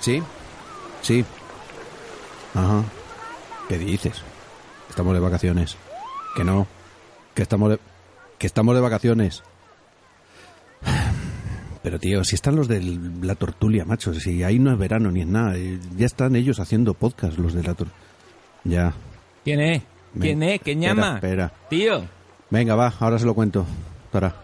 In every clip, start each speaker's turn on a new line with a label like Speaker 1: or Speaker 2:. Speaker 1: Sí, sí. Ajá. ¿Qué dices? Estamos de vacaciones. Que no. Que estamos de... Que estamos de vacaciones. Pero tío, si están los de la tortulia, macho, si ahí no es verano ni es nada, eh, ya están ellos haciendo podcast los de la tortulia. Ya.
Speaker 2: ¿Quién es?
Speaker 1: Me-
Speaker 2: ¿Quién es? ¿Quién
Speaker 1: espera,
Speaker 2: llama?
Speaker 1: espera.
Speaker 2: Tío.
Speaker 1: Venga, va, ahora se lo cuento. Para.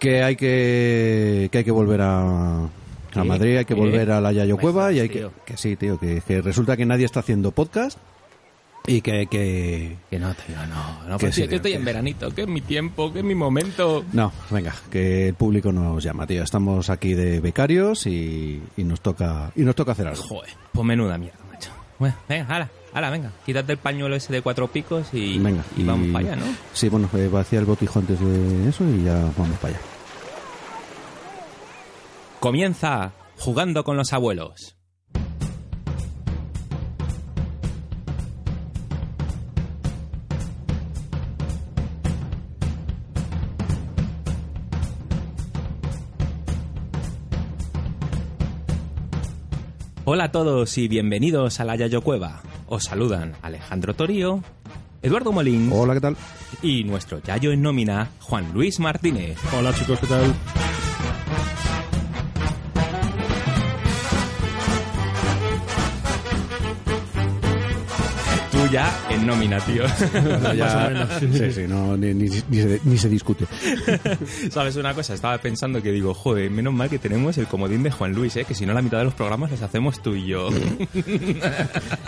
Speaker 1: Que hay que, que hay que volver a, a
Speaker 2: ¿Qué?
Speaker 1: Madrid, hay que
Speaker 2: ¿Qué?
Speaker 1: volver a la Yayo
Speaker 2: Me
Speaker 1: Cueva y
Speaker 2: jodas,
Speaker 1: hay que,
Speaker 2: tío.
Speaker 1: que sí, tío, que, que resulta que nadie está haciendo podcast y que, que
Speaker 2: Que no, tío, no. no
Speaker 1: Que
Speaker 2: pues,
Speaker 1: sí,
Speaker 2: tío, que
Speaker 1: tío,
Speaker 2: estoy
Speaker 1: que-
Speaker 2: en veranito, que es mi tiempo, que es mi momento.
Speaker 1: no, venga, que el público nos llama, tío. Estamos aquí de becarios y, y nos toca y nos toca hacer algo.
Speaker 2: Joder, pues menuda mierda, macho. Bueno, venga, ala, ala, venga. Quítate el pañuelo ese de cuatro picos y,
Speaker 1: venga,
Speaker 2: y vamos para allá, ¿no?
Speaker 1: Sí, bueno, eh, vacía el botijo antes de eso y ya vamos para allá.
Speaker 2: Comienza jugando con los abuelos. Hola a todos y bienvenidos a la Yayo Cueva. Os saludan Alejandro Torío, Eduardo Molín
Speaker 1: Hola, ¿qué tal?
Speaker 2: y nuestro Yayo en nómina, Juan Luis Martínez.
Speaker 3: Hola chicos, ¿qué tal?
Speaker 2: Tú ya en nómina, tío.
Speaker 1: Más o menos. Sí, sí, no, ni, ni- ni se, ni se discute.
Speaker 2: ¿Sabes una cosa? Estaba pensando que digo, joder, menos mal que tenemos el comodín de Juan Luis, ¿eh? que si no la mitad de los programas los hacemos tú y yo.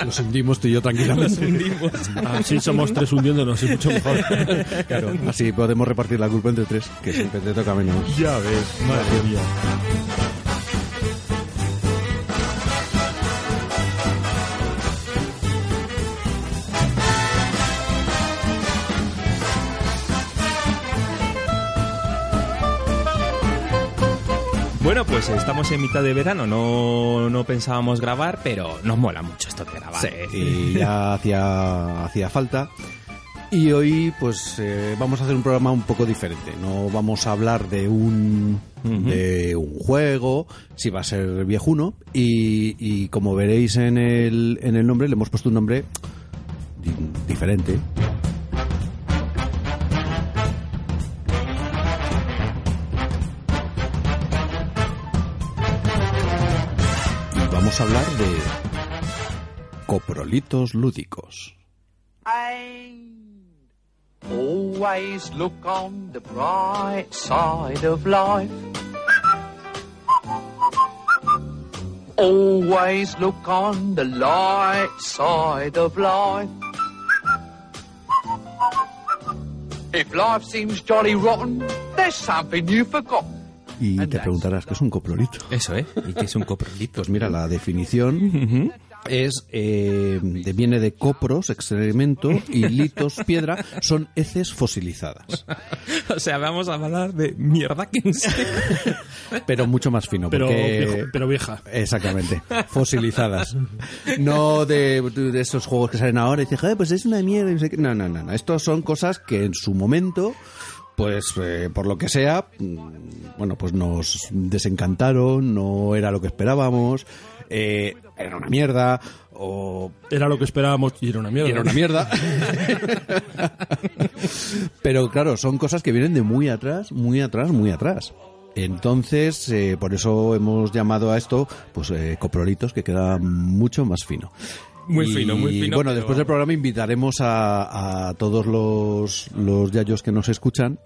Speaker 1: Nos hundimos tú y yo
Speaker 2: Nos
Speaker 1: tranquilamente.
Speaker 2: hundimos.
Speaker 3: Así somos tres hundiéndonos y mucho mejor.
Speaker 1: Claro, así podemos repartir la culpa entre tres, que siempre te toca menos.
Speaker 3: ya ves, madre mía.
Speaker 2: Bueno, pues estamos en mitad de verano, no, no pensábamos grabar, pero nos mola mucho esto de grabar. ¿eh?
Speaker 1: y ya hacía, hacía falta. Y hoy pues eh, vamos a hacer un programa un poco diferente. No vamos a hablar de un, de un juego, si va a ser viejuno. Y, y como veréis en el, en el nombre, le hemos puesto un nombre di- diferente. Y Vamos a hablar de Coprolitos lúdicos.
Speaker 4: And always look on the bright side of life. Always look on the light side of life. If life seems jolly rotten, there's something you've forgotten.
Speaker 1: Y
Speaker 4: And
Speaker 1: te
Speaker 4: that's-
Speaker 1: preguntarás, ¿qué es un coprolito?
Speaker 2: Eso, ¿eh? ¿Y qué es un coprolito?
Speaker 1: Pues mira, la definición es eh, de- viene de copros, excremento, y litos, piedra, son heces fosilizadas,
Speaker 2: o sea, vamos a hablar de mierda que en serio.
Speaker 1: pero mucho más fino.
Speaker 3: Pero,
Speaker 1: porque-
Speaker 3: viejo- pero vieja.
Speaker 1: Exactamente, fosilizadas. No de, de esos juegos que salen ahora y dicen, "Joder, pues es una mierda. y no sé qué". No, no, no, no. Estos son cosas que en su momento, pues eh, por lo que sea, mm, bueno, pues nos desencantaron, no era lo que esperábamos, eh, era una mierda, o
Speaker 3: Era lo que esperábamos y era una mierda.
Speaker 1: y era una mierda. Pero claro, son cosas que vienen de muy atrás, muy atrás, muy atrás. Entonces, eh, por eso hemos llamado a esto, pues, eh, coprolitos, que queda mucho más fino.
Speaker 2: Muy
Speaker 1: Y,
Speaker 2: fino, muy fino,
Speaker 1: Bueno,
Speaker 2: pero
Speaker 1: después del programa invitaremos a, a todos los, los yayos que nos escuchan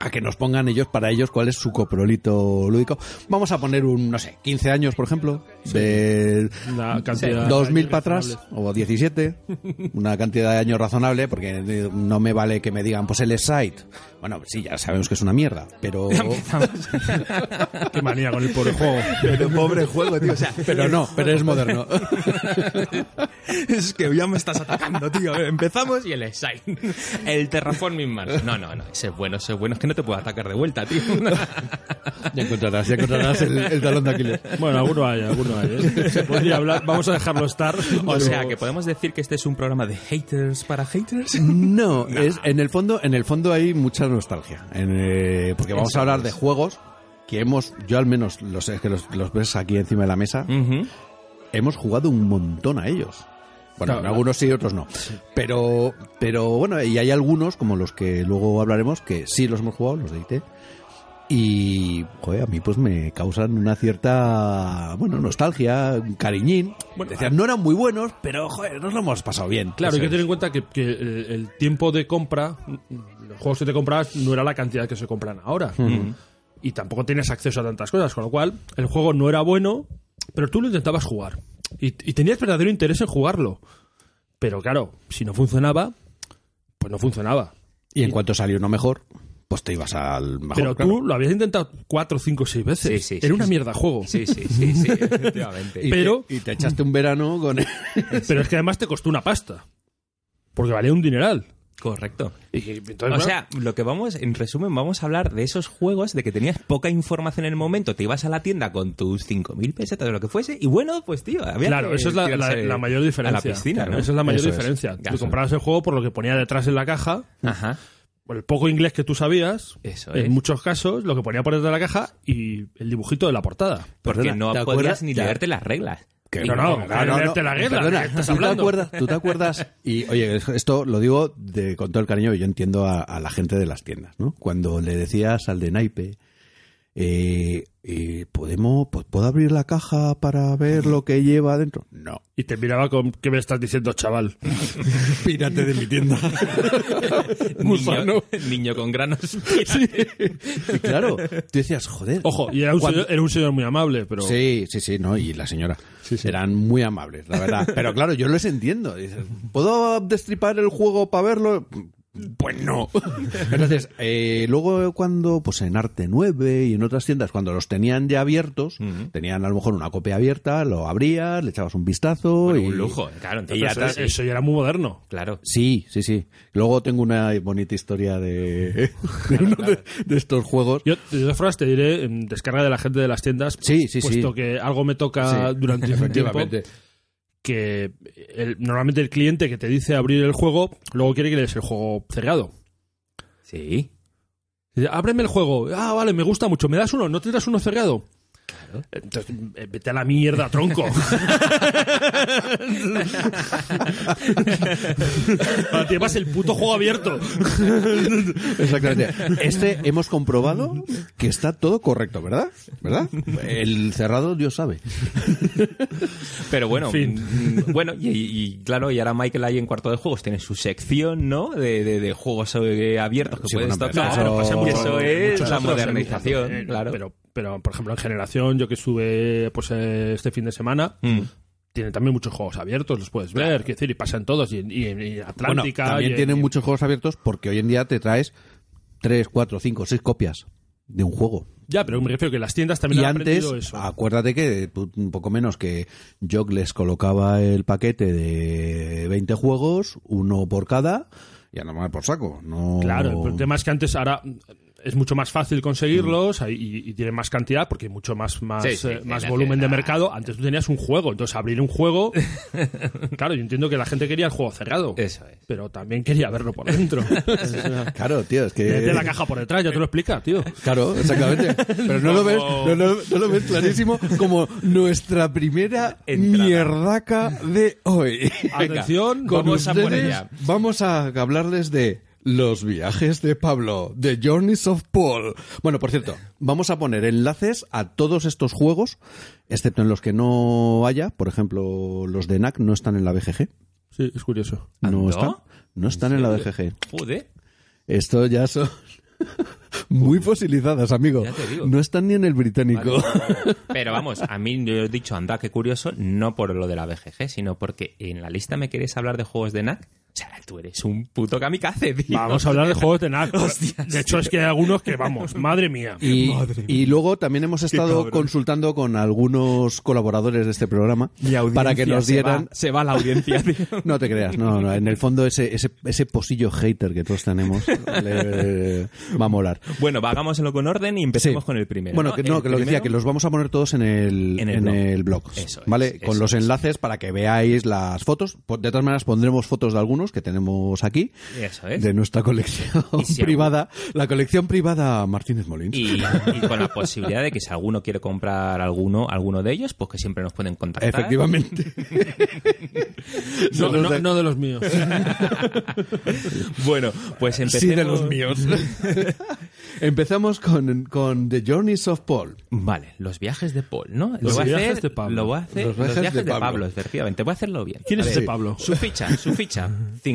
Speaker 1: a que nos pongan ellos, para ellos, cuál es su coprolito lúdico. Vamos a poner un, no sé, 15 años, por ejemplo, de
Speaker 3: Una cantidad
Speaker 1: 2000 para atrás o 17, una cantidad de años razonable, porque eh, no me vale que me digan, pues el site. Bueno, sí, ya sabemos que es una mierda, pero.
Speaker 2: Oh.
Speaker 3: Qué manía con el pobre juego.
Speaker 1: pero pobre juego, tío. pero no, pero es moderno.
Speaker 2: Es que ya me estás atacando, tío. Empezamos y el Exile. El Terraforming Mars. No, no, no. Ese es bueno, ese es bueno. Es que no te puedo atacar de vuelta, tío.
Speaker 1: ya encontrarás, ya encontrarás el, el talón de Aquiles.
Speaker 3: Bueno, alguno hay, alguno hay. ¿eh? Se podría hablar. Vamos a dejarlo estar.
Speaker 2: O
Speaker 3: pero-
Speaker 2: sea, que podemos decir que este es un programa de haters para haters.
Speaker 1: No, es en el fondo, en el fondo hay mucha nostalgia, en, eh, porque vamos a hablar de juegos que hemos, yo al menos, los es que los, los ves aquí encima de la mesa,
Speaker 2: Ujú.
Speaker 1: hemos jugado un montón a ellos. Bueno,
Speaker 3: Claro.
Speaker 1: algunos sí, otros no. Pero, pero bueno, y hay algunos, como los que luego hablaremos, que sí los hemos jugado, los de IT. Y, joder, a mí pues me causan una cierta, bueno, nostalgia, un cariñín.
Speaker 2: Bueno,
Speaker 1: Decían, no eran muy buenos, pero, joder, nos lo hemos pasado bien.
Speaker 3: Claro, hay que
Speaker 1: Eso
Speaker 3: tener en cuenta que, que el, el tiempo de compra, mm, los juegos que te comprabas no era la cantidad que se compran ahora. Mm. Y tampoco tienes acceso a tantas cosas, con lo cual el juego no era bueno, pero tú lo intentabas jugar. Y, y tenías verdadero interés en jugarlo. Pero claro, si no funcionaba, pues no funcionaba.
Speaker 1: es. Y en cuanto salió uno mejor, pues te ibas al mejor.
Speaker 3: pero
Speaker 1: claro.
Speaker 3: tú lo habías intentado cuatro, cinco, seis veces.
Speaker 2: Sí, sí,
Speaker 3: era
Speaker 2: sí,
Speaker 3: una
Speaker 2: sí.
Speaker 3: mierda juego.
Speaker 2: Sí, sí, sí, sí, efectivamente.
Speaker 1: Y te-
Speaker 3: pero-
Speaker 1: y te echaste un verano con...
Speaker 3: Pero es que además te costó una pasta. Porque valía un dineral.
Speaker 2: Correcto.
Speaker 3: Y entonces,
Speaker 2: O
Speaker 3: bueno,
Speaker 2: sea, lo que vamos, en resumen, vamos a hablar de esos juegos de que tenías poca información en el momento, te ibas a la tienda con tus 5.000 pesetas o lo que fuese, y bueno, pues tío, había
Speaker 3: Claro,
Speaker 2: que
Speaker 3: esa es la, la-
Speaker 2: tirarse
Speaker 3: la mayor diferencia.
Speaker 2: A la piscina,
Speaker 3: Claro,
Speaker 2: ¿no?
Speaker 3: Esa es la mayor
Speaker 1: Eso es.
Speaker 3: diferencia. Tú
Speaker 2: Claro.
Speaker 3: comprabas el juego por lo que ponía detrás en la caja,
Speaker 2: Ajá.
Speaker 3: por el poco inglés que tú sabías,
Speaker 2: Eso
Speaker 3: en
Speaker 2: es.
Speaker 3: muchos casos, lo que ponía por detrás de la caja y el dibujito de la portada.
Speaker 2: Porque
Speaker 1: Perdona,
Speaker 2: no
Speaker 1: ¿te
Speaker 2: podías
Speaker 1: acuerdas?
Speaker 2: ni
Speaker 1: Ya.
Speaker 2: leerte las reglas.
Speaker 1: Que
Speaker 3: No, no, leerte la guerra,
Speaker 1: perdona,
Speaker 3: ¿qué estás
Speaker 1: ¿tú
Speaker 3: hablando?
Speaker 1: Te acuerdas, ¿Tú te acuerdas? Y oye, esto lo digo de, con todo el cariño que yo entiendo a, a la gente de las tiendas, ¿no? Cuando le decías al de naipe, eh, eh, ¿podemos, pues, ¿puedo abrir la caja para ver lo que lleva adentro? No.
Speaker 3: Y te miraba con, ¿qué me estás diciendo, chaval?
Speaker 1: Pírate de mi tienda.
Speaker 2: Niño, niño con granos.
Speaker 1: Y claro, tú decías, joder.
Speaker 3: Ojo, y era un, señor, era un señor muy amable, pero...
Speaker 1: Sí, sí, sí, no, y la señora. Eran muy amables, la verdad. Pero claro, yo les entiendo. Dices, ¿puedo destripar el juego para verlo? Pues no. Entonces, eh, luego cuando, pues en Arte 9 y en otras tiendas, cuando los tenían ya abiertos, tenían a lo mejor una copia abierta, lo abrías, le echabas un vistazo y...
Speaker 2: un lujo, claro.
Speaker 3: pero
Speaker 2: Entonces,
Speaker 3: eso,
Speaker 2: sí,
Speaker 3: eso ya era muy moderno.
Speaker 2: Claro.
Speaker 1: Sí, sí, sí. Luego tengo una bonita historia de, de uno de- de estos juegos.
Speaker 3: Yo, de todas formas, te diré, en descarga de la gente de las tiendas,
Speaker 1: Sí, sí, sí.
Speaker 3: puesto que algo me toca
Speaker 1: Sí,
Speaker 3: durante un tiempo, que el- normalmente el cliente que te dice abrir el juego, luego quiere que le des el juego cerrado.
Speaker 2: Sí.
Speaker 3: Dice, ábreme el juego. Ah, vale, me gusta mucho. ¿Me das uno? ¿No tendrás uno cerrado? Entonces, eh, vete a la mierda, tronco. Ahora te llevas el puto juego abierto.
Speaker 1: Exactamente. Este hemos comprobado que está todo correcto, ¿verdad? ¿Verdad? El cerrado Dios sabe.
Speaker 2: Pero bueno,
Speaker 3: En
Speaker 2: mm, bueno, y, y claro, y ahora Michael ahí en cuarto de juegos tiene su sección, ¿no? De, de- de juegos eh, abiertos que
Speaker 1: Sí,
Speaker 2: puedes
Speaker 1: bueno, pero
Speaker 2: tocar.
Speaker 1: eso- No, pero pasa
Speaker 2: y
Speaker 1: mucho-
Speaker 2: eso es
Speaker 3: muchos
Speaker 2: la
Speaker 3: otros,
Speaker 2: modernización,
Speaker 3: eh,
Speaker 2: claro.
Speaker 3: Pero, pero, por ejemplo, en generación, yo que estuve pues, eh, este fin de semana,
Speaker 2: Mm.
Speaker 3: tiene también muchos juegos abiertos, los puedes ver, quiero decir, y pasan todos, y, en- y en- y en Atlántica.
Speaker 1: bueno, también
Speaker 3: y en-
Speaker 1: tienen
Speaker 3: y-
Speaker 1: muchos juegos abiertos porque hoy en día te traes tres, cuatro, cinco, seis copias de un juego.
Speaker 3: Ya, pero me refiero que las tiendas también
Speaker 1: Y
Speaker 3: han
Speaker 1: antes,
Speaker 3: aprendido eso.
Speaker 2: ah,
Speaker 1: acuérdate que pu- un poco menos que Jog les colocaba el paquete de 20 juegos, uno por cada, y a tomar por saco. No...
Speaker 3: Claro, el tema es que antes ahora es mucho más fácil conseguirlos hay- y, y tienen más cantidad porque hay mucho más, más,
Speaker 2: Mm. Sí, sí,
Speaker 3: eh,
Speaker 2: sí,
Speaker 3: más
Speaker 2: la
Speaker 3: volumen de
Speaker 2: tienda.
Speaker 3: mercado. Antes tú tenías un juego, entonces abrir un juego. claro, yo entiendo que la gente quería el juego cerrado.
Speaker 2: Eso es.
Speaker 3: Pero también quería verlo por dentro.
Speaker 1: Claro, tío, es que...
Speaker 3: De la caja por detrás, ya te lo explica, tío.
Speaker 1: Claro, exactamente. Pero no lo ves, no, lo- no lo ves clarísimo como nuestra primera
Speaker 2: Entrada.
Speaker 1: mierdaca de hoy.
Speaker 3: Atención,
Speaker 1: Con
Speaker 2: vamos a por
Speaker 1: ustedes
Speaker 2: ella.
Speaker 1: vamos a hablarles de los viajes de Pablo, The Journeys of Paul. Bueno, por cierto, vamos a poner enlaces a todos estos juegos, excepto en los que no haya, por ejemplo, los de NAC no están en la BGG.
Speaker 3: Sí, es curioso.
Speaker 1: No
Speaker 2: ¿No?
Speaker 1: están, no están en la BGG.
Speaker 2: Joder.
Speaker 1: Esto ya son muy fosilizadas, amigo.
Speaker 2: Ya te digo.
Speaker 1: No están ni en el británico.
Speaker 2: Pero vamos, a mí yo he dicho, anda, qué curioso, no por lo de la BGG, sino porque en la lista me querés hablar de juegos de NAC. O sea, tú eres un puto kamikaze, tío.
Speaker 3: Vamos a hablar de juegos de NAC.
Speaker 2: Hostias,
Speaker 3: de hecho, es que hay algunos que, vamos, madre mía.
Speaker 1: Y, y luego también hemos estado consultando con algunos colaboradores de este programa para que nos dieran...
Speaker 2: Se va, la audiencia, tío.
Speaker 1: No te creas, no, no, en el fondo ese, ese, ese posillo hater que todos tenemos le- va a molar.
Speaker 2: Bueno, va, hagámoslo con orden y empecemos
Speaker 1: Sí.
Speaker 2: con el primero.
Speaker 1: Bueno, que, no,
Speaker 2: El
Speaker 1: que lo decía,
Speaker 2: primero-
Speaker 1: que los vamos a poner todos en el, en el, blog.
Speaker 2: Eso es,
Speaker 1: ¿Vale? Con
Speaker 2: eso
Speaker 1: los
Speaker 2: es.
Speaker 1: Pues, enlaces para que veáis las fotos. Po- De todas maneras, pondremos fotos de algunos Sopranos que tenemos aquí,
Speaker 2: Eso es.
Speaker 1: de nuestra colección
Speaker 2: Y si
Speaker 1: privada, la colección privada Martínez Molins.
Speaker 2: Y, y con la posibilidad de que si alguno quiere comprar alguno, alguno de ellos, pues que siempre nos pueden contactar.
Speaker 1: Efectivamente.
Speaker 3: No,
Speaker 1: Son los
Speaker 3: no-
Speaker 1: de-
Speaker 3: no de los míos.
Speaker 2: Bueno, pues empecemos.
Speaker 1: Sí, de los míos. Empezamos con, con The Journeys of Paul.
Speaker 2: Vale, los viajes de Paul, ¿no?
Speaker 3: Los
Speaker 2: voy a
Speaker 3: viajes
Speaker 2: hacer-
Speaker 3: de Pablo.
Speaker 2: Lo voy a hacer. Los viajes, de, Pablo. efectivamente. Voy a hacerlo bien.
Speaker 3: ¿Quién
Speaker 2: A
Speaker 3: es
Speaker 2: ver,
Speaker 3: ese Pablo?
Speaker 2: Su ficha, su ficha.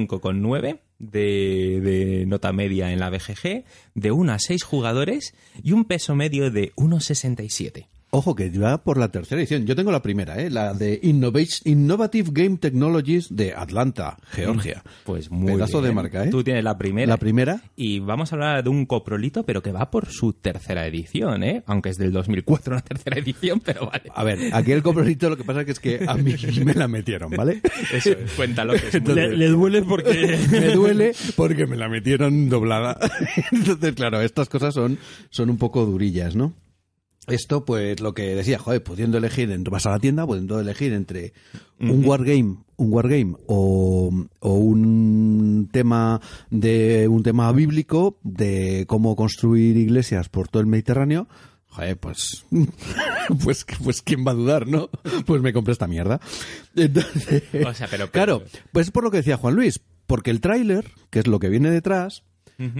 Speaker 2: 5,9 de, de nota media en la BGG, de 1 a 6 jugadores y un peso medio de 1,67.
Speaker 1: Ojo, que va por la tercera edición. Yo tengo la primera, ¿eh? la de Innovat- Innovative Game Technologies de Atlanta, Georgia.
Speaker 2: Pues muy
Speaker 1: Pedazo
Speaker 2: bien.
Speaker 1: de marca, ¿eh?
Speaker 2: Tú tienes la primera.
Speaker 1: La primera.
Speaker 2: Y vamos a hablar de un coprolito, pero que va por su tercera edición, ¿eh? Aunque es del 2004 la tercera edición, pero vale.
Speaker 1: A ver, aquí el compromito lo que pasa que es que a mí me la metieron, ¿vale?
Speaker 2: Eso, es, cuéntalo. Que es muy
Speaker 3: le, le duele porque...
Speaker 1: Me duele porque me la metieron doblada. Entonces, claro, estas cosas son, son un poco durillas, ¿no? Esto, pues, lo que decía, joder, pudiendo elegir, en- vas a la tienda, pudiendo elegir entre un wargame, un wargame o, o un tema de un tema bíblico de cómo construir iglesias por todo el Mediterráneo. Joder, pues, pues, pues, ¿quién va a dudar, no? Pues me compré esta mierda. Entonces,
Speaker 2: O sea, pero-
Speaker 1: claro, pues es por lo que decía Juan Luis, porque el tráiler, que es lo que viene detrás,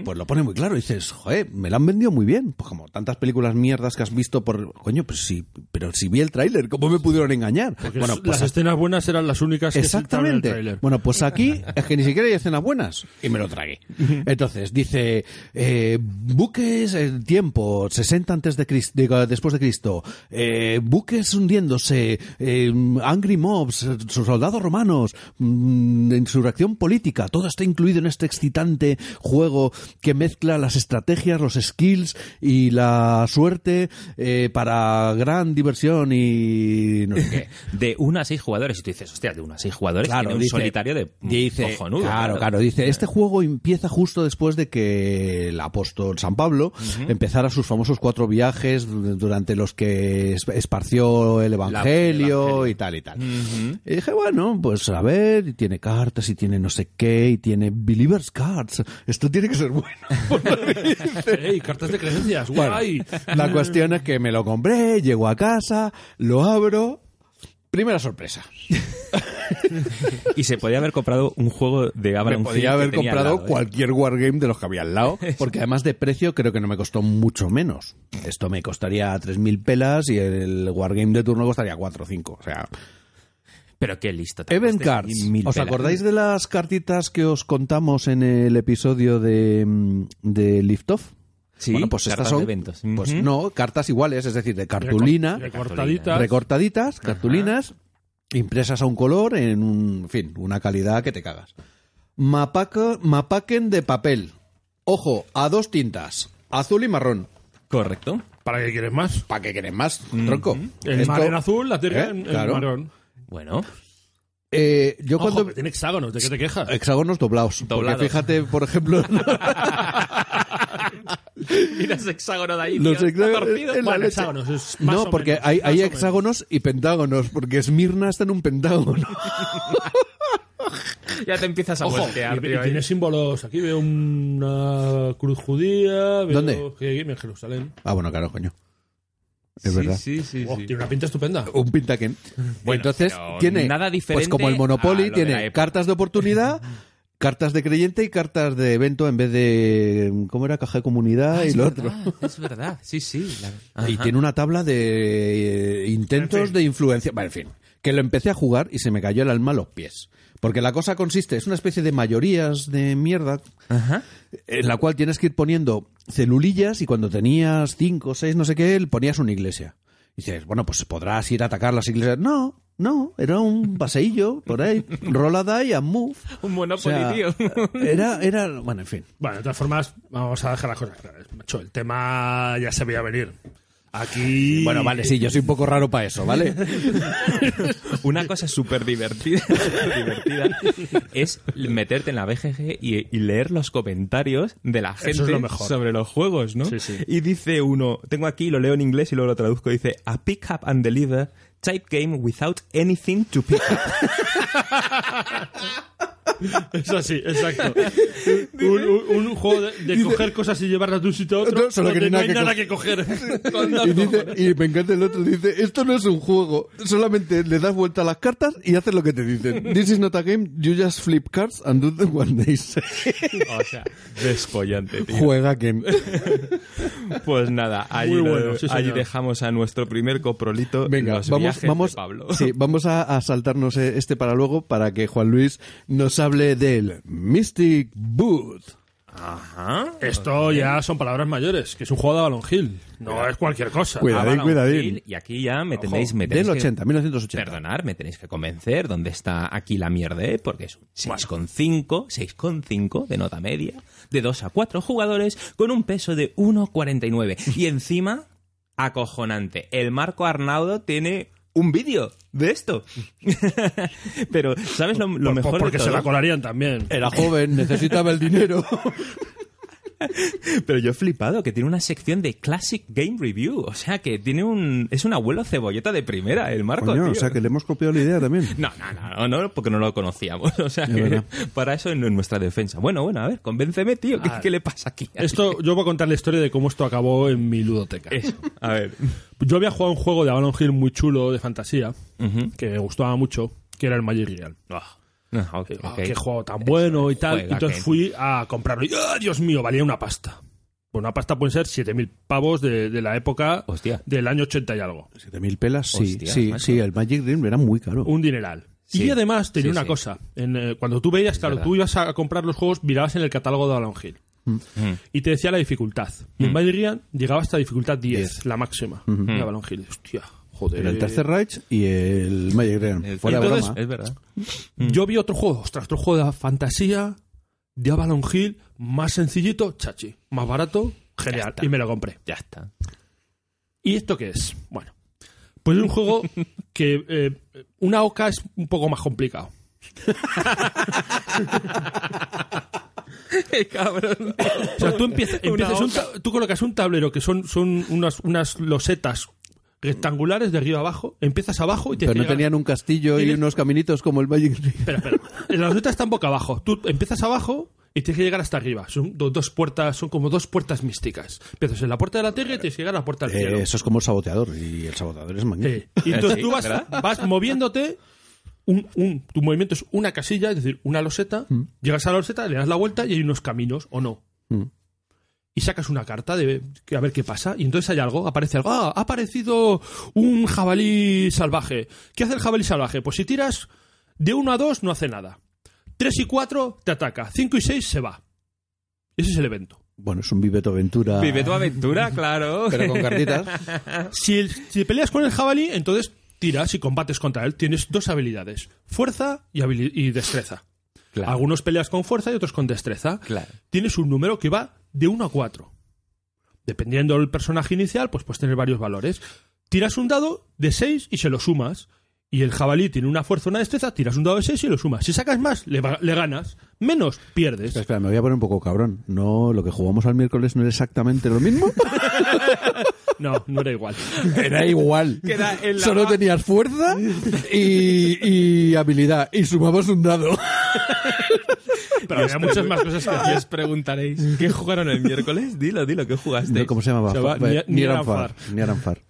Speaker 1: pues lo pone muy claro. Dices, joder, me la han vendido muy bien. Pues como tantas películas mierdas que has visto por... Coño, pues sí, pero si vi el tráiler, ¿cómo me pudieron engañar?
Speaker 3: bueno, las
Speaker 1: a-
Speaker 3: escenas buenas eran las únicas que saltaron en el
Speaker 1: pues Exactamente.
Speaker 3: tráiler.
Speaker 1: Bueno, pues aquí es que ni siquiera hay escenas buenas. Y me lo tragué. Entonces, dice, eh, buques, el tiempo, 60 antes de Cristo, después de Cristo, eh, buques hundiéndose, eh, angry mobs, eh, sus soldados romanos, mm, insurrección política, todo está incluido en este excitante juego que mezcla las estrategias, los skills y la suerte eh, para gran diversión y no sé qué.
Speaker 2: de 1 a 6 jugadores. Y tú dices, hostia, de 1 a 6 jugadores tiene un
Speaker 1: dice-
Speaker 2: solitario de
Speaker 1: dice,
Speaker 2: Mm, cojonudo.
Speaker 1: Claro, claro, dice, este juego empieza justo después de que el apóstol San Pablo empezara sus famosos cuatro viajes durante los que es- esparció el evangelio
Speaker 2: evangelio.
Speaker 1: y tal y tal. Y dije, bueno, pues a ver, y tiene cartas y tiene no sé qué y tiene believers cards. Esto tiene que ser bueno.
Speaker 3: ¡Ey, cartas de creencias!
Speaker 1: Bueno,
Speaker 3: ¡Guay!
Speaker 1: la cuestión es que me lo compré, llego a casa, lo abro. Primera sorpresa.
Speaker 2: Y se podía haber comprado un juego de
Speaker 1: Me
Speaker 2: Abraham Hill que
Speaker 1: podía haber
Speaker 2: tenía al
Speaker 1: comprado
Speaker 2: lado, ¿eh?
Speaker 1: cualquier wargame de los que había al lado, porque además de precio creo que no me costó mucho menos. Esto me costaría 3.000 pelas y el wargame de turno costaría 4 o 5. O sea,
Speaker 2: Pero qué listo. te
Speaker 1: Event
Speaker 2: costaste
Speaker 1: Cards.
Speaker 2: mil
Speaker 1: ¿Os
Speaker 2: pelas.
Speaker 1: acordáis de las cartitas que os contamos en el episodio de, mm, de Liftoff?
Speaker 2: Sí,
Speaker 1: bueno, pues
Speaker 2: cartas
Speaker 1: estas
Speaker 2: de
Speaker 1: son,
Speaker 2: eventos.
Speaker 1: pues
Speaker 2: Ujú.
Speaker 1: no, cartas iguales, es decir, de cartulina,
Speaker 3: Recortaditas.
Speaker 1: recortaditas, cartulinas, impresas a un color, en un en fin, una calidad que te cagas. Mapaca- mapaquen de papel. Ojo, a dos tintas, azul y marrón.
Speaker 2: Correcto.
Speaker 3: ¿Para qué quieres más?
Speaker 1: ¿Para qué querés más, tronco?
Speaker 3: Mm-hmm. El
Speaker 1: Esto-
Speaker 3: mar en azul, la tierra
Speaker 1: ¿Eh?
Speaker 3: en, en
Speaker 1: Claro.
Speaker 3: marrón.
Speaker 2: Bueno,
Speaker 1: Eh, yo
Speaker 3: Ojo,
Speaker 1: cuando...
Speaker 3: que tiene hexágonos, ¿de qué te quejas?
Speaker 1: Hexágonos doblados.
Speaker 2: Doblados.
Speaker 1: Porque fíjate, por ejemplo,
Speaker 2: mira ese hexágono de ahí.
Speaker 1: Los hexágonos- en la
Speaker 3: Bueno,
Speaker 1: leche.
Speaker 3: hexágonos, es más
Speaker 1: No,
Speaker 3: o
Speaker 1: porque
Speaker 3: menos,
Speaker 1: hay,
Speaker 3: más
Speaker 1: hay
Speaker 3: o
Speaker 1: hexágonos y pentágonos, porque Esmirna está en un pentágono.
Speaker 2: Ya te empiezas a
Speaker 3: Ojo, Oh, y, y tiene símbolos. Aquí veo una cruz judía. Veo
Speaker 1: ¿Dónde?
Speaker 3: Que en Jerusalén.
Speaker 1: Ah, bueno, claro, coño. Es verdad.
Speaker 2: Sí, sí,
Speaker 3: Oh,
Speaker 2: sí.
Speaker 3: Tiene una pinta estupenda.
Speaker 1: Un pintaquén. Entonces,
Speaker 2: pero
Speaker 1: tiene.
Speaker 2: nada
Speaker 1: Pues como el
Speaker 2: diferente a
Speaker 1: Monopoly,
Speaker 2: lo de la
Speaker 1: tiene
Speaker 2: época.
Speaker 1: cartas de oportunidad. Cartas de creyente y cartas de evento en vez de. ¿Cómo era? Caja de comunidad y lo otro.
Speaker 2: Ah, es verdad, sí, sí. la-
Speaker 1: Y
Speaker 2: Ajá.
Speaker 1: tiene una tabla de eh, intentos
Speaker 3: En fin.
Speaker 1: de influencia. Bueno, en fin, que lo empecé a jugar y se me cayó el alma a los pies. Porque la cosa consiste, es una especie de mayorías de mierda
Speaker 2: Ajá.
Speaker 1: en la cual tienes que ir poniendo celulillas y cuando tenías cinco, seis, no sé qué, ponías una iglesia. Y dices, bueno, pues podrás ir a atacar las iglesias. No, no, era un paseillo por ahí, roll a die and move.
Speaker 2: Un
Speaker 1: O sea,
Speaker 2: Monopoly, tío.
Speaker 1: era, era, bueno, en fin.
Speaker 3: Bueno, de todas formas, vamos a dejar las cosas claras. Macho, el tema ya se veía venir. Aquí.
Speaker 1: Bueno, vale, sí, yo soy un poco raro para eso, ¿vale?
Speaker 2: Una cosa súper divertida, súper divertida es meterte en la BGG y, y leer los comentarios de la gente
Speaker 3: es lo mejor.
Speaker 2: sobre los juegos, ¿no?
Speaker 3: Sí, sí.
Speaker 2: Y dice uno, tengo aquí, lo leo en inglés y luego lo traduzco, dice, a pick up and deliver type game without anything to pick up.
Speaker 3: Es así, exacto. Un, un- un juego de, de coger cosas y llevarlas de un sitio a otro.
Speaker 1: No, solo que
Speaker 3: donde
Speaker 1: no
Speaker 3: no
Speaker 1: hay
Speaker 3: hay
Speaker 1: nada
Speaker 3: nada que coger.
Speaker 1: Y, dice- y me encanta el otro, dice, esto no es un juego, solamente le das vuelta a las cartas y haces lo que te dicen. This is not a game, you just flip cards and do them one day.
Speaker 2: O sea, despollante, tío.
Speaker 1: Juega game.
Speaker 2: Pues nada, allí,
Speaker 3: Muy
Speaker 2: lo-
Speaker 3: bueno, sí,
Speaker 2: allí
Speaker 3: señor.
Speaker 2: dejamos a nuestro primer coprolito.
Speaker 1: Venga,
Speaker 2: los
Speaker 1: vamos,
Speaker 2: viajes de
Speaker 1: vamos,
Speaker 2: Pablo.
Speaker 1: sí, vamos a, a saltarnos eh, este para luego para que Juan Luis nos hable del Mystic Boot.
Speaker 2: Ajá.
Speaker 3: Esto ya son palabras mayores, que es un juego de Avalon Hill. No es cualquier cosa.
Speaker 2: Ah,
Speaker 1: Cuidado. Cuidadín,
Speaker 2: Avalon
Speaker 1: cuidadín.
Speaker 2: Hill, Y aquí ya me tenéis, me tenéis
Speaker 1: Del
Speaker 2: que-
Speaker 1: 80, 1980.
Speaker 2: Perdonar, me tenéis que convencer dónde está aquí la mierda, ¿eh? porque es un 6,5, 6,5 de nota media, de 2 a 4 jugadores, con un peso de 1,49. Y encima, acojonante, el Marco Arnaudo tiene un vídeo de esto. Pero, ¿sabes lo, lo
Speaker 3: Por-
Speaker 2: mejor
Speaker 3: porque
Speaker 2: de
Speaker 3: se
Speaker 2: todo?
Speaker 3: la colarían también.
Speaker 1: Era joven, necesitaba el dinero.
Speaker 2: Pero yo he flipado que tiene una sección de Classic Game Review. O sea, que tiene un... Es un abuelo cebolleta de primera, el Marco,
Speaker 1: Coño,
Speaker 2: tío.
Speaker 1: o sea que le hemos copiado la idea también.
Speaker 2: No, no, no, no, no, porque no lo conocíamos. O sea,
Speaker 1: Es
Speaker 2: que
Speaker 1: verdad.
Speaker 2: para eso en nuestra defensa. Bueno, bueno, a ver, convénceme, tío. ¿Qué,
Speaker 3: Ah.
Speaker 2: qué le pasa aquí?
Speaker 3: Esto, yo voy a contar la historia de cómo esto acabó en mi ludoteca.
Speaker 2: Eso, a ver.
Speaker 3: Yo había jugado un juego de Avalon Hill muy chulo de fantasía,
Speaker 2: Ujú.
Speaker 3: que me gustaba mucho, que era el Magic Real.
Speaker 2: No, ok,
Speaker 3: Ah,
Speaker 2: ok.
Speaker 3: qué juego tan bueno y tal.
Speaker 2: juega,
Speaker 3: Entonces
Speaker 2: que-
Speaker 3: fui a comprarlo. Y, ¡ah, Dios mío! Valía una pasta. Bueno, una pasta pueden ser 7.000 pavos de, de la época
Speaker 2: Hostia.
Speaker 3: del año 80 y algo.
Speaker 1: 7.000 pelas, sí,
Speaker 2: Hostia,
Speaker 1: sí,
Speaker 2: macho.
Speaker 1: sí, el Magic Dream era muy caro.
Speaker 3: Un dineral.
Speaker 2: Sí.
Speaker 3: Y además
Speaker 2: Sí,
Speaker 3: tenía una
Speaker 2: sí.
Speaker 3: cosa. En, eh, cuando tú veías, claro,
Speaker 2: verdad.
Speaker 3: tú ibas a comprar los juegos, mirabas en el catálogo de Avalon Hill.
Speaker 2: Mm.
Speaker 3: Y te decía la dificultad. Y en
Speaker 1: Mm.
Speaker 3: Magic Real llegaba hasta dificultad 10, la máxima de Avalon Hill. Hostia, joder.
Speaker 1: Mm-hmm. Era el Tercer Reich y el Magic Dream.
Speaker 2: eh, El-
Speaker 1: Eh, Fuera de
Speaker 3: entonces-
Speaker 1: broma.
Speaker 2: Es verdad.
Speaker 3: Mm. Yo vi otro juego, ostras, otro juego de fantasía de Avalon Hill, más sencillito, chachi. Más barato, genial.
Speaker 2: está.
Speaker 3: Y me lo compré.
Speaker 2: Ya está.
Speaker 3: ¿Y esto qué es? Bueno, pues es un juego que eh, una oca es un poco más complicado.
Speaker 2: cabrón.
Speaker 3: O sea, tú empiezas,
Speaker 2: Una
Speaker 3: empiezas un ta- tú colocas un tablero que son, son unas, unas losetas rectangulares de arriba abajo, empiezas abajo y te
Speaker 1: Pero no
Speaker 3: llegan-
Speaker 1: tenían un castillo y
Speaker 3: Tienes-
Speaker 1: unos caminitos como el Magic Dream.
Speaker 3: Espera, espera. Las losetas están boca abajo. Tú empiezas abajo y tienes que llegar hasta arriba. Son do- dos puertas, son como dos puertas místicas. Empiezas en la puerta de la tierra y tienes que llegar a la puerta del cielo.
Speaker 1: Eh, eso es como el saboteador y el saboteador es magnífico.
Speaker 3: Eh, y entonces
Speaker 2: Sí,
Speaker 3: tú vas,
Speaker 2: ¿verdad?
Speaker 3: vas moviéndote. un- un- tu movimiento es una casilla, es decir, una loseta. Llegas a la loseta, le das la vuelta y hay unos caminos, o no.
Speaker 1: Mm.
Speaker 3: Y sacas una carta de que a ver qué pasa. Y entonces hay algo, aparece algo. Ah, ha aparecido un jabalí salvaje. ¿Qué hace el jabalí salvaje? Pues si tiras de 1 a 2 no hace nada. 3 y 4 te ataca. 5 y 6 se va. Ese es el evento.
Speaker 1: Bueno, es un Viveto Aventura.
Speaker 2: Vive tu aventura,
Speaker 1: Ah.
Speaker 2: claro.
Speaker 1: Pero con cartitas.
Speaker 3: Si, el- si peleas con el jabalí, entonces tiras y combates contra él. Tienes dos habilidades, fuerza y, habili- y destreza.
Speaker 2: Claro.
Speaker 3: Algunos peleas con fuerza y otros con destreza.
Speaker 2: Claro.
Speaker 3: Tienes un número que va de 1 a 4. Dependiendo del personaje inicial, pues puedes tener varios valores. Tiras un dado de 6 y se lo sumas. Y el jabalí tiene una fuerza, una destreza, tiras un dado de 6 y lo sumas. Si sacas más, le, va- le ganas. Menos, pierdes.
Speaker 1: Espera, espera, me voy a poner un poco cabrón. No, lo que jugamos al miércoles no era exactamente lo mismo.
Speaker 3: No, no era igual.
Speaker 1: Era igual.
Speaker 2: Que era en la-
Speaker 1: Solo tenías fuerza y, y habilidad. Y sumabas un dado.
Speaker 3: Pero
Speaker 2: este
Speaker 3: había muchas más cosas que
Speaker 2: Y
Speaker 3: hacías.
Speaker 2: os preguntaréis, ¿qué jugaron el miércoles? Dilo, dilo, ¿qué jugaste?
Speaker 1: No, ¿Cómo se llamaba?
Speaker 3: Se llama
Speaker 1: Fa-
Speaker 3: Ni-
Speaker 1: Nieranfar. Nieranfar.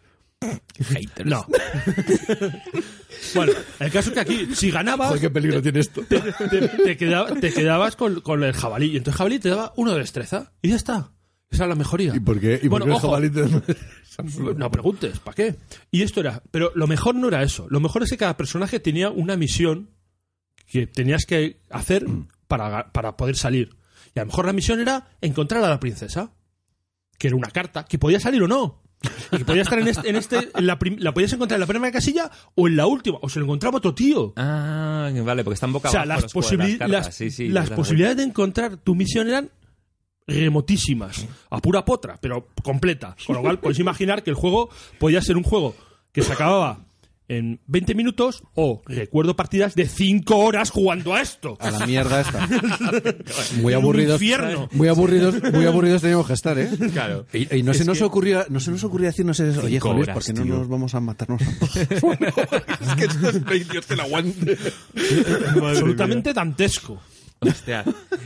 Speaker 2: Haters.
Speaker 3: No. bueno, el caso es que aquí, si ganabas,
Speaker 1: Joder, qué peligro tiene esto.
Speaker 3: te, te- te queda- te quedabas con, con el jabalí. Y entonces el jabalí te daba uno de destreza. Y ya está. Esa es la mejoría.
Speaker 1: ¿Y por qué? ¿Y por
Speaker 3: Bueno,
Speaker 1: qué el
Speaker 3: ojo.
Speaker 1: jabalí te-
Speaker 3: No preguntes, ¿para qué? Y esto era. Pero lo mejor no era eso. Lo mejor es que cada personaje tenía una misión que tenías que hacer para, ga- para poder salir. Y a lo mejor la misión era encontrar a la princesa, que era una carta, que podía salir o no. Y que podía estar en este. en este- en la, prim- la podías encontrar en la primera casilla o en la última. O se lo encontraba otro tío.
Speaker 2: Ah, vale, porque están boca
Speaker 3: o sea,
Speaker 2: abajo los
Speaker 3: las,
Speaker 2: juegos,
Speaker 3: posibili-
Speaker 2: cartas.
Speaker 3: las,
Speaker 2: Sí, sí,
Speaker 3: las
Speaker 2: es verdad.
Speaker 3: posibilidades de encontrar tu misión eran remotísimas, a pura potra, pero completa. Con lo cual, podéis imaginar que el juego podía ser un juego que se acababa en 20 minutos o recuerdo partidas de 5 horas jugando a esto.
Speaker 1: A la mierda esta. Muy
Speaker 3: Un
Speaker 1: aburridos.
Speaker 3: infierno.
Speaker 1: Muy aburridos, muy aburridos teníamos que estar, ¿eh?
Speaker 2: Claro.
Speaker 1: Y, y no, se nos ocurría, no se nos ocurría decirnos eso. Oye,
Speaker 2: Cinco
Speaker 1: Juan Luis,
Speaker 2: horas,
Speaker 1: ¿por qué no
Speaker 2: tío.
Speaker 1: nos vamos a matarnos ambos?
Speaker 3: Absolutamente dantesco.
Speaker 2: Hostia.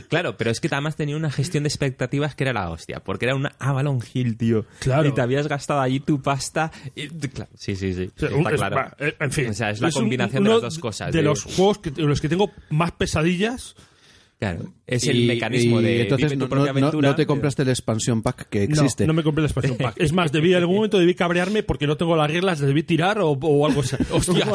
Speaker 2: Claro, pero es que además tenía una gestión de expectativas que era la hostia, porque era una Avalon Hill, tío.
Speaker 3: Claro.
Speaker 2: Y te habías gastado allí tu pasta. y- claro, Sí, sí, sí.
Speaker 3: O sea,
Speaker 2: está
Speaker 3: un- es-
Speaker 2: claro.
Speaker 3: va, eh, en fin.
Speaker 2: O sea, es la
Speaker 3: un-
Speaker 2: combinación de
Speaker 3: uno
Speaker 2: las dos cosas.
Speaker 3: De
Speaker 2: tío.
Speaker 3: los juegos que, los que tengo más pesadillas.
Speaker 2: Claro. Es
Speaker 1: Y-
Speaker 2: el mecanismo
Speaker 1: y
Speaker 2: de.
Speaker 1: entonces
Speaker 2: vive tu
Speaker 1: no, no-
Speaker 2: propia
Speaker 1: no-
Speaker 2: aventura.
Speaker 1: no te compraste el expansion pack que existe.
Speaker 3: No, no me compré el expansion pack. Es más, debí en algún momento debí cabrearme porque no tengo las reglas, debí tirar o, o algo así. Hostia,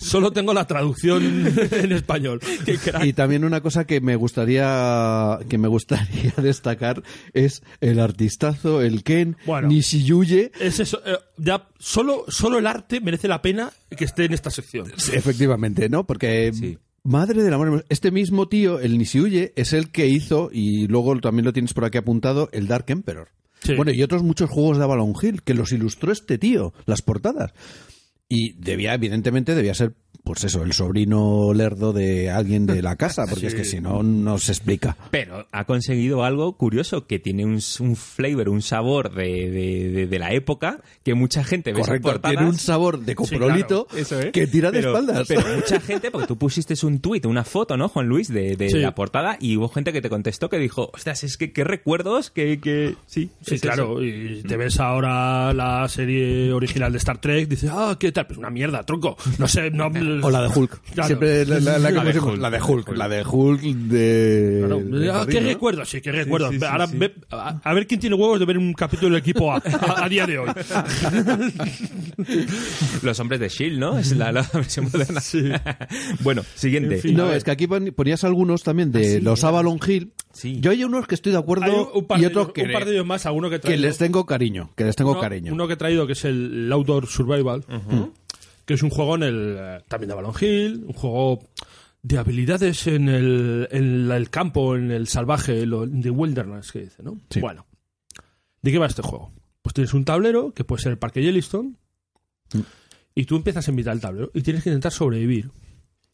Speaker 3: solo tengo la traducción en español. Qué crack.
Speaker 1: Y también una cosa que me gustaría que me gustaría destacar es el artistazo, el Ken
Speaker 3: Bueno.
Speaker 1: Nishiyuye.
Speaker 3: Es eso, eh, ya solo, solo el arte merece la pena que esté en esta sección.
Speaker 1: Efectivamente, ¿no? Porque
Speaker 2: Sí.
Speaker 1: madre del amor, hermoso, este mismo tío, el Nishiyuye, es el que hizo y luego también lo tienes por aquí apuntado el Dark Emperor.
Speaker 3: Sí.
Speaker 1: Bueno, y otros muchos juegos de Avalon Hill que los ilustró este tío, las portadas. Y debía, evidentemente, debía ser, pues eso, el sobrino lerdo de alguien de la casa, porque es que si no, no se explica.
Speaker 2: Pero ha conseguido algo curioso, que tiene un, s- un flavor, un sabor de, de- de- de la época, que mucha gente ve esas
Speaker 1: Correcto,
Speaker 2: portadas-
Speaker 1: tiene un sabor de coprolito
Speaker 2: Sí, claro, eso es.
Speaker 1: que tira de
Speaker 2: Pero-
Speaker 1: espaldas.
Speaker 2: Pero mucha gente, porque tú pusiste un tuit, una foto, ¿no, Juan Luis, de, de
Speaker 3: Sí.
Speaker 2: la portada, y hubo gente que te contestó que dijo, ostras, es que qué recuerdos, que... que... Sí, es
Speaker 3: Sí,
Speaker 2: eso.
Speaker 3: claro. Y te ves ahora la serie original de Star Trek, dices, ah, ¿qué tal? Pues una mierda, tronco. No sé, no.
Speaker 1: O la de Hulk.
Speaker 3: Claro.
Speaker 1: Siempre la, la- la-
Speaker 3: La de
Speaker 1: ¿cómo se llama? la de Hulk. La de Hulk de.
Speaker 3: Claro.
Speaker 1: de
Speaker 3: Ah,
Speaker 1: Barry,
Speaker 3: qué
Speaker 1: ¿no?
Speaker 3: recuerdo, sí, qué recuerdo. Ahora ve- a, a ver quién tiene huevos de ver un capítulo del equipo A, a, a día de hoy.
Speaker 2: Los hombres de S.H.I.E.L.D., E ¿no? Es la, la versión moderna. bueno, siguiente.
Speaker 1: No, es que aquí pon- ponías algunos también
Speaker 3: Ah,
Speaker 1: de los Avalon Hill.
Speaker 2: Sí.
Speaker 1: Yo hay unos que estoy de acuerdo
Speaker 3: Hay un, un par
Speaker 1: y
Speaker 3: de
Speaker 1: otros
Speaker 3: ellos-
Speaker 1: que,
Speaker 3: un par de ellos más, alguno que
Speaker 1: que
Speaker 3: traigo.
Speaker 1: les tengo cariño. Que les tengo
Speaker 3: uno,
Speaker 1: cariño.
Speaker 3: uno que he traído que es el Outdoor Survival, que es un juego en el eh, también de Balon Hill, un juego de habilidades en el, en la- el campo, en el salvaje, lo- en The Wilderness, que dice, ¿no?
Speaker 1: Sí.
Speaker 3: Bueno, ¿de qué va este juego? Pues tienes un tablero que puede ser el Parque Yellowstone
Speaker 1: Mm.
Speaker 3: y tú empiezas en mitad del tablero y tienes que intentar sobrevivir.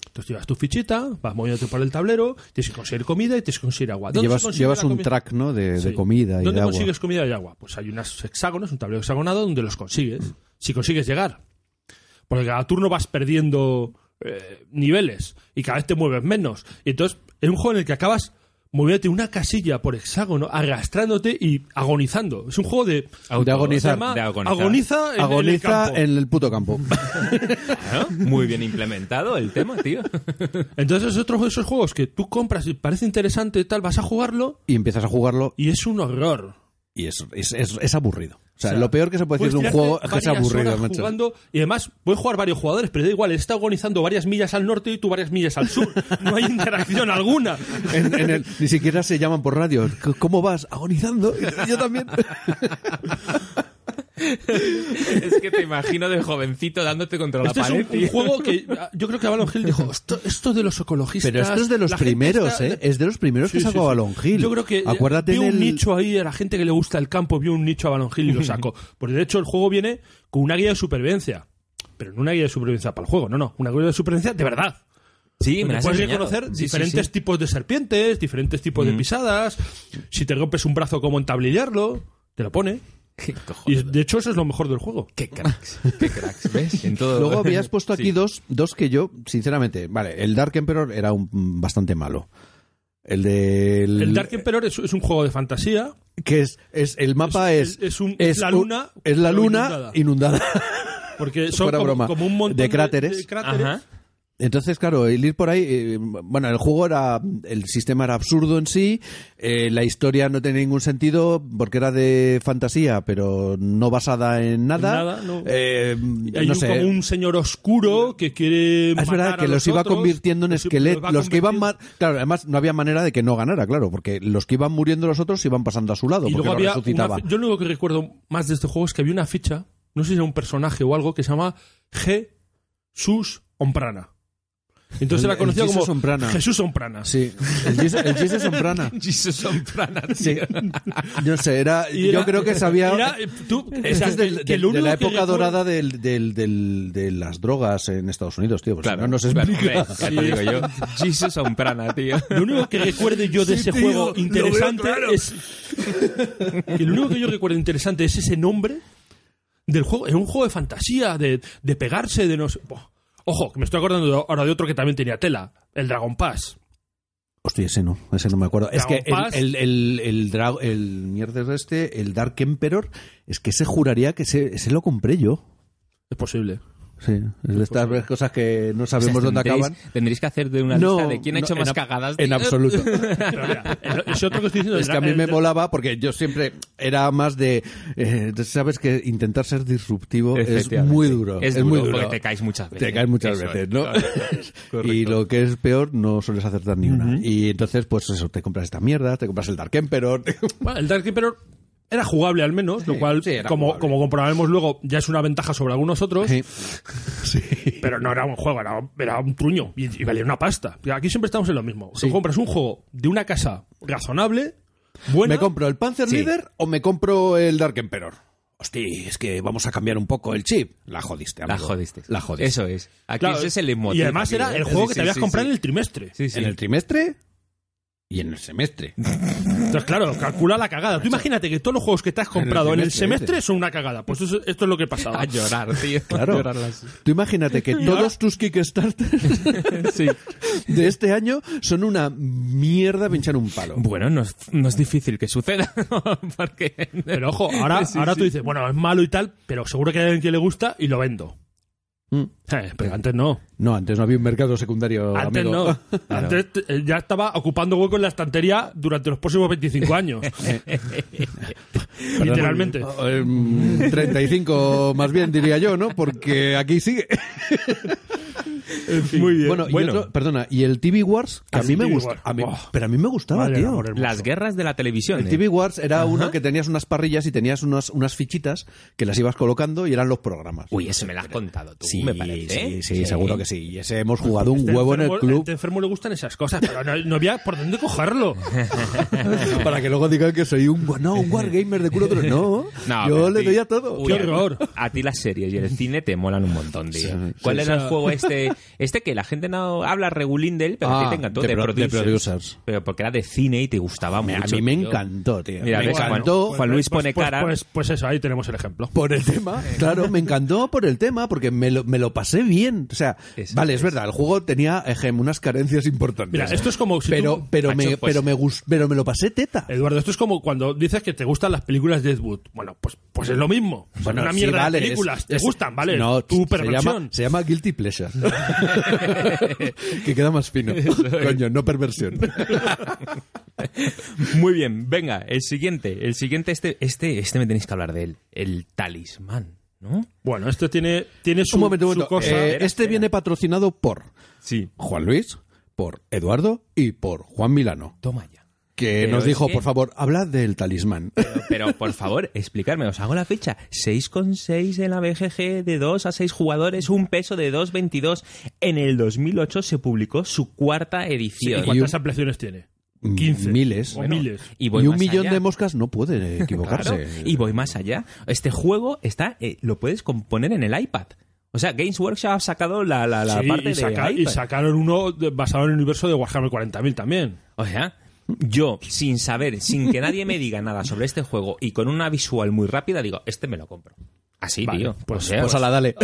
Speaker 3: Entonces llevas tu fichita, vas moviéndote por el tablero, tienes que conseguir comida y tienes que conseguir agua. ¿Dónde se
Speaker 1: llevas
Speaker 3: consigue
Speaker 1: llevas
Speaker 3: la
Speaker 1: un
Speaker 3: comida?
Speaker 1: track, ¿no? De, de
Speaker 3: Sí.
Speaker 1: comida y de
Speaker 3: ¿Dónde
Speaker 1: agua.
Speaker 3: consigues comida y agua? Pues hay unos hexágonos, un tablero hexagonado donde los consigues. Si consigues llegar. Porque cada turno vas perdiendo eh, niveles y cada vez te mueves menos. Y entonces es un juego en el que acabas moviéndote una casilla por hexágono, arrastrándote y agonizando. Es un juego de...
Speaker 1: De agonizar.
Speaker 3: se llama
Speaker 2: de agonizar.
Speaker 3: Agoniza en, en el
Speaker 1: Agoniza
Speaker 3: campo.
Speaker 1: en el puto campo.
Speaker 2: Claro, Muy bien implementado el tema, tío.
Speaker 3: Entonces es otro de esos juegos que tú compras y parece interesante y tal, vas a jugarlo
Speaker 1: y empiezas a jugarlo
Speaker 3: y es un horror.
Speaker 1: y es, es, es- es aburrido. O sea,
Speaker 3: O sea,
Speaker 1: lo peor que se puede decir de un
Speaker 3: Puedes
Speaker 1: juego es
Speaker 3: tirarte
Speaker 1: que sea
Speaker 3: varias
Speaker 1: aburrido,
Speaker 3: horas
Speaker 1: macho.
Speaker 3: jugando, y además, puedes jugar varios jugadores, pero da igual, está agonizando varias millas al norte y tú varias millas al sur. No hay interacción alguna.
Speaker 1: En- en el- ni siquiera se llaman por radio. C- ¿Cómo vas? Agonizando. Yo también.
Speaker 2: Es que te imagino de jovencito dándote contra la
Speaker 3: Este es
Speaker 2: pared,
Speaker 3: un, un
Speaker 2: tío.
Speaker 3: juego que ah, yo creo que Avalon Hill dijo, esto, esto de los ecologistas...
Speaker 1: Pero esto es de los
Speaker 3: la gente
Speaker 1: primeros,
Speaker 3: está-
Speaker 1: ¿eh? Es de los primeros que
Speaker 3: Sí,
Speaker 1: sacó
Speaker 3: sí, sí.
Speaker 1: Avalon Hill.
Speaker 3: Yo creo que eh,
Speaker 1: Acuérdate
Speaker 3: vio
Speaker 1: del-
Speaker 3: un nicho ahí a la gente que le gusta el campo, vio un nicho a Balon Hill y lo sacó. Porque de hecho el juego viene con una guía de supervivencia. Pero no una guía de supervivencia para el juego, no, no. Una guía de supervivencia de verdad.
Speaker 2: Sí, me
Speaker 3: Donde
Speaker 2: la has
Speaker 3: puedes
Speaker 2: enseñado.
Speaker 3: reconocer
Speaker 2: Sí, sí,
Speaker 3: diferentes
Speaker 2: sí.
Speaker 3: tipos de serpientes, diferentes tipos
Speaker 1: Mm.
Speaker 3: de pisadas. Si te rompes un brazo, cómo entablillarlo. Te lo pone.
Speaker 2: Qué cojones.
Speaker 3: Y de hecho, eso es lo mejor del juego.
Speaker 2: Qué cracks, qué cracks, ¿ves? En todo-
Speaker 1: Luego habías puesto
Speaker 2: Sí.
Speaker 1: aquí dos, dos que yo, sinceramente, vale, el Dark Emperor era un, mm, bastante malo. El del
Speaker 3: El Dark Em- Emperor es, es un juego de fantasía.
Speaker 1: que es, es el mapa es
Speaker 3: Es- es un- es la
Speaker 1: un-
Speaker 3: luna,
Speaker 1: es la
Speaker 3: pero
Speaker 1: luna
Speaker 3: inundada.
Speaker 1: inundada.
Speaker 3: Porque son
Speaker 1: Fuera
Speaker 3: como,
Speaker 1: broma.
Speaker 3: como un montón
Speaker 1: De cráteres.
Speaker 3: de cráteres.
Speaker 2: Ajá.
Speaker 1: Entonces, claro, el ir por ahí, eh, bueno, el juego era, el sistema era absurdo en sí, eh, la historia no tenía ningún sentido porque era de fantasía, pero no basada en nada.
Speaker 3: nada, no.
Speaker 1: Eh,
Speaker 3: Hay
Speaker 1: no
Speaker 3: un,
Speaker 1: sé.
Speaker 3: como un señor oscuro que quiere.
Speaker 1: Ah, Es verdad
Speaker 3: matar a
Speaker 1: que los, iba
Speaker 3: otros,
Speaker 1: convirtiendo en
Speaker 3: los-
Speaker 1: esqueletos.
Speaker 3: va
Speaker 1: Los, que iban
Speaker 3: convirtiendo-
Speaker 1: ma- Claro, además no había manera de que no ganara, claro, porque los que iban muriendo los otros iban pasando a su lado,
Speaker 3: Y
Speaker 1: porque
Speaker 3: luego
Speaker 1: lo
Speaker 3: había una
Speaker 1: resucitaba.
Speaker 3: fi- yo lo único que recuerdo más de este juego es que había una ficha, no sé si era un personaje o algo, que se llama Jesús Omprana. Entonces
Speaker 1: El-
Speaker 3: era conocido
Speaker 1: el
Speaker 3: como
Speaker 1: Jesus Omprana.
Speaker 3: Jesús Omprana.
Speaker 1: Sí, el Jesus- el Jesus Sombrana.
Speaker 2: Jesus Omprana, tío.
Speaker 1: Sí. Yo sé, era,
Speaker 3: Y
Speaker 1: yo
Speaker 3: era-
Speaker 1: creo que sabía.
Speaker 3: era, eh, tú- o
Speaker 1: Esto
Speaker 3: sea,
Speaker 1: es del-
Speaker 3: que-
Speaker 1: del-
Speaker 3: que
Speaker 1: de,
Speaker 3: el único
Speaker 1: la
Speaker 3: que
Speaker 1: época
Speaker 3: recuerdo-
Speaker 1: dorada del- del- del- de las drogas en Estados Unidos, tío. Pues
Speaker 2: Claro,
Speaker 1: no nos
Speaker 2: claro,
Speaker 1: explica.
Speaker 2: hombre, ya te digo yo. Jesus Omprana, tío.
Speaker 3: Lo único que recuerdo yo de
Speaker 1: Sí,
Speaker 3: ese
Speaker 1: tío, lo
Speaker 3: juego
Speaker 1: veo
Speaker 3: interesante
Speaker 1: claro.
Speaker 3: es. que lo único que yo recuerdo interesante es ese nombre del juego. Era un juego de fantasía, de, de pegarse, de no sé. Buah. Ojo, que me estoy acordando ahora de otro que también tenía tela: el Dragon Pass.
Speaker 1: Hostia, ese no, ese no me acuerdo. Es que
Speaker 3: Dragon Pass.
Speaker 1: el, el, el, el, dra- el mierda este, el Dark Emperor, es que se juraría que ese, ese lo compré yo.
Speaker 3: Es posible.
Speaker 1: Sí, es de estas cosas que no
Speaker 2: O sea,
Speaker 1: sabemos dónde
Speaker 2: tendréis-
Speaker 1: acaban.
Speaker 2: Tendréis que hacer de una lista de quién ha
Speaker 1: no,
Speaker 2: hecho
Speaker 1: en
Speaker 2: más
Speaker 1: ab-
Speaker 2: cagadas.
Speaker 1: En absoluto.
Speaker 3: Pero mira, el- ese otro que estoy diciendo.
Speaker 1: Es
Speaker 3: el
Speaker 1: que a mí
Speaker 3: dra-
Speaker 1: me
Speaker 3: el-
Speaker 1: molaba porque yo siempre era más de. eh, sabes que intentar ser disruptivo es
Speaker 2: Efectivamente.
Speaker 1: muy duro.
Speaker 2: Es,
Speaker 1: muy
Speaker 2: duro,
Speaker 1: duro.
Speaker 2: porque te caes muchas veces.
Speaker 1: Te caes muchas
Speaker 2: Eso es.
Speaker 1: veces, ¿no? y lo que es peor, no sueles acertar ni una. Y entonces, pues eso, te compras esta mierda, te compras el Dark Emperor. te-
Speaker 3: Bueno, el Dark Emperor era jugable al menos, lo cual,
Speaker 1: sí, era
Speaker 3: como,
Speaker 1: jugable.
Speaker 3: como comprobaremos luego, ya es una ventaja sobre algunos otros.
Speaker 1: Sí.
Speaker 3: Pero no era un juego, era, era un truño y, y valía una pasta. Y Aquí siempre estamos en lo mismo. Si
Speaker 1: Sí.
Speaker 3: compras un juego de una casa razonable, buena,
Speaker 1: ¿Me compro el Panzer
Speaker 2: Sí.
Speaker 1: Leader o me compro el Dark Emperor? Hostia, es que vamos a cambiar un poco el chip. La jodiste,
Speaker 2: La
Speaker 1: amigo.
Speaker 2: jodiste.
Speaker 1: La jodiste.
Speaker 2: Eso es. Aquí
Speaker 3: claro,
Speaker 2: ese es el leitmotiv
Speaker 3: y además
Speaker 2: también,
Speaker 3: era
Speaker 2: ¿eh?
Speaker 3: el juego
Speaker 2: Sí,
Speaker 3: que
Speaker 2: sí,
Speaker 3: te habías
Speaker 2: sí,
Speaker 3: comprado
Speaker 2: sí.
Speaker 3: en el trimestre.
Speaker 2: Sí, sí.
Speaker 1: En el trimestre y en el semestre.
Speaker 3: Entonces, claro, calcula la cagada. Tú imagínate que todos los juegos que te has comprado en el
Speaker 1: semestre,
Speaker 3: semestre son una cagada. Pues eso- esto es lo que pasaba.
Speaker 2: A llorar, tío. A
Speaker 1: Claro.
Speaker 2: llorar las-
Speaker 1: Tú imagínate que todos tus Kickstarters
Speaker 2: Sí.
Speaker 1: de este año son una mierda pinchar un palo.
Speaker 2: Bueno, no es, no es difícil que suceda, porque...
Speaker 3: Pero ojo, ahora,
Speaker 2: Sí,
Speaker 3: ahora
Speaker 2: sí.
Speaker 3: tú dices, bueno, es malo y tal, pero seguro que hay alguien que le gusta y lo vendo.
Speaker 1: Mm.
Speaker 3: Eh, pero antes no.
Speaker 1: No, antes no había un mercado secundario.
Speaker 3: Antes
Speaker 1: amigo.
Speaker 3: no. Antes eh, ya estaba ocupando hueco en la estantería durante los próximos 25 años.
Speaker 1: Perdón.
Speaker 3: Literalmente.
Speaker 1: Eh, mm, 35 más bien diría yo, ¿no? Porque aquí sigue.
Speaker 3: Muy bien.
Speaker 1: Bueno, y
Speaker 2: Bueno.
Speaker 1: otro- perdona, y el TV Wars, que
Speaker 3: Ah,
Speaker 1: a mí
Speaker 3: sí,
Speaker 1: me
Speaker 3: TV
Speaker 1: gusta,
Speaker 3: Wars.
Speaker 1: a mí-
Speaker 3: Buah.
Speaker 1: pero a mí me gustaba,
Speaker 3: Madre del
Speaker 1: tío.
Speaker 3: amor hermoso.
Speaker 2: Las guerras de la televisión.
Speaker 1: El
Speaker 2: ¿eh?
Speaker 1: TV Wars era uno que tenías unas parrillas y tenías unas, unas fichitas que las ibas colocando y eran los programas.
Speaker 2: Uy, eso me lo has contado tú,
Speaker 1: Sí,
Speaker 2: me parece.
Speaker 1: sí,
Speaker 2: ¿eh?
Speaker 1: sí, seguro que sí. Y ese hemos jugado un
Speaker 3: Este
Speaker 1: huevo en el
Speaker 3: enfermo-
Speaker 1: club
Speaker 3: Este enfermo le gustan esas cosas, pero no, no había por dónde cogerlo.
Speaker 1: para que luego digan que soy un, no, un wargamer de culo. Pero no,
Speaker 2: No, pero
Speaker 1: yo le
Speaker 2: ti-
Speaker 1: doy a todo.
Speaker 2: Uy,
Speaker 3: Qué horror.
Speaker 2: A, a ti las series y el cine te molan un montón, tío.
Speaker 1: Sí,
Speaker 2: ¿Cuál
Speaker 1: sí,
Speaker 2: era
Speaker 3: sí.
Speaker 2: el juego este? Este que la gente no habla regulín de él, pero
Speaker 1: Ah,
Speaker 2: a ti te encantó.
Speaker 1: de
Speaker 2: de
Speaker 1: pro- de
Speaker 2: producers.
Speaker 1: producers.
Speaker 2: Pero porque era de cine y te gustaba
Speaker 1: a
Speaker 2: mucho.
Speaker 1: mí me
Speaker 2: tío.
Speaker 1: encantó, tío.
Speaker 2: Mira,
Speaker 1: me
Speaker 2: ves, Juan-
Speaker 1: encantó.
Speaker 2: Juan Luis pone
Speaker 3: pues,
Speaker 2: cara.
Speaker 3: Pues, pues eso, ahí tenemos el ejemplo.
Speaker 1: Por el tema, claro, me encantó por el tema, porque me lo, me lo pasé bien. O sea,
Speaker 2: Eso
Speaker 1: vale, es verdad, el juego tenía ejem, unas carencias importantes.
Speaker 3: Mira, esto es como si
Speaker 1: pero,
Speaker 3: tú-
Speaker 1: pero, me,
Speaker 2: Macho, pues-
Speaker 1: pero, me gus- pero me lo pasé teta.
Speaker 3: Eduardo, esto es como cuando dices que te gustan las películas de Ed Wood. Bueno, pues, pues es lo mismo. Son una
Speaker 1: sí,
Speaker 3: mierda de
Speaker 1: vale,
Speaker 3: películas.
Speaker 1: es-
Speaker 3: te
Speaker 1: es-
Speaker 3: gustan, ¿vale?
Speaker 1: No,
Speaker 3: tu
Speaker 1: se
Speaker 3: perversión.
Speaker 1: llama, se llama Guilty Pleasure. que queda más fino. Coño, no perversión.
Speaker 2: Muy bien, venga, el siguiente. El siguiente, este, este, este me tenéis que hablar de él. El talismán, ¿no?
Speaker 3: Bueno, esto tiene, tiene su,
Speaker 1: Un momento, un
Speaker 3: su
Speaker 1: momento.
Speaker 3: cosa.
Speaker 1: Eh, este viene patrocinado por
Speaker 2: Sí.
Speaker 1: Juan Luis, por Eduardo y por Juan Milano,
Speaker 2: Toma ya.
Speaker 1: que
Speaker 2: Pero
Speaker 1: nos dijo,
Speaker 2: es que-
Speaker 1: por favor, hablad del talismán.
Speaker 2: Pero por favor, explicarme, os hago la ficha. 6,6 en la BGG de 2 a 6 jugadores, un peso de 2,22. En el 2008 se publicó su cuarta
Speaker 3: Sí, ¿y
Speaker 2: edición.
Speaker 3: ¿Cuántas ampliaciones tiene? 15.
Speaker 1: Mm, Miles.
Speaker 3: O miles.
Speaker 2: y
Speaker 1: Y un
Speaker 2: más
Speaker 1: millón
Speaker 2: allá.
Speaker 1: de moscas no puede
Speaker 2: Claro,
Speaker 1: equivocarse.
Speaker 2: y voy más allá. Este juego está, eh, lo puedes componer en el iPad. O sea, Games Workshop ha sacado la, la, la
Speaker 3: Sí,
Speaker 2: parte
Speaker 3: y, saca-
Speaker 2: de
Speaker 3: y
Speaker 2: iPad.
Speaker 3: sacaron uno de- basado en el universo de Warhammer 40.000 también.
Speaker 2: O sea, yo, sin saber, sin que nadie me diga nada sobre este juego y con una visual muy rápida, digo, este me lo compro. Así,
Speaker 3: Vale,
Speaker 2: tío.
Speaker 3: pues-
Speaker 2: O sea,
Speaker 1: Pues a la dale.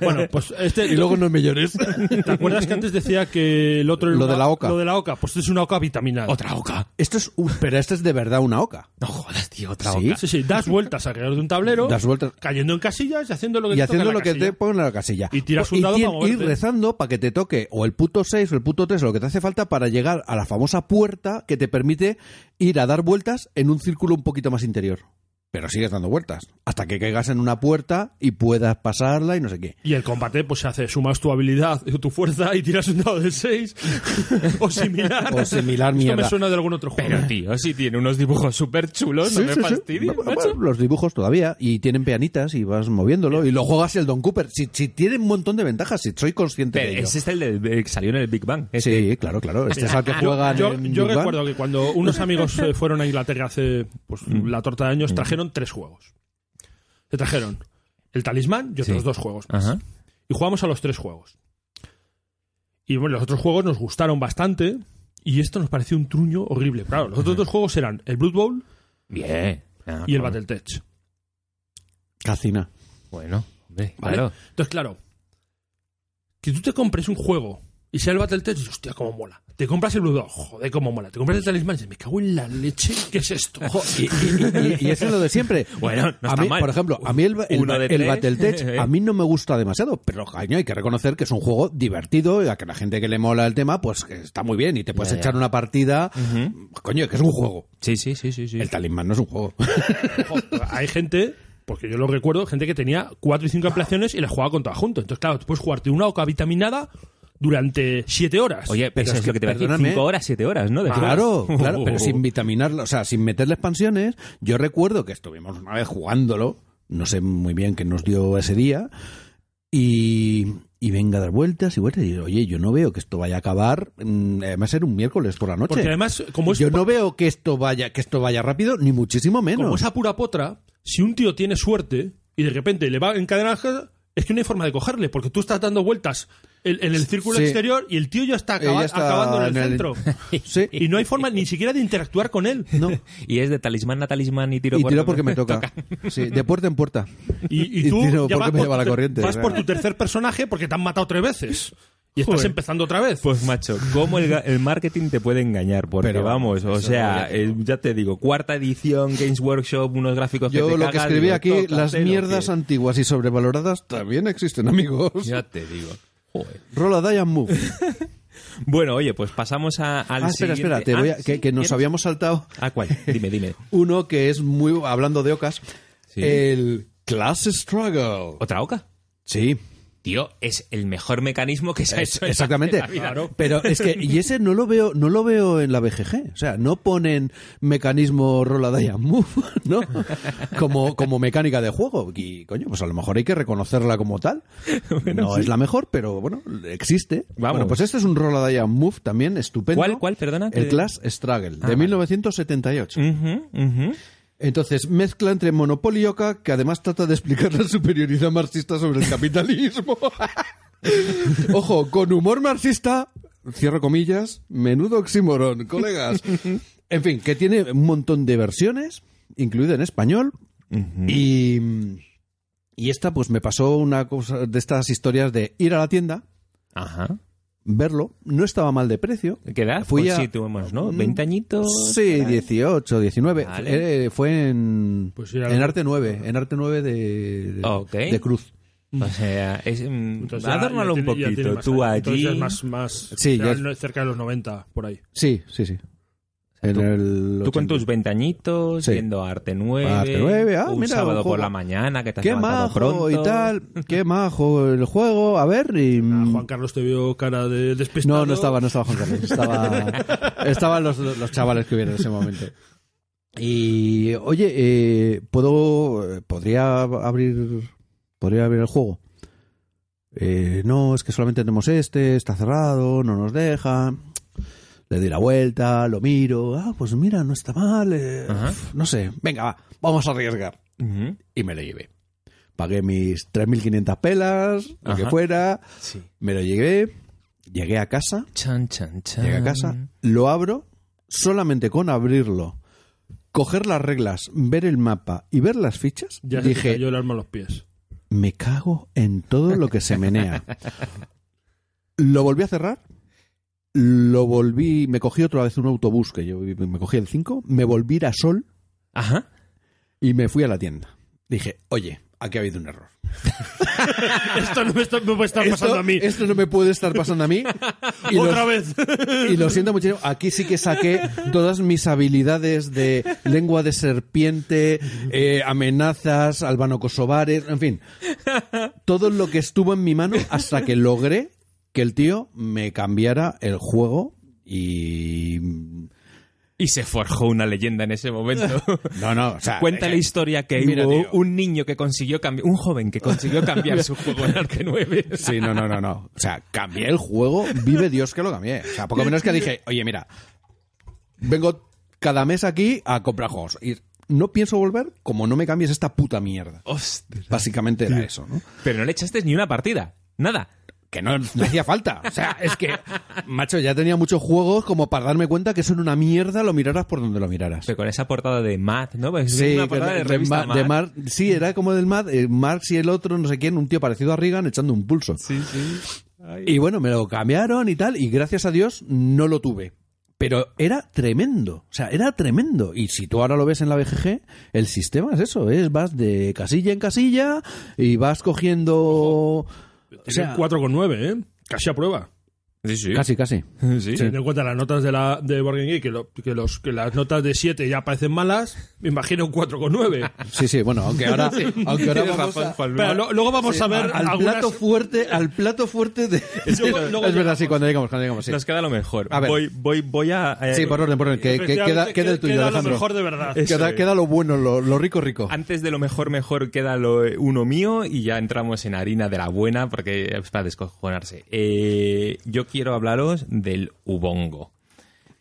Speaker 3: Bueno, pues este...
Speaker 1: y luego no me llores.
Speaker 3: ¿Te acuerdas que antes decía que el otro... era
Speaker 1: Lo
Speaker 3: una-
Speaker 1: de la oca.
Speaker 3: Lo de la oca. Pues esto es una oca vitaminada.
Speaker 2: otra oca.
Speaker 1: Esto es un- pero esto es de verdad una oca.
Speaker 2: No jodas, tío, otra
Speaker 1: Sí,
Speaker 2: oca.
Speaker 3: Sí, sí, das vueltas alrededor de un tablero,
Speaker 1: Das vueltas.
Speaker 3: cayendo en casillas y haciendo lo que
Speaker 1: Y
Speaker 3: te
Speaker 1: haciendo
Speaker 3: toca en la
Speaker 1: lo que te
Speaker 3: casilla.
Speaker 1: ponga en la casilla.
Speaker 3: Y tiras un dado
Speaker 1: tien-
Speaker 3: para moverte.
Speaker 1: y rezando para que te toque o el puto 6 o el puto 3 o lo que te hace falta para llegar a la famosa puerta que te permite ir a dar vueltas en un círculo un poquito más interior. Pero sigues dando vueltas. Hasta que caigas en una puerta y puedas pasarla y no sé qué.
Speaker 3: Y el combate, pues se hace, sumas tu habilidad, tu fuerza y tiras un dado de 6 o similar.
Speaker 1: O similar
Speaker 3: Esto me
Speaker 1: mierda.
Speaker 3: suena de algún otro juego.
Speaker 2: Pero, tío, si tiene unos dibujos súper chulos,
Speaker 1: Sí,
Speaker 2: no
Speaker 1: sí,
Speaker 2: me
Speaker 1: sí.
Speaker 2: fastidies,
Speaker 1: Bueno,
Speaker 2: macho.
Speaker 1: bueno, los dibujos todavía y tienen peanitas y vas moviéndolo y lo juegas el Don Cooper. Si, si tiene un montón de ventajas, si soy consciente
Speaker 2: Pero
Speaker 1: de ello.
Speaker 2: ese es el del- del que salió en el Big Bang.
Speaker 1: Sí,
Speaker 2: Este.
Speaker 1: claro, claro. Este es al que juegan
Speaker 3: Yo,
Speaker 1: en
Speaker 3: yo
Speaker 1: Big Bang.
Speaker 3: recuerdo que cuando unos amigos eh, fueron a Inglaterra hace pues, la torta de años, trajeron tres juegos. Se trajeron el talismán y otros
Speaker 2: Sí.
Speaker 3: dos juegos más.
Speaker 2: Ajá.
Speaker 3: Y jugamos a los tres juegos. Y bueno, los otros juegos nos gustaron bastante y esto nos pareció un truño horrible. Claro, los otros dos juegos eran el Blood Bowl
Speaker 2: Bien. Ah,
Speaker 3: y el
Speaker 2: bueno.
Speaker 3: Battletech.
Speaker 1: Cacina.
Speaker 2: Bueno, hombre,
Speaker 3: ¿Vale?
Speaker 2: claro.
Speaker 3: Entonces, claro, que tú te compres un juego Y sale el Battle Test y dices, hostia, cómo mola. Te compras el Blue joder, cómo mola. Te compras el talismán y dices, me cago en la leche, ¿qué es esto?
Speaker 1: Y, y- y- y eso es lo de siempre.
Speaker 2: Bueno, no
Speaker 1: a
Speaker 2: está
Speaker 1: mí,
Speaker 2: mal.
Speaker 1: Por ejemplo, a mí el, el,
Speaker 2: Uno de
Speaker 1: el
Speaker 2: tres.
Speaker 1: Battletech a mí no me gusta demasiado, pero coño, hay que reconocer que es un juego divertido y a que la gente que le mola el tema, pues que está muy bien y te puedes
Speaker 2: Ya, ya.
Speaker 1: echar una partida. Coño, que es un juego.
Speaker 2: Sí, sí, sí, sí. sí.
Speaker 1: El talismán no es un juego.
Speaker 3: Ojo, hay gente, porque yo lo recuerdo, gente que tenía cuatro y cinco ampliaciones y las jugaba con todas juntas. Entonces, claro, tú puedes jugarte una oca vitaminada durante siete horas.
Speaker 2: Oye,
Speaker 1: Pero
Speaker 2: eso
Speaker 1: es
Speaker 2: es,
Speaker 1: que,
Speaker 2: lo que te va a decir.
Speaker 1: perdóname.
Speaker 2: Cinco horas, siete horas, ¿no? De
Speaker 1: Claro,
Speaker 2: juego.
Speaker 1: claro, pero sin vitaminarlo, o sea, sin meterle expansiones. Yo recuerdo que estuvimos una vez jugándolo, no sé muy bien qué nos dio ese día, y, y venga a dar vueltas y vueltas. Y digo, oye, yo no veo que esto vaya a acabar, mm, además era un miércoles por la noche.
Speaker 3: Porque además, como es,
Speaker 1: yo no veo que esto vaya que esto vaya rápido, ni muchísimo
Speaker 3: como
Speaker 1: menos.
Speaker 3: es a pura potra, si un tío tiene suerte y de repente le va en cadena es que no hay forma de cogerle, porque tú estás dando vueltas en, en el círculo
Speaker 1: Sí.
Speaker 3: exterior y el tío ya está,
Speaker 1: Eh, ya
Speaker 3: acaba-
Speaker 1: está
Speaker 3: acabando en el,
Speaker 1: en el-
Speaker 3: centro.
Speaker 1: Sí.
Speaker 3: Y no hay forma ni siquiera de interactuar con él.
Speaker 1: No.
Speaker 2: Y es de talismán a talismán y tiro
Speaker 1: Y
Speaker 2: por
Speaker 1: tiro porque me toca. Sí, de puerta en puerta.
Speaker 3: Y, y tú
Speaker 1: tiro porque
Speaker 3: ya vas
Speaker 1: me
Speaker 3: por
Speaker 1: lleva
Speaker 3: tu
Speaker 1: la
Speaker 3: ter-
Speaker 1: corriente.
Speaker 3: vas
Speaker 1: o sea.
Speaker 3: por tu tercer personaje porque te han matado tres veces. Y estás
Speaker 2: Joder.
Speaker 3: empezando otra vez.
Speaker 2: Pues macho, cómo el, ga- el marketing te puede engañar, porque
Speaker 1: Pero
Speaker 2: vamos, o sea, eh, ya te digo, cuarta edición, Games Workshop, unos gráficos
Speaker 1: Yo
Speaker 2: que te
Speaker 1: lo que
Speaker 2: cagas,
Speaker 1: escribí
Speaker 2: digo,
Speaker 1: aquí,
Speaker 2: tócate
Speaker 1: las
Speaker 2: lo
Speaker 1: mierdas
Speaker 2: que-
Speaker 1: antiguas y sobrevaloradas también existen, amigos.
Speaker 2: Ya te digo. Joder.
Speaker 1: Rola die and move.
Speaker 2: Bueno, oye, pues pasamos a, al
Speaker 1: Ah, espera, espera,
Speaker 2: siguiente-
Speaker 1: te voy a-
Speaker 2: Ah,
Speaker 1: que,
Speaker 2: sí,
Speaker 1: que nos
Speaker 2: ¿quieres?
Speaker 1: habíamos saltado
Speaker 2: Ah, ¿cuál? Dime, dime.
Speaker 1: uno que es muy, hablando de ocas,
Speaker 2: Sí.
Speaker 1: el Class Struggle.
Speaker 2: ¿Otra oca?
Speaker 1: Sí,
Speaker 2: Tío, es el mejor mecanismo que se ha
Speaker 1: es-
Speaker 2: hecho en la-
Speaker 1: exactamente.
Speaker 2: en la vida.
Speaker 1: Pero es que, y ese no lo veo, no lo veo en la BGG. O sea, no ponen mecanismo rola die and move, ¿no? Como, como mecánica de juego. Y coño, pues a lo mejor hay que reconocerla como tal. no es la mejor, pero bueno, existe.
Speaker 2: Vamos.
Speaker 1: Bueno, pues este es un rola die and move también estupendo.
Speaker 2: ¿Cuál, cuál, perdona?
Speaker 1: El Class Struggle, de
Speaker 2: vale.
Speaker 1: 1978.
Speaker 2: Ujú, ujú.
Speaker 1: Entonces, mezcla entre Monopoly y Oca, que además trata de explicar la superioridad marxista sobre el capitalismo. Ojo, con humor marxista, cierro comillas, menudo oxímoron, colegas. En fin, que tiene un montón de versiones, incluida en español, y, y esta pues me pasó una cosa de estas historias de ir a la tienda,
Speaker 2: Ajá.
Speaker 1: verlo, no estaba mal de precio,
Speaker 2: ¿Qué edad?
Speaker 1: Fui
Speaker 2: Pues
Speaker 1: a-
Speaker 2: sí, tuvimos, ¿no?
Speaker 1: Mm,
Speaker 2: ¿20 añitos?
Speaker 1: Sí,
Speaker 2: por ahí.
Speaker 1: 18, 19.
Speaker 2: Vale.
Speaker 1: Eh, fue en,
Speaker 3: Pues era-
Speaker 1: en Arte 9, en Arte 9 de, de,
Speaker 2: Ah, Ok.
Speaker 1: de Cruz.
Speaker 2: O sea, es, mm,
Speaker 3: Entonces ya-
Speaker 2: adórnalo
Speaker 3: ya
Speaker 2: un
Speaker 3: tiene- ya tiene
Speaker 2: poquito.
Speaker 3: más
Speaker 2: Tú
Speaker 3: años. Entonces
Speaker 2: allí...
Speaker 3: ya es más, más
Speaker 1: Sí,
Speaker 3: ya
Speaker 1: ya
Speaker 3: es cerca de los 90, por ahí.
Speaker 1: Sí, sí, sí. En
Speaker 2: tú-
Speaker 1: el
Speaker 2: Tú con
Speaker 1: 80.
Speaker 2: tus ventañitos,
Speaker 1: Sí.
Speaker 2: viendo Arte 9,
Speaker 1: Arte 9, ah,
Speaker 2: un
Speaker 1: mira, un
Speaker 2: sábado
Speaker 1: juego.
Speaker 2: por la mañana que te has
Speaker 1: Qué
Speaker 2: levantado
Speaker 1: majo
Speaker 2: pronto.
Speaker 1: y tal. Qué majo el juego. A ver, y.
Speaker 3: Ah, Juan Carlos te vio cara de despistado.
Speaker 1: Mm. No, no estaba, no estaba Juan Carlos. Estaba, estaban los, los chavales que hubieron en ese momento. Y, oye, eh, ¿puedo, eh, ¿podría abrir podría abrir el juego? Eh, no, es que solamente tenemos este, está cerrado, no nos deja. Le doy la vuelta, lo miro. Ah, pues mira, no está mal. eh,
Speaker 2: Ajá.
Speaker 1: no sé. Venga, va, vamos a arriesgar
Speaker 2: Ujú,
Speaker 1: y me lo llevé. Pagué mis 3.500 pelas, lo que
Speaker 2: Ajá.
Speaker 1: fuera,
Speaker 2: Sí.
Speaker 1: me lo llevé, llegué a casa,
Speaker 2: Chan, chan, chan.
Speaker 1: llegué a casa, lo abro, solamente con abrirlo, coger las reglas, ver el mapa y ver las fichas,
Speaker 3: Ya se te
Speaker 1: dije,
Speaker 3: cayó el arma a los pies.
Speaker 1: me cago en todo lo que se menea. lo volví a cerrar, lo volví, me cogí otra vez un autobús, que yo me cogí el 5, me volví a ir a Sol
Speaker 2: Ajá.
Speaker 1: y me fui a la tienda. Dije, oye, aquí ha habido un error.
Speaker 3: Esto no me, está, me puede estar pasando a mí.
Speaker 1: esto no me puede estar pasando a mí. Y
Speaker 3: Otra
Speaker 1: lo,
Speaker 3: vez.
Speaker 1: y lo siento muchísimo. Aquí sí que saqué todas mis habilidades de lengua de serpiente, eh, amenazas, albano-kosovares, en fin. Todo lo que estuvo en mi mano hasta que logré que el tío me cambiara el juego y.
Speaker 2: Y se forjó una leyenda en ese momento.
Speaker 1: No, no, o sea. eh,
Speaker 2: Cuenta la historia que
Speaker 1: Mira,
Speaker 2: hubo
Speaker 1: tío.
Speaker 2: un niño que consiguió cambiar, un joven que consiguió cambiar su juego en Arte 9.
Speaker 1: Sí, no, no, no, no. O sea, cambié el juego, vive Dios que lo cambié. O sea, poco menos que dije, oye, mira, vengo cada mes aquí a comprar juegos. Y no pienso volver como no me cambies esta puta mierda.
Speaker 2: Hostia.
Speaker 1: Básicamente era eso, ¿no?
Speaker 2: Pero no le echaste ni una partida. Nada.
Speaker 1: Que no, no hacía falta. O sea, es que, macho, ya tenía muchos juegos como para darme cuenta que son una mierda, lo miraras por donde lo miraras.
Speaker 2: Pero con esa portada de Matt, ¿no? Pues
Speaker 1: Sí,
Speaker 2: una
Speaker 1: que
Speaker 2: portada de,
Speaker 1: de- de
Speaker 2: revista
Speaker 1: Ma- de
Speaker 2: Mad.
Speaker 1: Mar- sí, era como del Mad, eh, Marx y el otro, no sé quién, un tío parecido a Reagan echando un pulso.
Speaker 2: Sí, sí.
Speaker 1: Y bueno, me lo cambiaron y tal, y gracias a Dios no lo tuve. Pero era tremendo, o sea, era tremendo. Y si tú ahora lo ves en la BGG, el sistema es eso, es vas de casilla en casilla y vas cogiendo... o sea,
Speaker 3: 4,9, ¿eh? Casi a prueba.
Speaker 2: Sí, sí.
Speaker 1: casi, casi.
Speaker 2: Sí.
Speaker 3: Teniendo en cuenta las notas de, la, de Board Game Geek, que, lo- que los, que las notas de 7 ya parecen malas, me imagino un 4,9.
Speaker 1: Sí, sí, bueno, aunque ahora, aunque ahora
Speaker 2: Tienes
Speaker 1: vamos
Speaker 2: razón,
Speaker 1: a-
Speaker 2: Juan Luis.
Speaker 3: Pero lo- luego vamos a ver
Speaker 1: al
Speaker 3: algunas-
Speaker 1: plato fuerte, al plato fuerte de...
Speaker 3: Luego- luego
Speaker 1: es verdad,
Speaker 3: llegamos.
Speaker 1: sí, cuando llegamos, cuando llegamos, sí.
Speaker 2: Nos queda lo mejor.
Speaker 1: A ver.
Speaker 2: Voy, voy, voy a... eh,
Speaker 1: Sí, por orden, por orden, que, que queda,
Speaker 3: Efectivamente,
Speaker 1: queda el tuyo,
Speaker 3: queda
Speaker 1: Alejandro.
Speaker 3: lo mejor de verdad.
Speaker 2: Eso
Speaker 1: Queda,
Speaker 2: es.
Speaker 1: queda lo bueno, lo, lo rico, rico.
Speaker 2: Antes de lo mejor, mejor queda lo, eh, uno mío y ya entramos en harina de la buena porque es para descojonarse. Eh, yo quiero hablaros del Ubongo.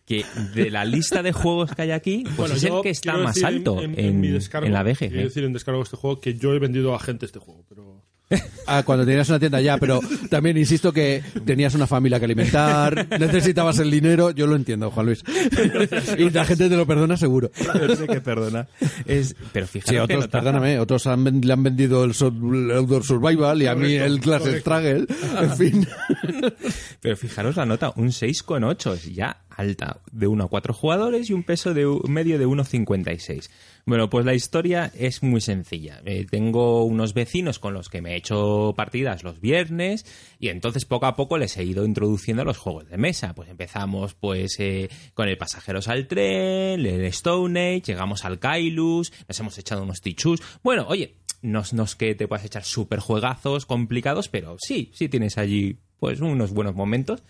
Speaker 2: Que de la lista de juegos que hay aquí, pues es el
Speaker 3: yo
Speaker 2: que está
Speaker 3: quiero
Speaker 2: más
Speaker 3: decir
Speaker 2: alto en,
Speaker 3: mi descargo,
Speaker 2: en la ¿eh?
Speaker 3: Quiero
Speaker 2: BG.
Speaker 3: decir en descargo de este juego que yo he vendido a gente este juego, pero...
Speaker 1: Ah, cuando tenías una tienda ya, pero también insisto que tenías una familia que alimentar, necesitabas el dinero, yo lo entiendo, Juan Luis. Y la gente te lo perdona seguro.
Speaker 2: que perdona. Es, pero fíjate,
Speaker 1: Sí,
Speaker 2: que
Speaker 1: otros,
Speaker 2: no tarda.
Speaker 1: perdóname, otros han ven- le han vendido el, sur- el Outdoor Survival y a mí el Class Struggle, en fin.
Speaker 2: Pero fijaros la nota, un 6,8 es ya alta, de 1 a 4 jugadores y un peso de u- medio de 1,56. Bueno, pues la historia es muy sencilla. Eh, tengo unos vecinos con los que me he hecho partidas los viernes y entonces poco a poco les he ido introduciendo a los juegos de mesa. Pues empezamos pues eh, con el Pasajeros al Tren, el Stone Age, llegamos al Kailus, nos hemos echado unos tichus. Bueno, oye, no, es- no es que te puedas echar super juegazos complicados, pero sí, sí tienes allí pues unos buenos momentos.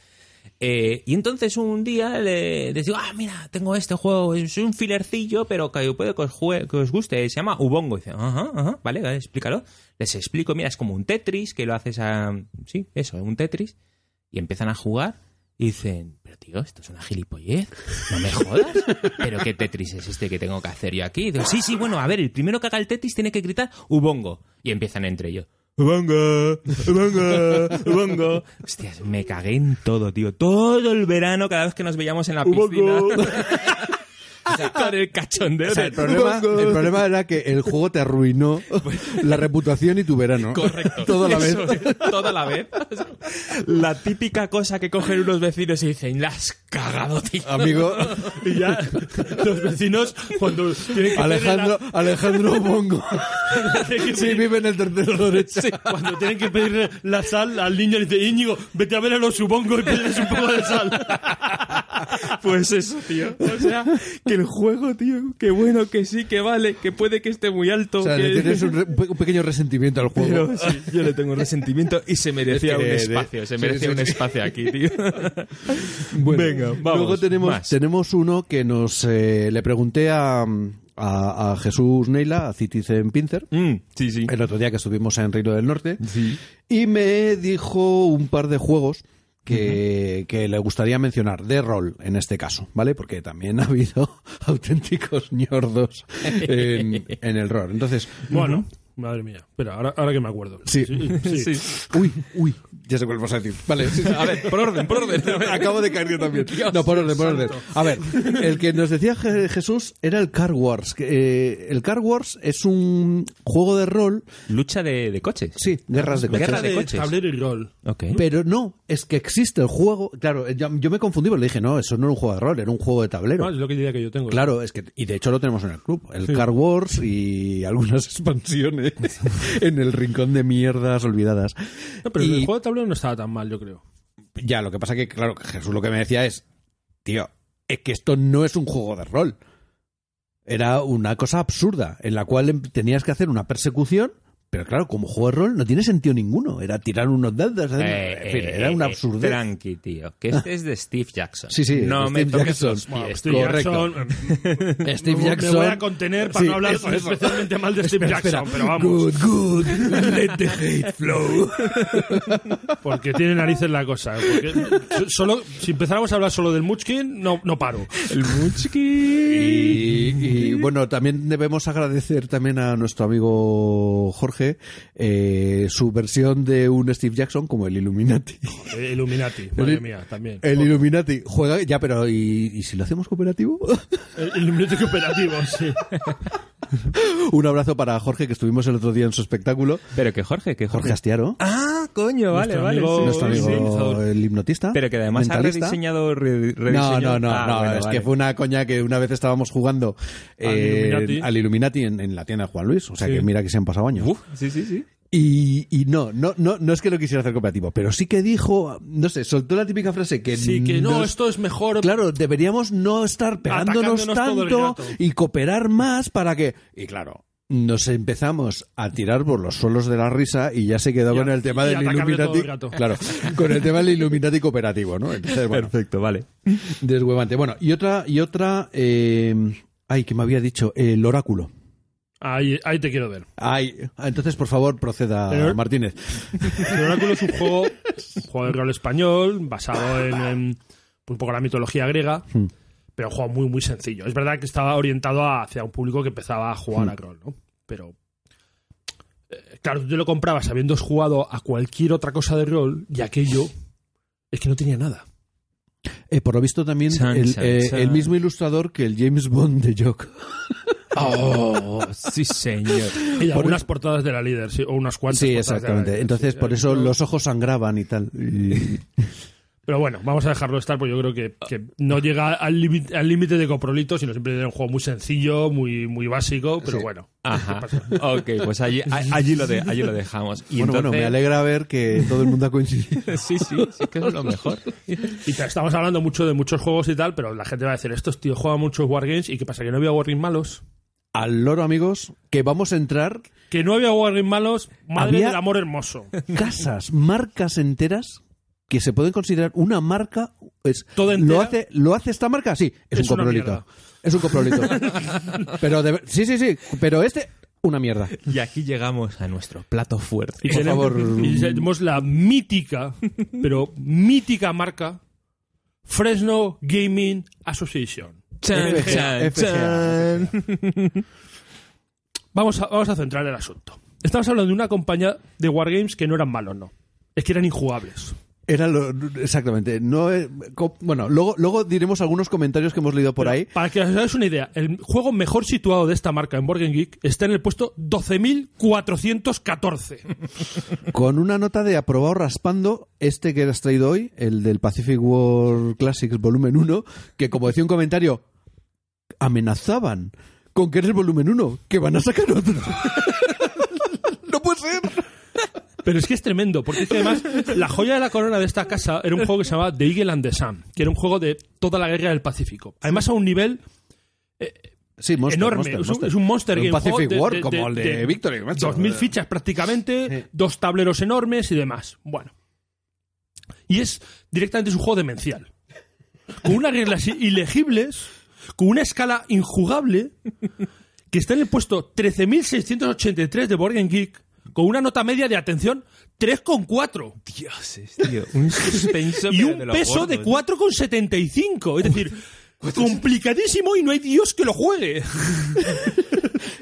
Speaker 2: Eh, y entonces un día le, les digo, ah, mira, tengo este juego, es un filercillo, pero que puede que os, jue- que os guste, se llama Ubongo. Y dice, ajá, ajá, vale, vale, explícalo. Les explico, mira, es como un Tetris, que lo haces a... Sí, eso, un Tetris. Y empiezan a jugar y dicen, pero tío, esto es una gilipollez, no me jodas. Pero qué Tetris es este que tengo que hacer yo aquí. Y digo, sí, sí, bueno, a ver, el primero que haga el Tetris tiene que gritar Ubongo. Y empiezan entre ellos. Ubongo, Ubongo, Ubongo. Hostias, me cagué en todo, tío. Todo el verano, cada vez que nos veíamos en la piscina. O sea, con Ah, el cachondeo.
Speaker 1: O sea, el
Speaker 2: de-
Speaker 1: problema, el problema era que el juego te arruinó la reputación y tu verano.
Speaker 2: Correcto.
Speaker 1: Toda la vez.
Speaker 2: Eso es, toda la vez. O sea, la típica cosa que cogen unos vecinos y dicen, la has cagado, tío.
Speaker 1: Amigo,
Speaker 3: Y ya los vecinos, cuando tienen que
Speaker 1: Alejandro, Alejandro Bongo.
Speaker 3: pedir la-
Speaker 1: Sí, vive en el tercero derecho.
Speaker 3: Sí, cuando tienen que pedir la sal al niño, le dice Íñigo, vete a ver a los subongos y pedirles un poco de sal.
Speaker 2: Pues eso, tío. O sea, que el juego, tío, que bueno, que sí, que vale, que puede que esté muy alto.
Speaker 1: O sea,
Speaker 2: que-
Speaker 1: le tienes un, re- un pe- un pequeño resentimiento al juego.
Speaker 2: Pero sí, yo le tengo un resentimiento y se merecía
Speaker 1: Es que
Speaker 2: un
Speaker 1: de-
Speaker 2: espacio, se
Speaker 1: sí,
Speaker 2: merecía
Speaker 1: sí,
Speaker 2: un
Speaker 1: sí.
Speaker 2: espacio aquí, tío. Venga, vamos.
Speaker 1: Luego tenemos,
Speaker 2: más.
Speaker 1: tenemos uno que nos eh, le pregunté a, a- a Jesús Neila, a Citizen Pincer,
Speaker 2: Mm, sí, sí.
Speaker 1: el otro día que estuvimos en Reino del Norte,
Speaker 2: Sí.
Speaker 1: y me dijo un par de juegos que, que le gustaría mencionar, de rol en este caso, ¿vale? Porque también ha habido auténticos ñordos en, en el rol. Entonces,
Speaker 3: Bueno, madre mía. Espera, ahora, ahora que me acuerdo.
Speaker 1: Sí.
Speaker 3: sí.
Speaker 2: Sí.
Speaker 1: uy, uy, ya sé cuál vas a decir. Vale, sí, sí.
Speaker 2: A ver, por orden, por orden.
Speaker 1: Acabo de caer yo también. no, por orden, por orden. A ver, el que nos decía Je- Jesús era el Car Wars. que, eh, el Car Wars es un juego de rol,
Speaker 2: Lucha de, de coches.
Speaker 1: sí, guerras de coches.
Speaker 2: Guerra de ¿eh?
Speaker 3: De
Speaker 2: coches.
Speaker 3: tablero y rol.
Speaker 2: Ok.
Speaker 1: Pero no, es que existe el juego. Claro, eh, yo, yo me confundí porque le dije, no, eso no era un juego de rol, era un juego de tablero.
Speaker 3: Ah, es lo que diría que yo tengo.
Speaker 1: Claro, es que, y de hecho lo tenemos en el club, el Car Wars y algunas expansiones en el rincón de mierdas olvidadas.
Speaker 3: No, pero
Speaker 1: Y-
Speaker 3: el juego de tablero no estaba tan mal, yo creo.
Speaker 1: Ya, lo que pasa que, claro, que Jesús lo que me decía es, tío, es que esto no es un juego de rol. Era una cosa absurda, en la cual em- tenías que hacer una persecución, pero claro, como juego de rol no tiene sentido ninguno. Era tirar unos dados, hacer-
Speaker 2: Eh,
Speaker 1: en fin,
Speaker 2: eh,
Speaker 1: era una
Speaker 2: eh,
Speaker 1: absurdez.
Speaker 2: Tranqui, tío. Que este es de Steve Jackson.
Speaker 1: Sí, sí,
Speaker 2: No
Speaker 1: de
Speaker 2: me
Speaker 1: Steve
Speaker 2: toques
Speaker 1: Jackson.
Speaker 2: los pies,
Speaker 1: Wow,
Speaker 2: tío.
Speaker 1: Steve Correcto.
Speaker 3: Jackson, eh,
Speaker 1: Steve
Speaker 3: me-
Speaker 1: Jackson.
Speaker 3: Me voy a contener para
Speaker 1: Sí,
Speaker 3: no hablar
Speaker 1: eso, eso.
Speaker 3: especialmente mal de Steve
Speaker 1: Espera,
Speaker 3: Jackson,
Speaker 1: espera.
Speaker 3: pero vamos.
Speaker 1: Good, good. Let the hate flow.
Speaker 3: Porque tiene narices la cosa. ¿eh? porque so- solo, si empezáramos a hablar solo del Munchkin, no, no paro.
Speaker 2: El Munchkin.
Speaker 1: Y, y, bueno, también debemos agradecer también a nuestro amigo Jorge eh, su versión de un Steve Jackson como el Illuminati.
Speaker 3: Eh, Illuminati, madre mía, también.
Speaker 1: El Illuminati juega, ya, pero ¿y, y si lo hacemos cooperativo?
Speaker 3: El Illuminati cooperativo, sí.
Speaker 1: Un abrazo para Jorge, que estuvimos el otro día en su espectáculo.
Speaker 2: Pero que Jorge, que Jorge.
Speaker 1: Jorge Astiaro,
Speaker 2: Ah, coño, vale,
Speaker 3: Nuestro
Speaker 2: vale.
Speaker 3: amigo-
Speaker 2: sí,
Speaker 1: nuestro
Speaker 2: sí, sí.
Speaker 1: amigo
Speaker 3: sí.
Speaker 1: el hipnotista.
Speaker 2: Pero que además ha
Speaker 1: mentalista.
Speaker 2: rediseñado, re-
Speaker 1: No,
Speaker 2: rediseñado.
Speaker 1: no, no,
Speaker 2: Ah,
Speaker 1: no,
Speaker 2: bueno,
Speaker 1: es
Speaker 2: vale.
Speaker 1: que fue una coña que una vez estábamos jugando
Speaker 3: Al
Speaker 1: eh,
Speaker 3: Illuminati.
Speaker 1: al Illuminati en, en la tienda de Juan Luis, o sea
Speaker 3: Sí.
Speaker 1: que mira que se han pasado años.
Speaker 2: Uf, sí, sí, sí.
Speaker 1: Y, y no, no, no, no es que lo quisiera hacer cooperativo, pero sí que dijo, no sé, soltó la típica frase que
Speaker 3: Sí, que no,
Speaker 1: nos-
Speaker 3: esto es mejor.
Speaker 1: Claro, deberíamos no estar pegándonos
Speaker 3: Atacándonos todo el
Speaker 1: tanto
Speaker 3: rato.
Speaker 1: y cooperar más para que. Y claro, nos empezamos a tirar por los suelos de la risa y ya se quedó
Speaker 3: Y a-
Speaker 1: con el tema
Speaker 3: y
Speaker 1: del
Speaker 3: atacarle todo
Speaker 1: Illuminati.
Speaker 3: el rato.
Speaker 1: Claro, con el tema del Illuminati cooperativo, ¿no? Entonces, bueno,
Speaker 2: Perfecto, vale.
Speaker 1: deshuevante. Bueno, y otra, y otra, eh, ay, que me había dicho, el oráculo.
Speaker 3: Ahí, ahí te quiero ver.
Speaker 1: Ay, entonces por favor proceda,
Speaker 3: El or-
Speaker 1: Martínez.
Speaker 3: El Oráculo es un juego, un juego de rol español basado en, en, pues, un poco la mitología griega,
Speaker 1: Hmm.
Speaker 3: pero un juego muy, muy sencillo. Es verdad que estaba orientado a- hacia un público que empezaba a
Speaker 1: Hmm.
Speaker 3: jugar a rol, ¿no? Pero. eh, Claro, tú te lo comprabas habiendo jugado a cualquier otra cosa de rol y aquello es que no tenía nada.
Speaker 1: Eh, por lo visto también
Speaker 2: Chan,
Speaker 1: el,
Speaker 2: chan,
Speaker 1: eh,
Speaker 2: chan.
Speaker 1: el mismo ilustrador que el James Bond de Jock.
Speaker 2: Oh, sí, señor.
Speaker 3: Y algunas portadas de la líder, sí, o unas cuantas.
Speaker 1: Sí,
Speaker 3: portadas de la
Speaker 1: exactamente.
Speaker 3: líder,
Speaker 1: Entonces
Speaker 3: sí.
Speaker 1: por eso los ojos sangraban y tal. Y-
Speaker 3: Pero bueno, vamos a dejarlo estar porque yo creo que, que no llega al límite al límite de coprolito, sino siempre era un juego muy sencillo, muy, muy básico, pero bueno.
Speaker 2: Ajá. Ok, pues allí, a- allí, lo, de- allí lo dejamos. Y
Speaker 1: bueno,
Speaker 2: entonces,
Speaker 1: bueno, me alegra ver que todo el mundo ha coincidido.
Speaker 2: Sí, sí, sí que es lo mejor.
Speaker 3: Y te- estamos hablando mucho de muchos juegos y tal, pero la gente va a decir, estos tíos juegan muchos wargames y ¿qué pasa? ¿Que no había wargames malos?
Speaker 1: Al loro, amigos, que vamos a entrar
Speaker 3: Que no había wargames malos, madre
Speaker 1: Había-
Speaker 3: del amor hermoso.
Speaker 1: casas, marcas enteras que se pueden considerar una marca. Es,
Speaker 3: ¿Toda entera?
Speaker 1: lo hace, lo hace esta marca, sí, es,
Speaker 3: Es
Speaker 1: un
Speaker 3: una
Speaker 1: coprolito.
Speaker 3: mierda.
Speaker 1: Es un coprolito. pero de ver- sí, sí, sí. Pero este, una mierda.
Speaker 2: Y aquí llegamos a nuestro plato fuerte.
Speaker 3: Y
Speaker 1: Por
Speaker 3: tenemos-
Speaker 1: favor.
Speaker 3: y tenemos la mítica, pero mítica marca Fresno Gaming Association.
Speaker 2: Chan, chan,
Speaker 1: FGA.
Speaker 2: chan.
Speaker 3: Vamos a, vamos a centrar el asunto. Estamos hablando de una compañía de wargames que no eran malos, no. Es que eran injugables.
Speaker 1: Era lo, exactamente. No, eh, co- bueno, luego, luego diremos algunos comentarios que hemos leído por ahí.
Speaker 3: Para que os hagáis una idea, el juego mejor situado de esta marca en Board Game Geek está en el puesto 12.414.
Speaker 1: Con una nota de aprobado raspando, este que has traído hoy, el del Pacific War Classics volumen 1, que como decía un comentario, amenazaban con que era el volumen 1, que van a sacar otro. no puede ser.
Speaker 3: Pero es que es tremendo, porque es que además la joya de la corona de esta casa era un juego que se llamaba The Eagle and the Sun, que era un juego de toda la guerra del Pacífico. Además a un nivel
Speaker 1: Sí, Monster,
Speaker 3: enorme.
Speaker 1: Monster,
Speaker 3: es, un, es un Monster Game.
Speaker 1: Un Pacific
Speaker 3: juego de-
Speaker 1: War
Speaker 3: de-
Speaker 1: como el de, Victory. macho.
Speaker 3: 2000 fichas prácticamente,
Speaker 1: Sí.
Speaker 3: dos tableros enormes y demás. Bueno. Y es directamente es un juego demencial. Con unas reglas i- ilegibles, con una escala injugable, que está en el puesto 13.683 de Board Game Geek, con una nota media de atención 3,4
Speaker 2: Dioses, tío. Un suspenso
Speaker 3: y
Speaker 2: pero
Speaker 3: un
Speaker 2: de lo
Speaker 3: peso
Speaker 2: gordo, ¿eh?
Speaker 3: de
Speaker 2: tío.
Speaker 3: 4,75. Es decir, complicadísimo y no hay Dios que lo juegue.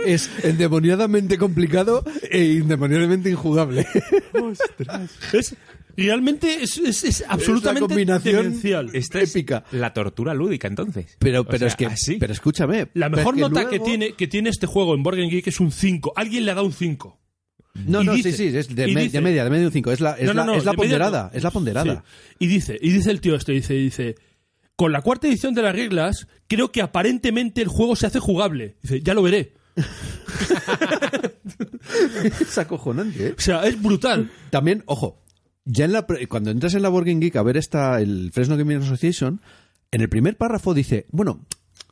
Speaker 1: Es endemoniadamente complicado e endemoniadamente injugable.
Speaker 3: Es, realmente es, es- es absolutamente
Speaker 1: combinación
Speaker 3: demencial.
Speaker 2: Esta es
Speaker 1: épica.
Speaker 2: La tortura lúdica, entonces.
Speaker 1: Pero,
Speaker 2: O
Speaker 1: pero
Speaker 2: sea,
Speaker 1: es que,
Speaker 2: así.
Speaker 1: pero escúchame.
Speaker 3: La mejor
Speaker 1: pero es
Speaker 3: nota que
Speaker 1: luego-
Speaker 3: tiene, que tiene este juego en Borgen Geek es un 5. Alguien le ha dado un 5.
Speaker 1: No,
Speaker 3: y
Speaker 1: no,
Speaker 3: dice-
Speaker 1: sí, sí, es de,
Speaker 3: y
Speaker 1: me-
Speaker 3: dice-
Speaker 1: de media, de media un 5. Es la, es
Speaker 3: No, no,
Speaker 1: la-
Speaker 3: no,
Speaker 1: es la
Speaker 3: de media
Speaker 1: ponderada,
Speaker 3: no.
Speaker 1: es la ponderada.
Speaker 3: Y dice, y dice el tío este, dice, dice, con la cuarta edición de las reglas, creo que aparentemente el juego se hace jugable. Dice, ya lo veré.
Speaker 1: Es acojonante, ¿eh?
Speaker 3: O sea, es brutal.
Speaker 1: También, ojo, ya en la, pre- cuando entras en la Working Geek a ver esta, el Fresno Gaming Association, en el primer párrafo dice, bueno,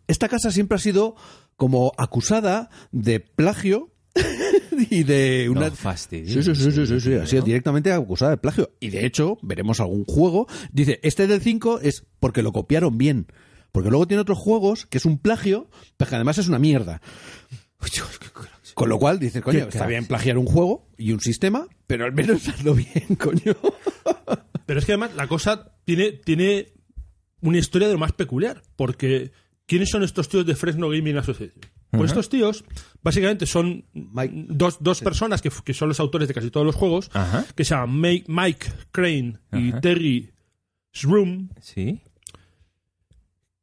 Speaker 1: esta casa siempre ha sido como acusada de plagio y de una...
Speaker 2: No fastidies,
Speaker 1: sí, sí, sí, sí, sí, sí,
Speaker 2: tío,
Speaker 1: ha sido
Speaker 2: ¿no?
Speaker 1: directamente acusada de plagio. Y de hecho, veremos algún juego. Dice, este del 5 es porque lo copiaron bien. Porque luego tiene otros juegos que es un plagio, pero que además es una mierda. Con lo cual dices, coño, está bien plagiar un juego y un sistema, pero al menos hazlo bien, coño.
Speaker 3: Pero es que además la cosa tiene, tiene una historia de lo más peculiar, porque ¿quiénes son estos tíos de Fresno Gaming Association? Pues estos tíos básicamente son
Speaker 1: Mike.
Speaker 3: dos, dos personas que, f- que son los autores de casi todos los juegos,
Speaker 2: Ajá.
Speaker 3: que se llaman Mike, Mike Crane y
Speaker 2: Ah. Ajá.
Speaker 3: Terry Shroom,
Speaker 2: Sí.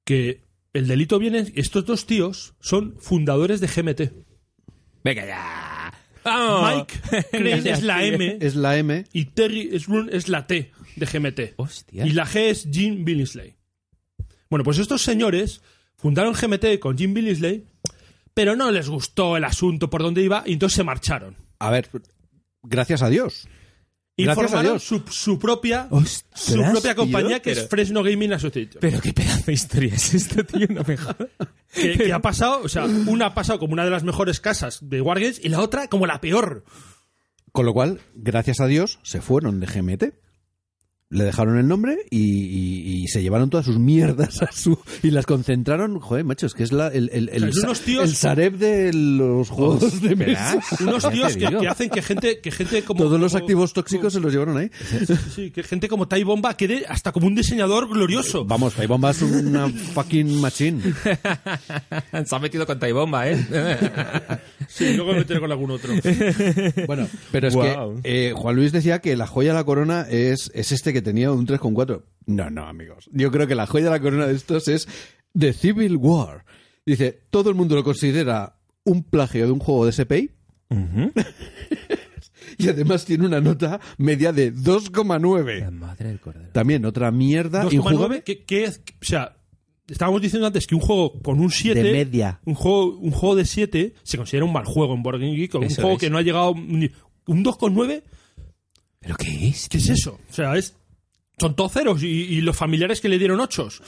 Speaker 3: que el delito viene, estos dos tíos son fundadores de GMT.
Speaker 2: Venga ya. ¡Vamos!
Speaker 3: Mike Crane es la M
Speaker 1: Es la M.
Speaker 3: y Terry Srun es la T de GMT.
Speaker 2: Hostia.
Speaker 3: Y la G es Jim Billingsley. Bueno, pues estos señores fundaron GMT con Jim Billingsley, pero no les gustó el asunto por donde iba y entonces se marcharon.
Speaker 1: A ver, gracias a Dios.
Speaker 3: Y
Speaker 1: Gracias a
Speaker 3: formaron
Speaker 1: Dios. Oh,
Speaker 3: su, su propia,
Speaker 2: Ostras,
Speaker 3: su propia
Speaker 2: tío,
Speaker 3: compañía que
Speaker 2: pero-
Speaker 3: es Fresno Gaming Association.
Speaker 2: Pero qué pedazo de historia es esto, tío, no me jodas.
Speaker 3: que, que ha pasado, o sea, una ha pasado como una de las mejores casas de Wargames y la otra como la peor.
Speaker 1: Con lo cual, gracias a Dios, se fueron de GMT. Le dejaron el nombre y, y- y se llevaron todas sus mierdas a su. Y las concentraron. Joder, macho, es que es la, el, el, el,
Speaker 3: O sea, son unos tíos-
Speaker 1: el Sareb de los juegos de mesa.
Speaker 2: Verás,
Speaker 3: Unos
Speaker 2: ya
Speaker 3: tíos
Speaker 2: te
Speaker 3: que,
Speaker 2: digo.
Speaker 3: que hacen que gente, que gente como.
Speaker 1: Todos los
Speaker 3: como-
Speaker 1: activos tóxicos se los llevaron ahí.
Speaker 3: Sí, que gente como Tai Bomba quede hasta como un diseñador glorioso.
Speaker 1: Vamos, Tai Bomba es una fucking machine.
Speaker 2: Se ha metido con Taibomba, ¿eh?
Speaker 3: Sí, luego me meteré con algún otro.
Speaker 1: Bueno, pero es
Speaker 2: Guau.
Speaker 1: que eh, Juan Luis decía que la joya de la corona es, es este que tenía un 3,4. No, no, amigos. Yo creo que la joya de la corona de estos es The Civil War. Dice, todo el mundo lo considera un plagio de un juego de SPI y además tiene una nota media de 2,9.
Speaker 2: madre del cordero.
Speaker 1: También otra mierda
Speaker 3: 2,9,
Speaker 1: injugable.
Speaker 3: que, que es- o sea, estábamos diciendo antes que un juego con un 7.
Speaker 1: De media.
Speaker 3: Un juego, un juego de 7 se considera un mal juego en Board Game Geek. Un
Speaker 2: Eso
Speaker 3: juego
Speaker 2: es.
Speaker 3: que no ha llegado. ni- un 2,9,
Speaker 2: ¿Pero qué es?
Speaker 3: ¿qué es eso? O sea, es. Son todos ceros y, y los familiares que le dieron ochos.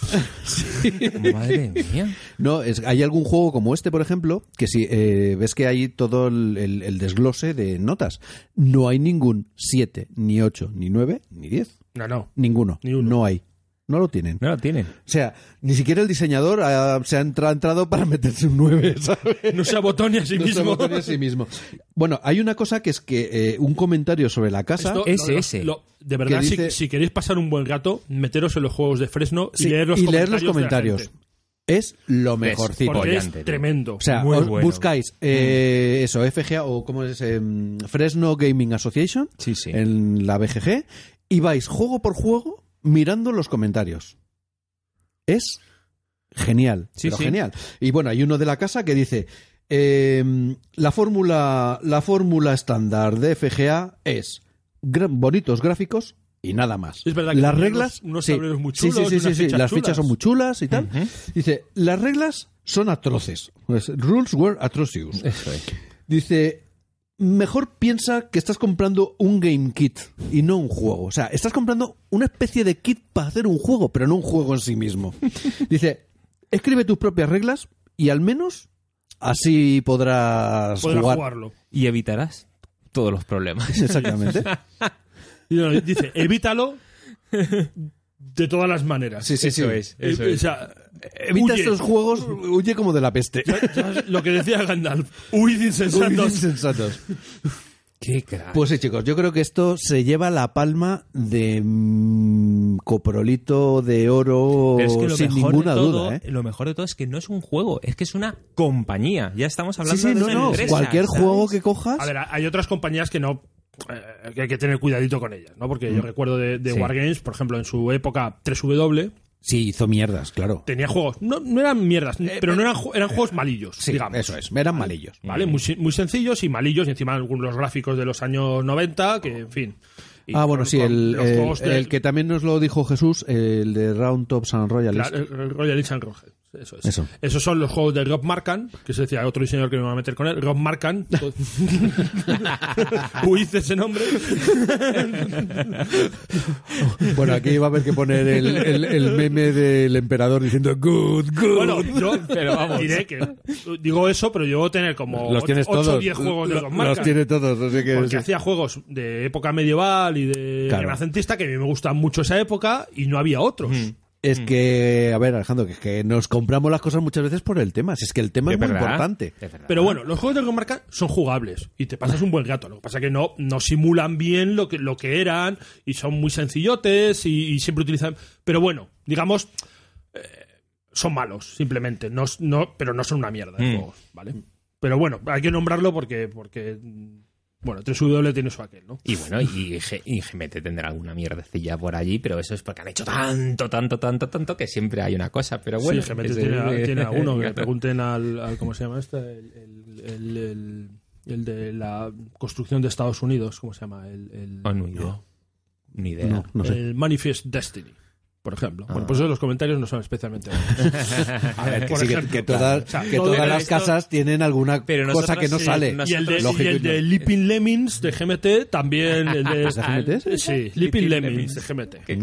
Speaker 2: Madre mía.
Speaker 1: No, es, hay algún juego como este, por ejemplo, que si eh, ves que hay todo el, el- el desglose de notas. No hay ningún 7, ni 8, ni 9, ni 10.
Speaker 3: No, no.
Speaker 1: Ninguno.
Speaker 3: Ni uno.
Speaker 1: No hay. No lo tienen.
Speaker 2: No lo tienen.
Speaker 1: O sea, ni siquiera el diseñador ha- se ha entra- entrado para meterse un 9, ¿sabes?
Speaker 3: No se abotone a sí
Speaker 1: No se
Speaker 3: mismo.
Speaker 1: abotone a sí mismo. Bueno, hay una cosa que es que eh, un comentario sobre la casa.
Speaker 3: Esto,
Speaker 2: Ese,
Speaker 3: lo- lo-
Speaker 2: ese.
Speaker 3: lo- de verdad,
Speaker 1: Que
Speaker 3: si-
Speaker 1: dice-
Speaker 3: si, queréis pasar un buen gato, meteros en los juegos de Fresno
Speaker 1: Sí,
Speaker 3: y leer los comentarios. de la
Speaker 1: comentarios.
Speaker 3: gente.
Speaker 1: Es lo
Speaker 2: Ves,
Speaker 1: mejorcito.
Speaker 2: por-
Speaker 3: Porque
Speaker 2: Apoyante, tío.
Speaker 3: es tremendo.
Speaker 1: O sea,
Speaker 2: Muy
Speaker 1: os
Speaker 2: bueno. Mm.
Speaker 1: buscáis eh, eso, FGA o como es Em, Fresno Gaming Association
Speaker 2: Sí, sí.
Speaker 1: en la BGG y vais juego por juego mirando los comentarios. Es genial,
Speaker 2: Sí,
Speaker 1: pero
Speaker 2: sí.
Speaker 1: genial. Y bueno, hay uno de la casa que dice em, la fórmula la fórmula estándar de FGA es gra- bonitos gráficos y nada más.
Speaker 3: Es verdad que
Speaker 1: las
Speaker 3: tiene
Speaker 1: reglas,
Speaker 3: unos- unos
Speaker 1: sí,
Speaker 3: tableros muy
Speaker 1: sí, sí,
Speaker 3: chulos
Speaker 1: sí,
Speaker 3: y
Speaker 1: sí,
Speaker 3: unas
Speaker 1: sí,
Speaker 3: fichas
Speaker 1: las fichas
Speaker 3: chulas.
Speaker 1: son muy chulas y tal. Dice, las reglas son atroces. Pues, rules were atrocious.
Speaker 2: Eso es.
Speaker 1: Dice, mejor piensa que estás comprando un game kit y no un juego. O sea, estás comprando una especie de kit para hacer un juego, pero no un juego en sí mismo. Dice, escribe tus propias reglas y al menos así podrás,
Speaker 3: Podrás
Speaker 1: jugar.
Speaker 3: jugarlo.
Speaker 2: Y evitarás todos los problemas.
Speaker 1: Exactamente.
Speaker 3: Y no, dice, evítalo de todas las maneras.
Speaker 1: Sí, sí, sí.
Speaker 2: Eso es,
Speaker 3: Eh,
Speaker 2: eso
Speaker 3: o
Speaker 2: es.
Speaker 3: sea,
Speaker 1: Evita
Speaker 3: huye.
Speaker 1: estos juegos, huye como de la peste.
Speaker 3: Ya es Lo que decía Gandalf. Huid
Speaker 1: Muy
Speaker 3: insensatos.
Speaker 1: insensatos.
Speaker 2: Qué crack.
Speaker 1: Pues sí, chicos, yo creo que esto se lleva la palma de mm, coprolito de oro
Speaker 2: Pero es que lo
Speaker 1: sin
Speaker 2: mejor
Speaker 1: ninguna
Speaker 2: de todo,
Speaker 1: duda, ¿eh?
Speaker 2: lo mejor de todo es que no es un juego, es que es una compañía. Ya estamos hablando
Speaker 1: Sí, sí,
Speaker 2: de
Speaker 1: no,
Speaker 2: una
Speaker 1: no.
Speaker 2: empresa,
Speaker 1: Cualquier
Speaker 2: ¿sabes?
Speaker 1: juego que cojas.
Speaker 3: A ver, hay otras compañías que no. eh, que hay que tener cuidadito con ellas, ¿no? Porque yo
Speaker 1: Mm.
Speaker 3: recuerdo de, de
Speaker 2: Sí.
Speaker 3: Wargames, por ejemplo, en su época 3W,
Speaker 1: Sí, hizo mierdas, claro.
Speaker 3: tenía juegos. No, no eran mierdas, pero no eran, ju- eran juegos malillos,
Speaker 1: Eh, Sí,
Speaker 3: digamos.
Speaker 1: eso es. Eran malillos.
Speaker 3: ¿Vale? Muy, sen- muy sencillos y malillos, y encima algunos gráficos de los años 90,
Speaker 1: Oh.
Speaker 3: que en fin. Y
Speaker 1: Ah, bueno,
Speaker 3: con-
Speaker 1: sí,
Speaker 3: con
Speaker 1: el,
Speaker 3: los
Speaker 1: el-
Speaker 3: juegos de-
Speaker 1: el que también nos lo dijo Jesús, el de Round Tops and
Speaker 3: la-
Speaker 1: Royals.
Speaker 3: el Royal Itch and Roger. Eso es.
Speaker 1: Eso.
Speaker 3: Esos son los juegos de Rob Markan, que se decía otro diseñador que me va a meter con él, Rob Markan. Huiz de ese nombre.
Speaker 1: Bueno, aquí va a haber que poner el, el- el meme del emperador diciendo good, good.
Speaker 3: Bueno, yo
Speaker 2: Pero vamos.
Speaker 3: diré que digo eso, pero yo debo tener como
Speaker 1: los tienes
Speaker 3: 8 o
Speaker 1: todos.
Speaker 3: 10 juegos de
Speaker 1: Lo-
Speaker 3: Rob
Speaker 1: los
Speaker 3: Markan.
Speaker 1: tiene todos, así que
Speaker 3: Porque
Speaker 1: sí.
Speaker 3: hacía juegos de época medieval y de
Speaker 1: Claro.
Speaker 3: renacentista que a mí me gustan mucho esa época y no había otros.
Speaker 2: Mm.
Speaker 1: Es que, a ver, Alejandro, que es que nos compramos las cosas muchas veces por el tema. Si es que el tema es, muy
Speaker 2: verdad,
Speaker 1: importante.
Speaker 2: es verdad.
Speaker 3: Pero bueno, los juegos de marca son jugables y te pasas un buen gato. Lo que pasa que no, no simulan bien lo que, lo que eran y son muy sencillotes y, y siempre utilizan. Pero bueno, digamos, eh, son malos, simplemente. No, s- no, pero no son una mierda de
Speaker 2: Mm.
Speaker 3: juegos, ¿vale? Pero bueno, hay que nombrarlo porque. porque mm, bueno, 3W tiene su aquel, ¿no?
Speaker 2: Y bueno, y, G- y GMT tendrá alguna mierdecilla por allí, pero eso es porque han hecho tanto, tanto, tanto, tanto que siempre hay una cosa. Pero bueno,
Speaker 3: sí, GMT
Speaker 2: ese-
Speaker 3: tiene, tiene alguno que le pregunten al, al- ¿Cómo se llama este? El, el- el- el- El de la construcción de Estados Unidos, ¿cómo se llama? El, el-
Speaker 2: Ah, no, idea. Ni idea.
Speaker 1: No, no sé. Ah.
Speaker 3: el Manifest Destiny, por ejemplo. Bueno, por eso los comentarios no son especialmente buenos.
Speaker 1: A ver, que,
Speaker 3: por
Speaker 1: sí, que-
Speaker 3: ejemplo,
Speaker 1: que todas,
Speaker 3: o sea,
Speaker 1: que
Speaker 3: todo
Speaker 1: todas
Speaker 2: pero
Speaker 1: las
Speaker 2: esto-
Speaker 1: casas tienen alguna
Speaker 2: Pero nosotros
Speaker 1: cosa que no
Speaker 2: sí,
Speaker 1: sale.
Speaker 2: nos-
Speaker 3: Y el, de,
Speaker 1: Lógico,
Speaker 3: y el de Leaping Lemmings de GMT también. El de, este.
Speaker 1: ¿Es de GMT?
Speaker 3: Sí, Leaping Lemmings de GMT.
Speaker 2: Qué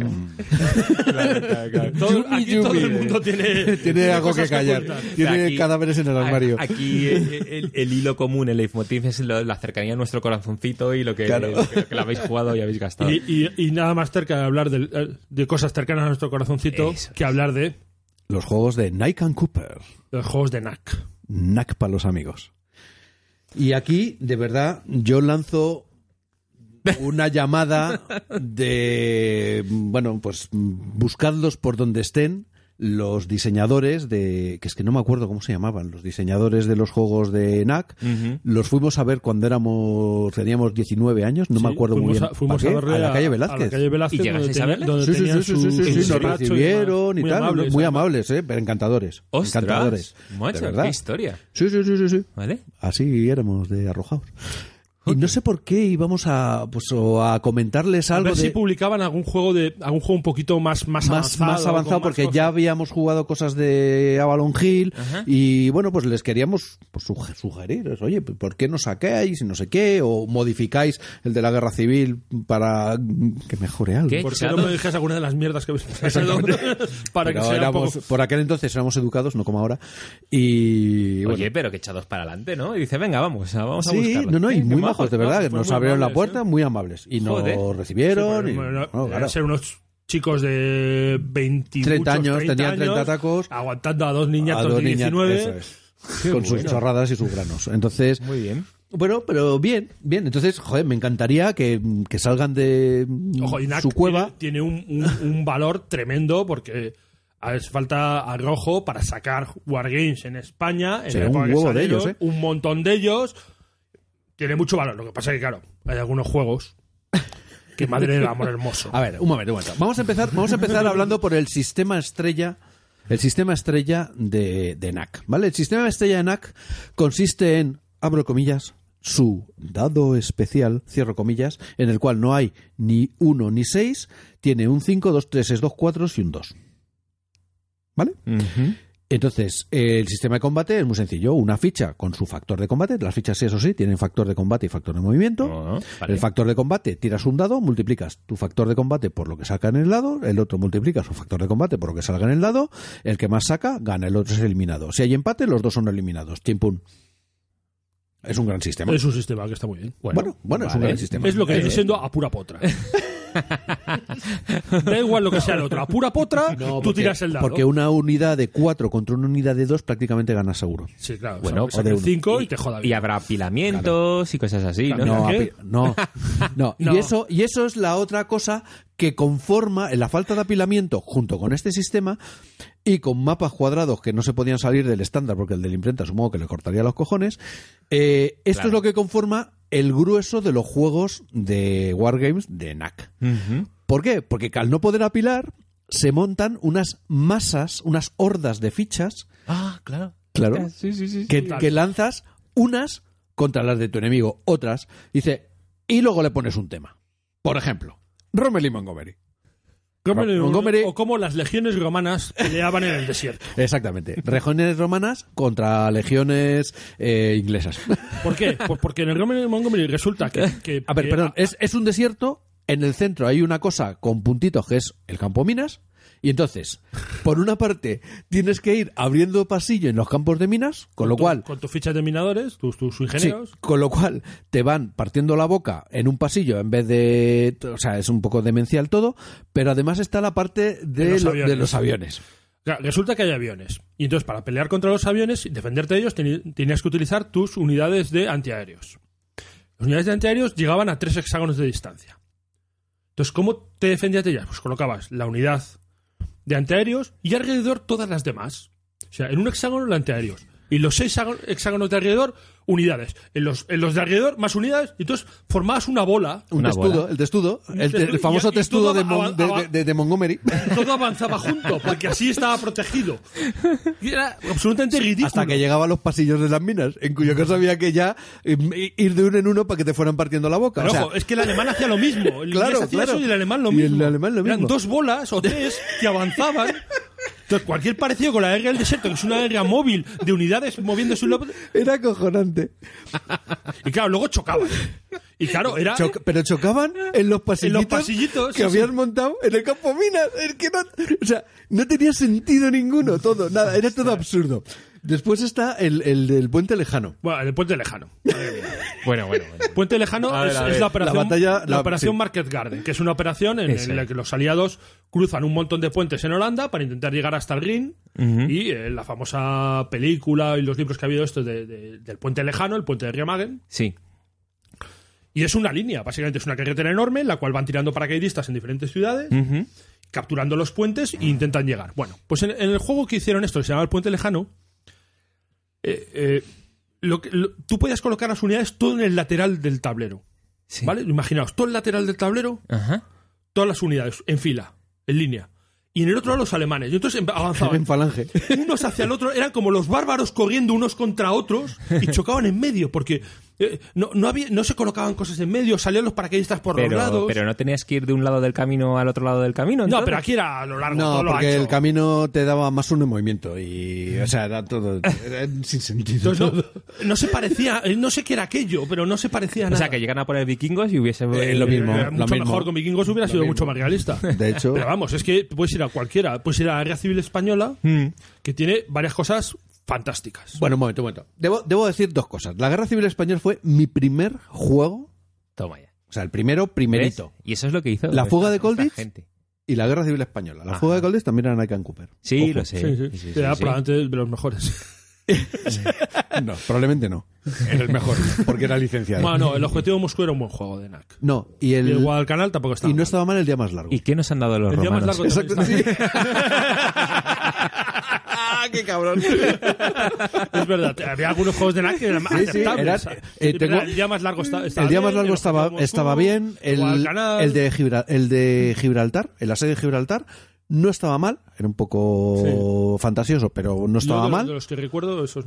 Speaker 2: ca-
Speaker 3: Todo- aquí todo
Speaker 1: Yumi.
Speaker 3: el mundo tiene,
Speaker 1: Tiene algo que
Speaker 3: cosas
Speaker 1: callar.
Speaker 3: ocultar.
Speaker 1: Tiene
Speaker 2: Aquí-
Speaker 1: cadáveres en el armario.
Speaker 2: a- Aquí eh, el, el hilo común, el leitmotiv es lo- la cercanía a nuestro corazoncito y lo que,
Speaker 1: Claro.
Speaker 2: lo que- lo que la habéis jugado y habéis
Speaker 1: Ah.
Speaker 2: gastado.
Speaker 3: Y, y- y nada más cerca de hablar del- eh, de, cosas cercanas a nuestro corazoncito
Speaker 2: Eso
Speaker 3: que hablar de
Speaker 1: Los juegos de Nike and Cooper.
Speaker 3: los juegos de NAC.
Speaker 1: NAC para los amigos. Y aquí, de verdad, yo lanzo una llamada de, bueno, pues buscadlos por donde estén los diseñadores de, que es que no me acuerdo cómo se llamaban, los diseñadores de los juegos de NAC,
Speaker 2: Ujú.
Speaker 1: los fuimos a ver cuando éramos, teníamos 19 años, no me
Speaker 3: Sí,
Speaker 1: acuerdo muy
Speaker 3: fuimos
Speaker 1: bien.
Speaker 3: a- fuimos
Speaker 1: ¿Para
Speaker 3: a
Speaker 1: qué?
Speaker 3: verle
Speaker 1: a la calle
Speaker 3: A la
Speaker 1: Velázquez.
Speaker 3: calle Velázquez.
Speaker 2: ¿Y llegasteis
Speaker 3: donde
Speaker 2: a
Speaker 3: tenía-
Speaker 2: verla?
Speaker 3: donde
Speaker 1: Sí, sí,
Speaker 3: tenía
Speaker 1: sí, sí,
Speaker 3: su-
Speaker 1: sí, sí,
Speaker 3: su
Speaker 1: sí, nos
Speaker 3: borracho y demás.
Speaker 1: recibieron y
Speaker 3: Muy
Speaker 1: tal,
Speaker 3: amables,
Speaker 1: muy
Speaker 3: además.
Speaker 1: amables, eh, pero encantadores,
Speaker 2: ¡Ostras!
Speaker 1: encantadores,
Speaker 2: Macho,
Speaker 1: de verdad.
Speaker 2: qué historia.
Speaker 1: Sí, sí, sí, sí, sí.
Speaker 2: ¿Vale?
Speaker 1: Así éramos de arrojados. Y no sé por qué íbamos a, pues, o a comentarles
Speaker 3: A
Speaker 1: algo
Speaker 3: ver si
Speaker 1: de,
Speaker 3: publicaban algún juego de algún juego un poquito más más
Speaker 1: más,
Speaker 3: avanzado,
Speaker 1: más avanzado,
Speaker 3: con más
Speaker 1: porque
Speaker 3: cosas.
Speaker 1: ya habíamos jugado cosas de Avalon Hill
Speaker 2: Ajá.
Speaker 1: y bueno, pues les queríamos pues, suge- sugerir, es, oye, pues, ¿por qué no sacáis y no sé qué? O modificáis el de la guerra civil para que mejore algo.
Speaker 2: ¿Qué?
Speaker 3: ¿Por qué no
Speaker 2: Exacto.
Speaker 3: me dejas alguna de las mierdas que habéis pasado? Para que
Speaker 1: Pero
Speaker 3: sea un
Speaker 1: éramos-
Speaker 3: poco-
Speaker 1: Por aquel entonces éramos educados, no como ahora. Y bueno,
Speaker 2: Oye, pero que echados para adelante, ¿no? Y dice, venga, vamos, vamos a
Speaker 1: Sí,
Speaker 2: buscarlo.
Speaker 1: no, no,
Speaker 2: Eh,
Speaker 1: y
Speaker 2: qué
Speaker 1: muy
Speaker 2: majos,
Speaker 1: majos, de
Speaker 2: ¿no?
Speaker 1: verdad.
Speaker 3: Pues
Speaker 1: nos
Speaker 3: muy
Speaker 1: abrieron la
Speaker 3: amables,
Speaker 1: puerta,
Speaker 3: ¿eh?
Speaker 1: muy amables. Y
Speaker 2: Joder.
Speaker 1: nos recibieron. y,
Speaker 3: Bueno,
Speaker 1: bueno,
Speaker 3: deben
Speaker 1: claro.
Speaker 3: ser unos chicos de 20
Speaker 1: 30 años,
Speaker 3: 30
Speaker 1: tenían 30
Speaker 3: años,
Speaker 1: tacos.
Speaker 3: aguantando a dos
Speaker 1: A
Speaker 3: niñatos
Speaker 1: dos
Speaker 3: de
Speaker 1: niñas,
Speaker 3: 19
Speaker 1: eso es. Con sus chorradas y sus granos. Entonces,
Speaker 2: Muy bien.
Speaker 1: bueno, pero bien, bien. Entonces, joder, me encantaría que, que salgan de mm,
Speaker 3: Ojo, y Nak
Speaker 1: su cueva.
Speaker 3: tiene, tiene un, un- un valor tremendo porque hace falta a Rojo para sacar Wargames en España. En
Speaker 1: Sí,
Speaker 3: la época
Speaker 1: un
Speaker 3: que
Speaker 1: huevo de
Speaker 3: salieron,
Speaker 1: ellos, ¿eh?
Speaker 3: Un montón de ellos. Tiene mucho valor. Lo que pasa es que, claro, hay algunos juegos que madre del amor hermoso.
Speaker 1: A ver, un momento, un momento. Vamos a empezar, vamos a empezar hablando por el sistema estrella. El sistema estrella de, de NAC, ¿vale? El sistema estrella de NAC consiste en, abro comillas, su dado especial, cierro comillas, en el cual no hay ni uno ni seis, tiene un 5, dos 3, dos 4 y un 2. ¿Vale?
Speaker 2: Ujú.
Speaker 1: Entonces, eh, el sistema de combate es muy sencillo. Una ficha con su factor de combate. Las fichas, sí, eso sí, tienen factor de combate y factor de movimiento.
Speaker 2: Ah, vale.
Speaker 1: El factor de combate, tiras un dado, multiplicas tu factor de combate por lo que saca en el dado, el otro multiplica su factor de combate por lo que salga en el dado, el que más saca gana, el otro es eliminado. Si hay empate, los dos son eliminados. Chimpún. Es un gran sistema.
Speaker 3: Es un sistema que está muy bien.
Speaker 1: bueno, bueno, es un
Speaker 2: vale.
Speaker 1: gran sistema.
Speaker 3: Es lo que
Speaker 1: Eh,
Speaker 3: estoy diciendo a pura potra. da igual lo que sea el otro. A pura potra,
Speaker 1: no,
Speaker 3: tú
Speaker 1: porque-
Speaker 3: tiras el dado.
Speaker 1: Porque una unidad de 4 contra una unidad de 2 prácticamente gana seguro.
Speaker 3: Sí, claro.
Speaker 2: Bueno,
Speaker 3: o Pues sea,
Speaker 1: o de
Speaker 3: el
Speaker 1: uno.
Speaker 3: 5 y, te joda
Speaker 2: Y
Speaker 3: bien.
Speaker 2: habrá apilamientos y cosas así, ¿no?
Speaker 1: No,
Speaker 3: ¿Qué?
Speaker 1: api- no, no.
Speaker 3: No.
Speaker 1: Y, eso, y eso es la otra cosa que conforma la falta de apilamiento junto con este sistema y con mapas cuadrados que no se podían salir del estándar porque el de la imprenta supongo que le cortaría los cojones. eh, esto
Speaker 2: Claro.
Speaker 1: es lo que conforma el grueso de los juegos de Wargames de NAC.
Speaker 2: Ujú.
Speaker 1: ¿Por qué? Porque al no poder apilar se montan unas masas, unas hordas de fichas
Speaker 2: Ah, claro.
Speaker 1: Claro.
Speaker 2: Sí, sí, sí.
Speaker 1: que,
Speaker 3: sí.
Speaker 1: que lanzas unas contra las de tu enemigo, otras, dice, y luego le pones un tema. Por ejemplo, Rommel y Montgomery.
Speaker 3: Cómo-
Speaker 1: Montgomery-
Speaker 3: O como las legiones romanas peleaban en el desierto.
Speaker 1: Exactamente. Regiones romanas contra legiones eh, inglesas.
Speaker 3: ¿Por qué? Pues porque en el Roman Montgomery resulta que. que-
Speaker 1: A ver,
Speaker 3: que-
Speaker 1: perdón, es, es un desierto, en el centro hay una cosa con puntitos que es el campo minas, y entonces, por una parte, tienes que ir abriendo pasillo en los campos de minas, con lo
Speaker 3: tu-
Speaker 1: cual
Speaker 3: Con tus fichas de minadores, tus, tus
Speaker 1: Sí,
Speaker 3: ingenieros.
Speaker 1: con lo cual te van partiendo la boca en un pasillo en vez de. O sea, es un poco demencial todo, pero además está la parte de,
Speaker 3: De los
Speaker 1: lo-
Speaker 3: aviones.
Speaker 1: de los aviones.
Speaker 3: Claro, Resulta que hay aviones. Y entonces, para pelear contra los aviones y defenderte de ellos, teni- tenías que utilizar tus unidades de antiaéreos. Las unidades de antiaéreos llegaban a tres hexágonos de distancia. Entonces, ¿cómo te defendías de ellas? Pues colocabas la unidad de antiaéreos y alrededor todas las demás. O sea, en un hexágono los antiaéreos, Y los seis hexágonos- hexágonos de alrededor, unidades. En los, en los de alrededor, más unidades. Y entonces formabas una bola.
Speaker 1: Un
Speaker 2: Una
Speaker 1: testudo,
Speaker 2: bola.
Speaker 1: el testudo,
Speaker 3: Un
Speaker 1: el, te- el
Speaker 3: testudo,
Speaker 1: famoso
Speaker 3: y- y
Speaker 1: testudo
Speaker 3: todo
Speaker 1: de,
Speaker 3: va-
Speaker 1: Mon-
Speaker 3: va-
Speaker 1: de-
Speaker 3: va-
Speaker 1: de- de- de Montgomery.
Speaker 3: Todo avanzaba junto, porque así estaba protegido. Y era absolutamente ridículo.
Speaker 1: Hasta que llegaba a los pasillos de las minas, en cuyo caso había que ya eh, ir de uno en uno para que te fueran partiendo la boca. O
Speaker 3: Pero
Speaker 1: sea,
Speaker 3: ojo, eh, es que el alemán hacía lo mismo. El
Speaker 1: Claro,
Speaker 3: inglés hacía
Speaker 1: claro.
Speaker 3: eso y el alemán lo
Speaker 1: Y
Speaker 3: mismo.
Speaker 1: el alemán lo
Speaker 3: Eran
Speaker 1: mismo.
Speaker 3: dos bolas o tres que avanzaban. Entonces, cualquier parecido con la guerra del desierto, que es una guerra móvil de unidades moviéndose un lado.
Speaker 1: era acojonante.
Speaker 3: Y claro, luego chocaban. Y claro, era.
Speaker 1: Choc- pero chocaban en los pasillitos,
Speaker 3: pasillitos,
Speaker 1: que
Speaker 3: sí,
Speaker 1: habían
Speaker 3: sí.
Speaker 1: montado en el campo minas. Es que no, o sea, no tenía sentido ninguno, todo, nada, era todo absurdo. Después está el, el del puente lejano.
Speaker 3: Bueno, el puente lejano.
Speaker 2: Bueno, bueno, bueno.
Speaker 3: Puente Lejano
Speaker 2: A ver,
Speaker 3: es,
Speaker 2: a
Speaker 3: es
Speaker 2: ver.
Speaker 3: la operación,
Speaker 1: La batalla- la-
Speaker 3: operación
Speaker 1: sí.
Speaker 3: Market Garden, que es una operación en,
Speaker 2: Ese.
Speaker 3: en la que los aliados cruzan un montón de puentes en Holanda para intentar llegar hasta el Rin. Y eh, la famosa película y los libros que ha habido esto de- de- del Puente Lejano, el Puente de Remagen.
Speaker 2: Sí.
Speaker 3: Y es una línea, básicamente es una carretera enorme en la cual van tirando paracaidistas en diferentes ciudades,
Speaker 2: Ujú.
Speaker 3: capturando los puentes e intentan llegar. Bueno, pues en, en el juego que hicieron esto, que se llama el Puente Lejano, eh, eh, lo que- lo- tú podías colocar las unidades todo en el lateral del tablero.
Speaker 2: Sí.
Speaker 3: ¿Vale? Imaginaos, todo el lateral del tablero,
Speaker 2: Ajá.
Speaker 3: todas las unidades, en fila, en línea. Y en el otro lado los alemanes. Y entonces em,
Speaker 1: En
Speaker 3: avanzaban
Speaker 1: falange.
Speaker 3: unos hacia el otro, eran como los bárbaros corriendo unos contra otros y chocaban en medio, porque eh, no, no, había, no se colocaban cosas en medio, salían los paracaidistas por los lados.
Speaker 2: Pero, pero no tenías que ir de un lado del camino al otro lado del camino.
Speaker 3: no,
Speaker 2: entonces.
Speaker 3: pero aquí era a lo largo, todo
Speaker 1: No,
Speaker 3: lo
Speaker 1: porque
Speaker 3: ancho.
Speaker 1: el camino te daba más uno en movimiento y, o sea, era todo era sin sentido.
Speaker 3: Entonces, no, no se parecía, eh, no sé qué era aquello, pero no se parecía a
Speaker 2: O
Speaker 3: nada.
Speaker 2: sea, que llegan a poner vikingos y hubiese.
Speaker 1: Eh, lo mismo.
Speaker 3: Era
Speaker 1: lo
Speaker 3: mucho
Speaker 1: mismo.
Speaker 3: mejor con vikingos hubiera sido mucho más realista.
Speaker 1: De hecho-
Speaker 3: Pero vamos, es que puedes ir a cualquiera. Puedes ir a la Guerra Civil Española, que tiene varias cosas fantásticas.
Speaker 1: Hmm. Bueno, un momento, un momento. Debo, debo decir dos cosas. La Guerra Civil Española fue mi primer juego,
Speaker 2: Toma ya.
Speaker 1: o sea, el primero, primerito.
Speaker 2: ¿Ves? Y eso es lo que hizo. pues,
Speaker 1: La fuga de
Speaker 2: esta
Speaker 1: Colditz.
Speaker 2: gente.
Speaker 1: Y la Guerra Civil Española. La
Speaker 2: Ajá.
Speaker 1: fuga de Goldis también era Nathan Cooper.
Speaker 2: Sí,
Speaker 1: Ojo.
Speaker 2: lo sé.
Speaker 3: Sí, sí.
Speaker 2: Sí, sí,
Speaker 3: Era
Speaker 2: sí.
Speaker 3: probablemente de los mejores.
Speaker 1: No, probablemente no. Era el mejor, porque era licenciado.
Speaker 3: Bueno, no, el objetivo Moscú era un buen juego de NAC.
Speaker 1: No, y
Speaker 3: Y
Speaker 1: el,
Speaker 3: el Guadalcanal tampoco estaba.
Speaker 1: y no
Speaker 3: mal.
Speaker 1: estaba mal el día más largo.
Speaker 2: ¿Y qué nos han dado los
Speaker 3: El día más
Speaker 2: romanos?
Speaker 3: largo también
Speaker 1: Exacto,
Speaker 3: estaba
Speaker 1: sí. ¡Qué cabrón!
Speaker 3: mal. Es verdad, había algunos juegos de NAC que eran
Speaker 1: Sí, sí, era-
Speaker 3: aceptables.
Speaker 1: eh,
Speaker 3: Pero
Speaker 1: tengo-
Speaker 3: el día más largo esta- estaba,
Speaker 1: El día más
Speaker 3: bien,
Speaker 1: largo
Speaker 3: el
Speaker 1: estaba,
Speaker 3: objetivo
Speaker 1: estaba
Speaker 3: Moscú,
Speaker 1: bien. El,
Speaker 3: uh, Guadalcanal.
Speaker 1: el, de Gibral- el de Gibraltar, el asedio de Gibraltar, no estaba mal. Era un poco fantasioso, pero no
Speaker 3: Yo
Speaker 1: estaba
Speaker 3: de-
Speaker 1: mal.
Speaker 3: De los que recuerdo, esos.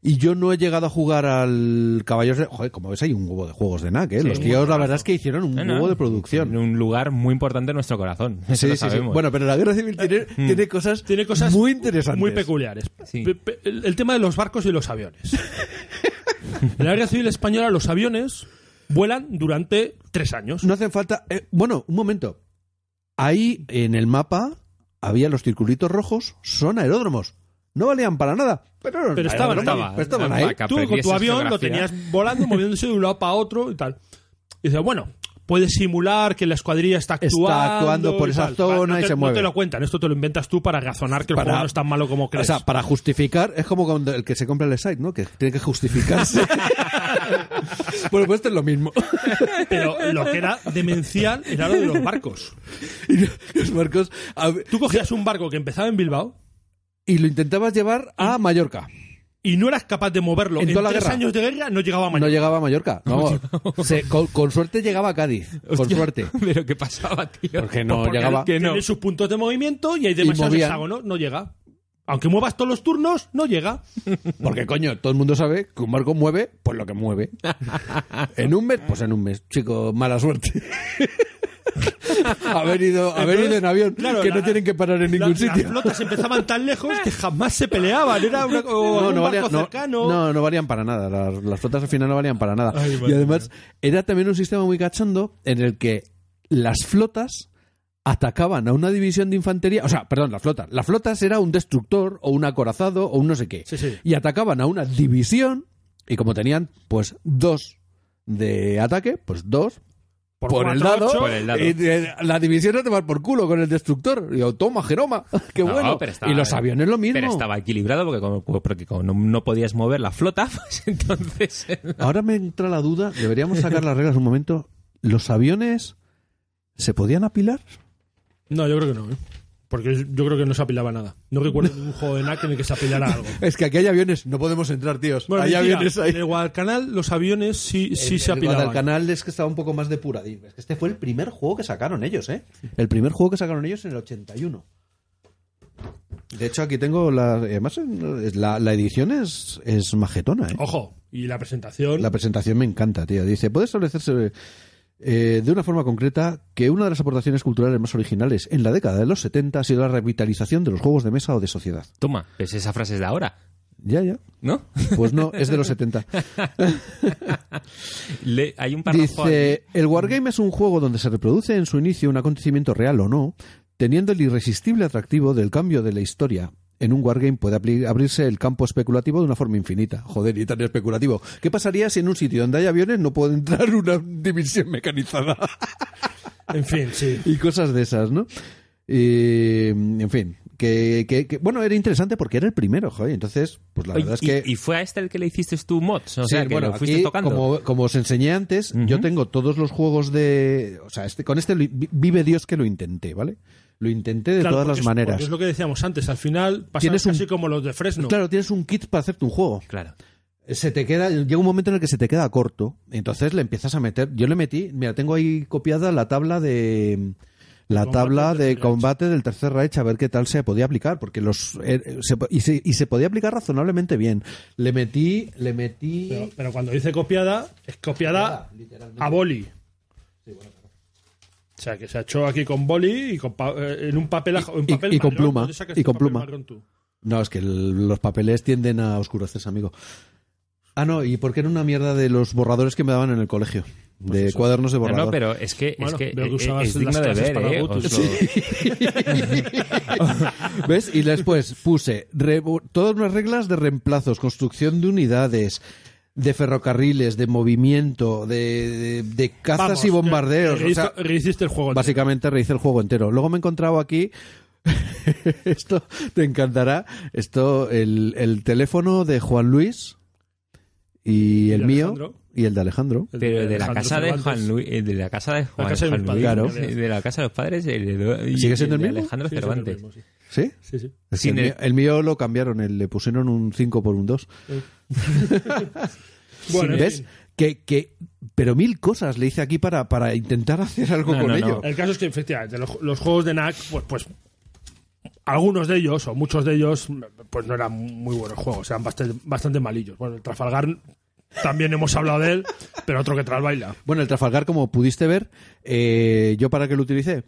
Speaker 1: Y yo no he llegado a jugar al Caballos de... Joder, como ves, hay un huevo de juegos de NAC, ¿eh? Los
Speaker 2: un
Speaker 1: tíos, la
Speaker 2: huevazo.
Speaker 1: verdad es que hicieron un
Speaker 2: No, no.
Speaker 1: huevo de
Speaker 2: En
Speaker 1: producción.
Speaker 2: un lugar muy importante en nuestro corazón. Eso lo sabemos.
Speaker 1: Bueno, pero la Guerra Civil tiene, tiene cosas,
Speaker 3: Tiene cosas
Speaker 1: muy interesantes.
Speaker 3: Muy peculiares.
Speaker 2: Sí.
Speaker 3: Pe- pe- El, el tema de los barcos y los aviones. en la Guerra Civil Española, los aviones vuelan durante tres años.
Speaker 1: No hacen falta... eh, bueno, un momento. Ahí, en el mapa, había los circulitos rojos, son aeródromos. No valían para nada. Pero, eran
Speaker 3: Pero estaban, Ah,
Speaker 1: aeródromos,
Speaker 2: ahí.
Speaker 1: pero estaban
Speaker 2: Estaban
Speaker 1: ahí.
Speaker 2: que
Speaker 3: Tú con tu
Speaker 2: aprendieses
Speaker 3: avión lo
Speaker 2: geografía.
Speaker 3: tenías volando, moviéndose de un lado para otro y tal. Y dices, bueno, puedes simular que la escuadrilla está actuando.
Speaker 1: actuando por
Speaker 3: y
Speaker 1: esa
Speaker 3: tal.
Speaker 1: zona
Speaker 3: No te-
Speaker 1: y se mueve.
Speaker 3: No te lo cuentan, esto te lo inventas tú para razonar que el
Speaker 1: Para-
Speaker 3: juego no es tan malo como
Speaker 1: O
Speaker 3: crees.
Speaker 1: sea, para justificar, es como cuando el que se compra el site, ¿no? Que tiene que justificarse. bueno, pues esto es lo mismo.
Speaker 3: Pero lo que era demencial era lo de los barcos.
Speaker 1: Los barcos... a-
Speaker 3: Tú cogías un barco que empezaba en Bilbao
Speaker 1: y lo intentabas llevar a Mallorca.
Speaker 3: y no eras capaz de moverlo.
Speaker 1: En
Speaker 3: En,
Speaker 1: toda la
Speaker 3: tres
Speaker 1: guerra.
Speaker 3: años de guerra no llegaba a
Speaker 1: No
Speaker 3: Mallorca.
Speaker 1: llegaba a Mallorca. Vamos, se- con, con suerte llegaba a Cádiz. Con
Speaker 2: Hostia,
Speaker 1: suerte.
Speaker 2: Pero ¿qué pasaba, tío?
Speaker 1: Porque no
Speaker 2: Porque
Speaker 1: llegaba.
Speaker 2: es que no.
Speaker 3: Tiene sus puntos de movimiento y hay demasiados
Speaker 1: movían.
Speaker 3: hexágonos, no llega. Aunque muevas todos los turnos, no llega.
Speaker 1: Porque, coño, todo el mundo sabe que un barco mueve, pues lo que mueve. En un mes, pues en un mes. Chico, mala suerte. haber ido, haber
Speaker 3: Entonces,
Speaker 1: ido en avión,
Speaker 3: claro,
Speaker 1: que no
Speaker 3: la-
Speaker 1: tienen que parar en
Speaker 3: la-
Speaker 1: ningún
Speaker 3: Las
Speaker 1: sitio.
Speaker 3: flotas empezaban tan lejos que jamás se peleaban. Era una, o
Speaker 1: No,
Speaker 3: algún
Speaker 1: no valían,
Speaker 3: barco
Speaker 1: no,
Speaker 3: cercano.
Speaker 1: no, no valían para nada. Las, las flotas al final no valían para nada.
Speaker 3: Ay,
Speaker 1: y
Speaker 3: madre
Speaker 1: además, era también un sistema muy cachondo en el que las flotas atacaban a una división de infantería. O sea, perdón, las flotas. Las flotas era un destructor o un acorazado o un no sé qué.
Speaker 3: Sí, sí.
Speaker 1: Y atacaban a una división y como tenían, pues, dos de ataque, pues dos. Por,
Speaker 3: cuatro,
Speaker 1: el dado,
Speaker 3: ocho.
Speaker 2: Por el dado.
Speaker 1: y, eh, la división a tomar por culo con el destructor. Y yo, toma, Jeroma, qué
Speaker 2: No,
Speaker 1: bueno.
Speaker 2: pero estaba-
Speaker 1: y los aviones lo mismo.
Speaker 2: Pero estaba equilibrado porque como, porque como no, no podías mover la flota, pues entonces...
Speaker 1: Ahora me entra la duda, deberíamos sacar las reglas un momento. ¿Los aviones se podían apilar?
Speaker 3: No, yo creo que no. ¿eh? Porque yo creo que no se apilaba nada. No recuerdo ningún juego de NAC en el que se apilara algo.
Speaker 1: Es que aquí hay aviones, no podemos entrar, tíos.
Speaker 3: Bueno,
Speaker 1: hay
Speaker 3: mentira,
Speaker 1: aviones
Speaker 2: eh,
Speaker 1: ahí.
Speaker 3: En el Guadalcanal los aviones sí, sí se apilaban.
Speaker 1: El canal es que estaba un poco más depuradín. Es que este fue el primer juego que sacaron ellos, ¿eh? El primer juego que sacaron ellos en el 81. De hecho, aquí tengo la. eh, Además, es la, la edición es, es majetona, ¿eh?
Speaker 3: Ojo, y la presentación.
Speaker 1: La presentación me encanta, tío. Dice, puede establecerse eh, de una forma concreta que una de las aportaciones culturales más originales en la década de los 70 ha sido la revitalización de los juegos de mesa o de sociedad.
Speaker 2: Toma, pues esa frase es de ahora,
Speaker 1: Ya, ya.
Speaker 2: ¿no?
Speaker 1: Pues no, es de los 70.
Speaker 2: Le- hay un párrafo
Speaker 1: Dice, el Wargame es un juego donde se reproduce en su inicio un acontecimiento real o no, teniendo el irresistible atractivo del cambio de la historia. En un Wargame puede apli- abrirse el campo especulativo de una forma infinita. Joder, y tan especulativo. ¿Qué pasaría si en un sitio donde hay aviones no puede entrar una división mecanizada?
Speaker 3: En fin, sí.
Speaker 1: y cosas de esas, ¿no? Y, en fin, que, que- que- bueno, era interesante porque era el primero, joder. Entonces, pues la
Speaker 2: Oye,
Speaker 1: verdad es
Speaker 2: y,
Speaker 1: que...
Speaker 2: y fue a este el que le hiciste tú mods, o
Speaker 1: Sí,
Speaker 2: sea, que
Speaker 1: bueno,
Speaker 2: lo fuiste
Speaker 1: aquí,
Speaker 2: tocando.
Speaker 1: Como, como os enseñé antes, yo tengo todos los juegos de. O sea, este, con este lo- vi- vive Dios que lo intenté, ¿vale? Lo intenté de
Speaker 3: Claro,
Speaker 1: todas
Speaker 3: porque
Speaker 1: las
Speaker 3: es- porque
Speaker 1: maneras.
Speaker 3: Es lo que decíamos antes. Al final pasan
Speaker 1: Tienes un-
Speaker 3: casi como los de Fresno.
Speaker 1: Claro, tienes un kit para hacerte un juego.
Speaker 2: Claro.
Speaker 1: Se te queda, llega un momento en el que se te queda corto. Entonces le empiezas a meter. Yo le metí, mira, tengo ahí copiada la tabla de. La
Speaker 3: Combate
Speaker 1: tabla
Speaker 3: del
Speaker 1: de
Speaker 3: Tercer
Speaker 1: combate del tercer Reich a ver qué tal se podía aplicar, porque los eh, se po- y, se, y se podía aplicar razonablemente bien. Le metí, le metí.
Speaker 3: Pero, pero cuando dice copiada, es copiada
Speaker 1: Copiada, literalmente.
Speaker 3: a boli. O sea, que se ha hecho aquí con boli y con pa- eh, en un papel, aj- en
Speaker 1: y-
Speaker 3: papel
Speaker 1: y con
Speaker 3: marrón.
Speaker 1: pluma,
Speaker 3: ¿Dónde sacas
Speaker 1: y
Speaker 3: el
Speaker 1: con
Speaker 3: papel
Speaker 1: pluma.
Speaker 3: marrón tú?
Speaker 1: No, es que el- los papeles tienden a oscurecerse, amigo. Ah, no, y porque era una mierda de los borradores que me daban en el colegio. de cuadernos de
Speaker 2: Pues No,
Speaker 1: borrador.
Speaker 2: no, pero es que,
Speaker 3: Bueno,
Speaker 2: es, que
Speaker 3: veo que
Speaker 2: eh,
Speaker 3: usabas
Speaker 2: es digno
Speaker 3: las
Speaker 2: de
Speaker 3: clases
Speaker 2: ver,
Speaker 3: para
Speaker 2: ¿eh?
Speaker 3: adultos.
Speaker 2: Os lo-
Speaker 1: ¿Ves? Y después puse re- todas unas reglas de reemplazos, construcción de unidades, de ferrocarriles, de movimiento, de, de- de cazas
Speaker 3: Vamos,
Speaker 1: y bombardeos.
Speaker 3: que- que
Speaker 1: o sea,
Speaker 3: rehizo- rehiciste el juego.
Speaker 1: Básicamente rehice el juego entero. Luego me he encontrado aquí. esto te encantará. Esto, el, el teléfono de Juan Luis y el
Speaker 3: de
Speaker 1: mío
Speaker 3: Alejandro.
Speaker 1: y el de Alejandro.
Speaker 2: Pero de la
Speaker 3: Alejandro
Speaker 2: casa de
Speaker 3: Cervantes.
Speaker 2: Juan Luis, eh, de la casa de Juan,
Speaker 3: casa de mis
Speaker 2: Juan Luis,
Speaker 1: padres,
Speaker 2: sí,
Speaker 3: ya
Speaker 2: de la casa de los padres, el de, y-
Speaker 1: ¿Sigue siendo el
Speaker 2: de
Speaker 1: mismo?
Speaker 2: Alejandro
Speaker 3: Sí,
Speaker 2: Cervantes.
Speaker 3: sí, es el mismo, sí.
Speaker 1: ¿Sí?
Speaker 3: Sí, sí.
Speaker 1: Es que el,
Speaker 2: Sin el-
Speaker 1: mío, el mío lo cambiaron, el- le pusieron un 5 por un 2.
Speaker 3: Bueno, en
Speaker 1: ¿Ves?
Speaker 3: fin.
Speaker 1: Que, que, pero mil cosas le hice aquí para, para intentar hacer algo
Speaker 2: No,
Speaker 1: con
Speaker 2: no, no.
Speaker 1: ello.
Speaker 3: El caso es que, efectivamente, los, los juegos de NAC, pues, pues algunos de ellos, o muchos de ellos, pues no eran muy buenos juegos, eran bastante, bastante malillos. Bueno, el Trafalgar también hemos hablado de él, pero otro que tras baila.
Speaker 1: Bueno, el Trafalgar, como pudiste ver, eh, ¿yo para qué lo utilicé?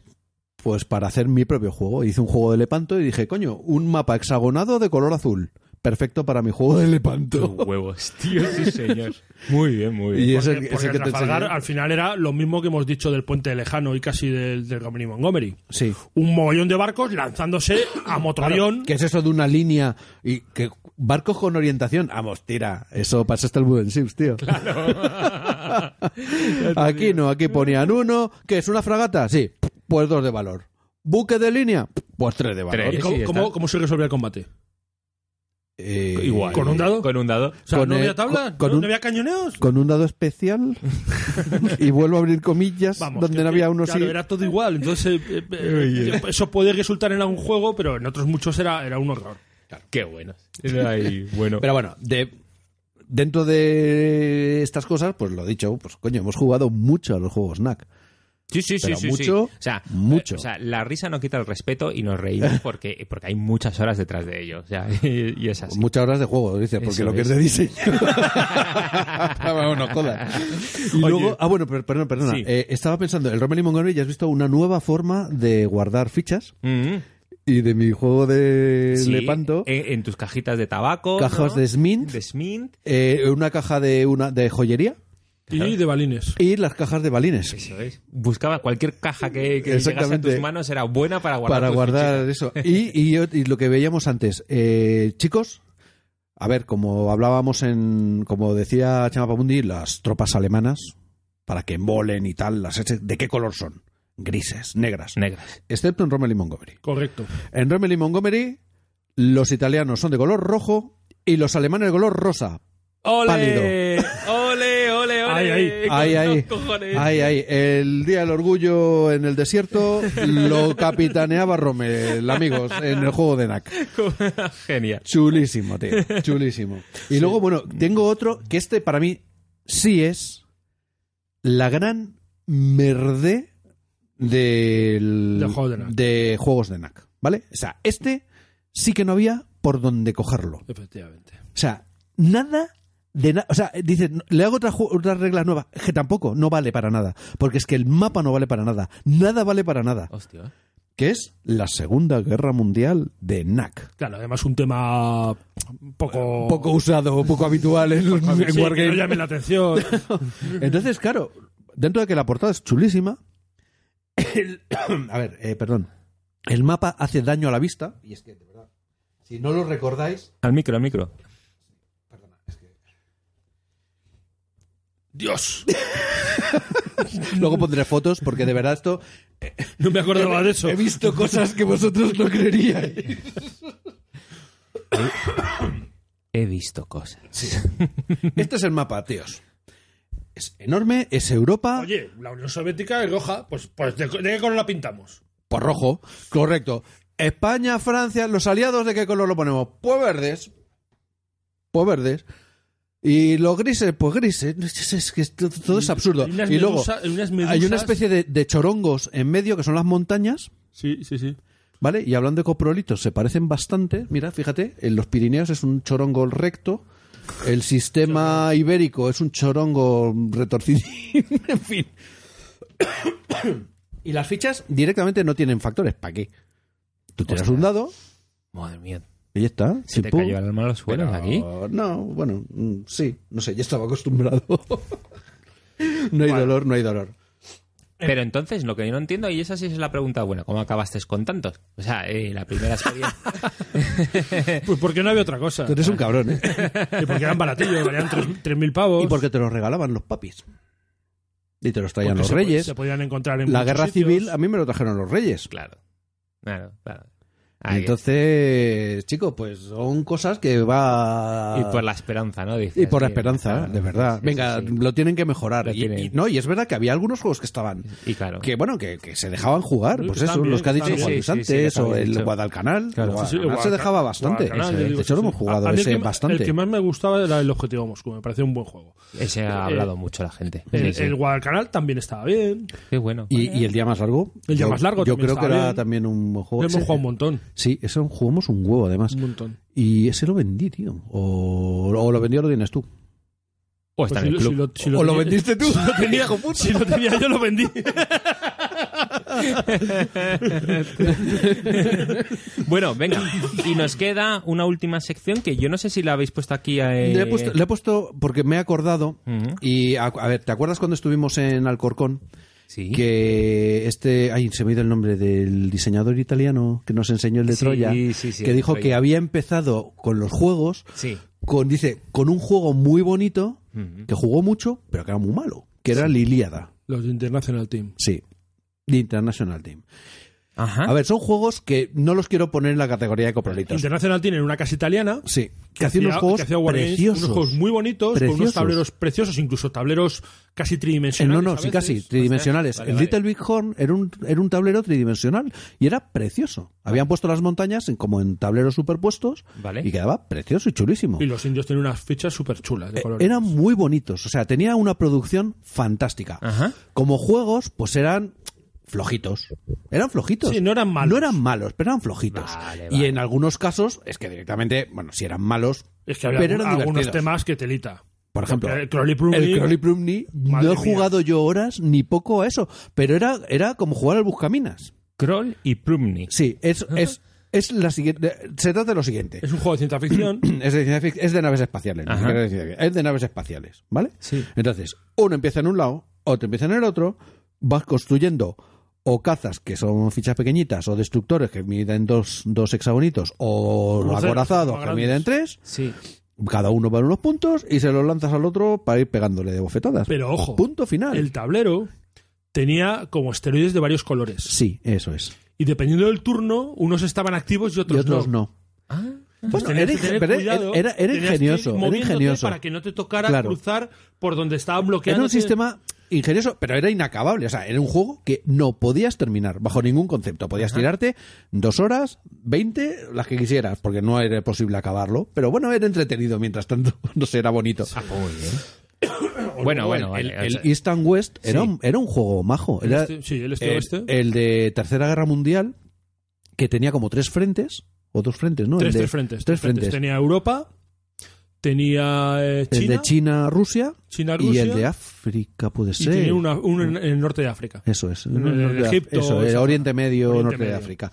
Speaker 1: Pues para hacer mi propio juego. Hice un juego de Lepanto y dije, coño, un mapa hexagonado de color azul. Perfecto para mi juego de
Speaker 2: Tus
Speaker 1: Lepanto.
Speaker 2: huevos, tío, sí señor. Muy bien, muy bien.
Speaker 1: Y es
Speaker 3: Porque,
Speaker 1: el, es
Speaker 3: porque
Speaker 1: el que te
Speaker 3: Trafalgar
Speaker 1: enseñé.
Speaker 3: al final era lo mismo que hemos dicho del puente lejano y casi del, del Romney Montgomery.
Speaker 1: Sí.
Speaker 3: Un mogollón de barcos lanzándose a motorión.
Speaker 1: ¿Qué es eso de una línea y que barcos con orientación? Vamos, tira. Eso pasa hasta el Budenships, tío. aquí no, aquí ponían uno, que es una fragata, sí, pues dos de valor. Buque de línea, pues tres de valor.
Speaker 2: Tres.
Speaker 3: ¿Y cómo,
Speaker 2: Sí, está.
Speaker 3: cómo- cómo se resolvía el combate?
Speaker 1: Eh,
Speaker 2: Igual.
Speaker 3: ¿Con un dado?
Speaker 2: Con un dado.
Speaker 3: O sea,
Speaker 1: Con,
Speaker 3: ¿no
Speaker 1: eh,
Speaker 3: había tablas?
Speaker 1: con- con
Speaker 3: ¿No,
Speaker 1: un-
Speaker 3: no había cañoneos?
Speaker 1: con un dado especial y vuelvo a abrir comillas
Speaker 3: Vamos,
Speaker 1: donde
Speaker 3: que-
Speaker 1: no había
Speaker 3: que,
Speaker 1: uno
Speaker 3: claro,
Speaker 1: sí.
Speaker 3: era todo igual. Entonces, eh, eh, eso puede resultar en algún juego, pero en otros muchos era, era un horror.
Speaker 2: Qué bueno. Ay, bueno.
Speaker 1: Pero bueno, de- dentro de estas cosas, pues lo dicho, pues coño, hemos jugado mucho a los juegos NAC.
Speaker 2: Sí, sí, sí,
Speaker 1: Pero
Speaker 2: sí,
Speaker 1: mucho,
Speaker 2: sí. O sea,
Speaker 1: mucho.
Speaker 2: eh, O sea, la risa no quita el respeto y nos reímos porque, porque hay muchas horas detrás de ello. O sea, y, y es así.
Speaker 1: Muchas horas de juego, dice, porque
Speaker 2: Eso
Speaker 1: lo que es,
Speaker 2: es.
Speaker 1: de diseño. Vamos, no jodas. Y
Speaker 2: Oye.
Speaker 1: luego, ah, bueno, per- perdón, perdona.
Speaker 2: Sí.
Speaker 1: Eh, estaba pensando, el Rommel y Montgomery ya has visto una nueva forma de guardar fichas
Speaker 2: Mm,
Speaker 1: y de mi juego de
Speaker 2: sí. Eh.
Speaker 1: Lepanto,
Speaker 2: En, en tus cajitas de tabaco.
Speaker 1: cajas
Speaker 2: ¿no?
Speaker 1: de Smint,
Speaker 2: De Smint.
Speaker 1: eh, una caja de una de joyería
Speaker 3: Y de balines.
Speaker 1: y las cajas de balines.
Speaker 2: Eso es. Buscaba cualquier caja que, que llegase a
Speaker 1: Exactamente.
Speaker 2: tus manos era buena para guardar.
Speaker 1: para
Speaker 2: tus
Speaker 1: guardar eso. Y, y yo- y lo que veíamos antes, eh, chicos, a ver, como hablábamos en, como decía Chema Pamundi, las tropas alemanas, para que embolen y tal, las SS, ¿de qué color son? Grises, negras,
Speaker 2: fichas. Negras.
Speaker 1: excepto en Rommel y Montgomery.
Speaker 3: Correcto.
Speaker 1: En Rommel y Montgomery, los italianos son de color rojo y los alemanes de color rosa.
Speaker 2: ¡Ole!
Speaker 1: Pálido.
Speaker 2: ¡Ole, ole, ole!
Speaker 3: Ahí, ahí.
Speaker 2: con
Speaker 1: Ay,
Speaker 2: los
Speaker 1: ay,
Speaker 2: cojones.
Speaker 1: ay, ay. El Día del Orgullo en el desierto lo capitaneaba Rommel, amigos, en el juego de NAC.
Speaker 2: Genial.
Speaker 1: Chulísimo, tío. Chulísimo. Y luego, bueno, tengo otro que este para mí sí es la gran merde del,
Speaker 3: Del juego de NAC.
Speaker 1: de juegos de NAC. ¿Vale? O sea, este sí que no había por dónde cogerlo.
Speaker 3: Efectivamente.
Speaker 1: O sea, nada de nada. O sea, dices, "No, le hago otra, ju- otra regla nueva. Que tampoco, no vale para nada. Porque es que el mapa no vale para nada. Nada vale para nada.
Speaker 2: Hostia.
Speaker 1: Que es la Segunda Guerra Mundial de NAC.
Speaker 3: Claro, además un tema poco...
Speaker 1: Poco usado, poco habitual en, en
Speaker 3: Sí, que
Speaker 1: Wargame.
Speaker 3: no llame la atención.
Speaker 1: Entonces, claro, dentro de que la portada es chulísima. el- a ver, eh, perdón. El mapa hace daño a la vista. Y es que, de verdad, si no lo recordáis,
Speaker 2: Al micro, al micro.
Speaker 3: Dios,
Speaker 1: luego pondré fotos porque de verdad esto
Speaker 3: no me acordaba de eso.
Speaker 1: He visto cosas que vosotros no creeríais.
Speaker 2: He visto cosas.
Speaker 1: Este es el mapa, tíos. Es enorme, es Europa.
Speaker 3: Oye, la Unión Soviética es roja, pues, pues ¿de, de qué color la pintamos?
Speaker 1: Por rojo, correcto. España, Francia, los aliados, ¿de qué color lo ponemos? Pues verdes. Pues verdes. Y los grises, pues grises. Es, es que esto- todo es absurdo.
Speaker 3: Hay unas
Speaker 1: Y luego
Speaker 3: medusas- unas
Speaker 1: hay una
Speaker 3: medusas.
Speaker 1: especie de, de chorongos en medio que son las montañas.
Speaker 3: Sí, sí, sí.
Speaker 1: ¿Vale? Y hablando de coprolitos, se parecen bastante. Mira, fíjate, en los Pirineos es un chorongo recto. El sistema ibérico es un chorongo retorcido. en fin. y las fichas directamente no tienen factores. ¿Para qué? Tú tiras un dado
Speaker 2: Madre mía.
Speaker 1: y ya está.
Speaker 2: Se
Speaker 1: Sin
Speaker 2: te
Speaker 1: pum.
Speaker 2: cayó el alma a los suelos
Speaker 1: Pero,
Speaker 2: aquí.
Speaker 1: No, bueno, mm, sí. No sé, ya estaba acostumbrado. no hay dolor, no hay dolor.
Speaker 2: Pero entonces, lo que yo no entiendo, y esa sí es la pregunta buena, ¿cómo acabaste con tantos? O sea, eh, la primera experiencia.
Speaker 3: Pues porque no había otra cosa.
Speaker 1: Tú eres un cabrón, ¿eh?
Speaker 3: Y porque eran baratillos, valían tres- 3.000 pavos.
Speaker 1: y porque te los regalaban los papis. Y te los traían
Speaker 3: Porque
Speaker 1: los
Speaker 3: se po-
Speaker 1: reyes.
Speaker 3: Se podían encontrar en
Speaker 1: la
Speaker 3: muchos
Speaker 1: guerra
Speaker 3: sitios.
Speaker 1: civil a mí me lo trajeron los reyes.
Speaker 2: claro. Claro, claro.
Speaker 1: Y
Speaker 2: Ahí
Speaker 1: Entonces, chicos, pues son cosas que va...
Speaker 2: es. y por la esperanza, ¿no? Dices,
Speaker 1: ah, Y por la
Speaker 2: sí,
Speaker 1: esperanza,
Speaker 2: claro,
Speaker 1: de verdad.
Speaker 2: sí, sí,
Speaker 1: Venga,
Speaker 2: sí.
Speaker 1: lo tienen que mejorar.
Speaker 2: Lo
Speaker 1: Y-
Speaker 2: tienen.
Speaker 1: y- no, y es verdad que había algunos juegos que estaban...
Speaker 2: Y claro.
Speaker 1: Que bueno, que, que se dejaban jugar,
Speaker 3: Sí,
Speaker 1: pues
Speaker 3: que
Speaker 1: eso,
Speaker 3: están
Speaker 1: los que ha
Speaker 3: bien,
Speaker 1: dicho
Speaker 3: que están
Speaker 1: Juan
Speaker 2: bien.
Speaker 1: Luis
Speaker 2: Sí, sí, sí, que
Speaker 1: antes,
Speaker 2: están
Speaker 1: o
Speaker 2: bien
Speaker 1: el
Speaker 2: dicho.
Speaker 1: Guadalcanal.
Speaker 2: Claro.
Speaker 1: Guadalcanal
Speaker 3: Sí, sí,
Speaker 1: se
Speaker 3: Guadalca-
Speaker 1: dejaba bastante. Eso
Speaker 3: Guadalcanal,
Speaker 1: es.
Speaker 3: yo digo
Speaker 1: de hecho,
Speaker 3: que
Speaker 1: lo hemos
Speaker 3: sí.
Speaker 1: jugado
Speaker 3: A mí el
Speaker 1: ese
Speaker 3: que ma-
Speaker 1: bastante.
Speaker 3: El que más me gustaba era el Objetivo Moscú, me parecía un buen juego.
Speaker 2: Ese
Speaker 1: eh,
Speaker 2: ha hablado mucho la gente.
Speaker 3: El,
Speaker 2: Sí, sí.
Speaker 3: el Guadalcanal también estaba bien.
Speaker 2: Qué bueno.
Speaker 1: Y, y el día más largo.
Speaker 3: El día
Speaker 1: yo-
Speaker 3: más largo
Speaker 1: Yo
Speaker 3: también
Speaker 1: creo que
Speaker 3: estaba
Speaker 1: era
Speaker 3: bien.
Speaker 1: también un buen juego.
Speaker 3: Lo hemos
Speaker 1: Sí.
Speaker 3: jugado un montón.
Speaker 1: Sí, ese jugamos un huevo además.
Speaker 3: Un montón.
Speaker 1: Y ese lo vendí, tío. O, o lo vendí o lo tienes tú.
Speaker 2: o está
Speaker 3: Pues
Speaker 2: en el
Speaker 3: si
Speaker 2: club.
Speaker 3: lo- si lo- si tenía-
Speaker 1: tú.
Speaker 3: Si lo tenía, si lo tenía yo lo vendí.
Speaker 2: Bueno, venga. Y nos queda una última sección que yo no sé si la habéis puesto aquí. eh,
Speaker 1: Le he, puesto, le he puesto porque me he acordado.
Speaker 2: Ujú.
Speaker 1: Y a, a ver, ¿te acuerdas cuando estuvimos en Alcorcón?
Speaker 2: Sí.
Speaker 1: Que este. Ay, se me ha ido el nombre del diseñador italiano que nos enseñó el de
Speaker 2: Sí,
Speaker 1: Troya.
Speaker 2: sí, sí,
Speaker 1: que
Speaker 2: el
Speaker 1: dijo
Speaker 2: Troya.
Speaker 1: que había empezado con los juegos.
Speaker 2: Sí.
Speaker 1: Con, dice, con un juego muy bonito.
Speaker 2: Ujú.
Speaker 1: Que jugó mucho, pero que era muy malo. Que era Liliada.
Speaker 3: Los de International Team.
Speaker 1: Sí. The International Team.
Speaker 2: Ajá.
Speaker 1: A ver, son juegos que no los quiero poner en la categoría de coprolitos.
Speaker 3: International Team en una casa italiana.
Speaker 1: Sí, que hacía unos
Speaker 3: hacía-
Speaker 1: juegos
Speaker 3: que hacía Wargames,
Speaker 1: preciosos.
Speaker 3: Unos juegos muy bonitos, con unos
Speaker 1: Preciosos.
Speaker 3: tableros preciosos, incluso tableros casi
Speaker 1: Eh,
Speaker 3: tridimensionales.
Speaker 1: no, no,
Speaker 3: a
Speaker 1: sí,
Speaker 3: veces.
Speaker 1: casi, tridimensionales.
Speaker 2: Vale,
Speaker 1: el
Speaker 2: vale.
Speaker 1: Little Big Horn era un, era un tablero tridimensional y era precioso. Habían puesto las montañas en- como en tableros superpuestos
Speaker 2: Vale.
Speaker 1: y quedaba precioso y chulísimo.
Speaker 3: Y los indios tienen unas fichas súper chulas de
Speaker 1: Eh,
Speaker 3: colores.
Speaker 1: Eran muy bonitos, o sea, tenía una producción fantástica.
Speaker 2: Ajá.
Speaker 1: Como juegos, pues eran flojitos. Eran flojitos.
Speaker 3: Sí, no eran malos.
Speaker 1: No eran malos, pero eran flojitos.
Speaker 2: Vale,
Speaker 1: Y
Speaker 2: vale.
Speaker 1: en algunos casos, es que directamente, bueno, si eran malos,
Speaker 3: Es que había
Speaker 1: pero
Speaker 3: algún-
Speaker 1: eran
Speaker 3: algunos
Speaker 1: divertidos.
Speaker 3: temas que telita.
Speaker 1: Por ejemplo,
Speaker 3: Porque el Crowley Pruning-
Speaker 1: el Crowley Prumney,
Speaker 3: Madre
Speaker 1: no he
Speaker 3: mía.
Speaker 1: jugado yo horas ni poco a eso, pero era, era como jugar al Buscaminas.
Speaker 2: Kroll y Prumney.
Speaker 1: Sí, es, es, es la siguiente. Se trata de lo siguiente.
Speaker 3: Es un juego de ciencia ficción.
Speaker 1: Es de, ciencia fic- es de naves espaciales. no
Speaker 2: Ajá.
Speaker 1: es que era de ciencia ficción, es de naves espaciales, ¿vale?
Speaker 2: Sí.
Speaker 1: Entonces, uno empieza en un lado, otro empieza en el otro, vas construyendo o cazas, que son fichas pequeñitas, o destructores, que miden dos, dos hexagonitos, o
Speaker 3: Como
Speaker 1: acorazados,
Speaker 3: cerdos,
Speaker 1: que
Speaker 3: como
Speaker 1: miden tres,
Speaker 2: Sí.
Speaker 1: cada uno vale unos puntos y se los lanzas al otro para ir pegándole de bofetadas.
Speaker 3: Pero ojo,
Speaker 1: Punto final.
Speaker 3: el tablero tenía como esteroides de varios colores.
Speaker 1: Sí, eso es.
Speaker 3: Y dependiendo del turno, unos estaban activos y
Speaker 1: Y
Speaker 3: otros,
Speaker 1: otros Pues no.
Speaker 2: Ah,
Speaker 1: Pues
Speaker 3: No,
Speaker 1: tenías
Speaker 3: era
Speaker 1: que
Speaker 3: ingen-
Speaker 1: tener
Speaker 3: pero
Speaker 1: cuidado,
Speaker 3: era,
Speaker 1: tenías
Speaker 3: era
Speaker 1: que ir
Speaker 3: ingenioso, era
Speaker 1: moviéndote
Speaker 3: ingenioso.
Speaker 1: para que no te tocara
Speaker 3: cruzar por donde estaban
Speaker 1: Era
Speaker 3: bloqueados.
Speaker 1: un sistema ingenioso, pero era inacabable. O sea, era un juego que no podías terminar bajo ningún concepto. Podías tirarte dos horas, veinte, las que quisieras, porque no era posible acabarlo. Pero bueno, era entretenido mientras tanto. No sé, era bonito.
Speaker 2: Bueno, bueno,
Speaker 1: el,
Speaker 2: vale, o
Speaker 1: el
Speaker 2: sea,
Speaker 1: East and West era, un, era un juego majo.
Speaker 3: El
Speaker 1: Era
Speaker 3: este- sí, el este oeste.
Speaker 1: el de Tercera Guerra Mundial, que tenía como tres frentes, o dos frentes, ¿no?
Speaker 3: tres,
Speaker 1: El de-
Speaker 3: tres frentes.
Speaker 1: Tres frentes.
Speaker 3: Tenía Europa, tenía eh,
Speaker 1: El
Speaker 3: China,
Speaker 1: de China, Rusia,
Speaker 3: China,
Speaker 1: y
Speaker 3: Rusia,
Speaker 1: el de África, puede
Speaker 3: y
Speaker 1: ser.
Speaker 3: tenía una- uno en el norte de África.
Speaker 1: Eso es.
Speaker 3: En el
Speaker 1: Norte de Af-
Speaker 3: Egipto,
Speaker 1: Eso,
Speaker 3: esa
Speaker 1: el Oriente
Speaker 3: zona.
Speaker 1: Medio,
Speaker 3: Oriente
Speaker 1: Norte de
Speaker 3: Medio.
Speaker 1: África.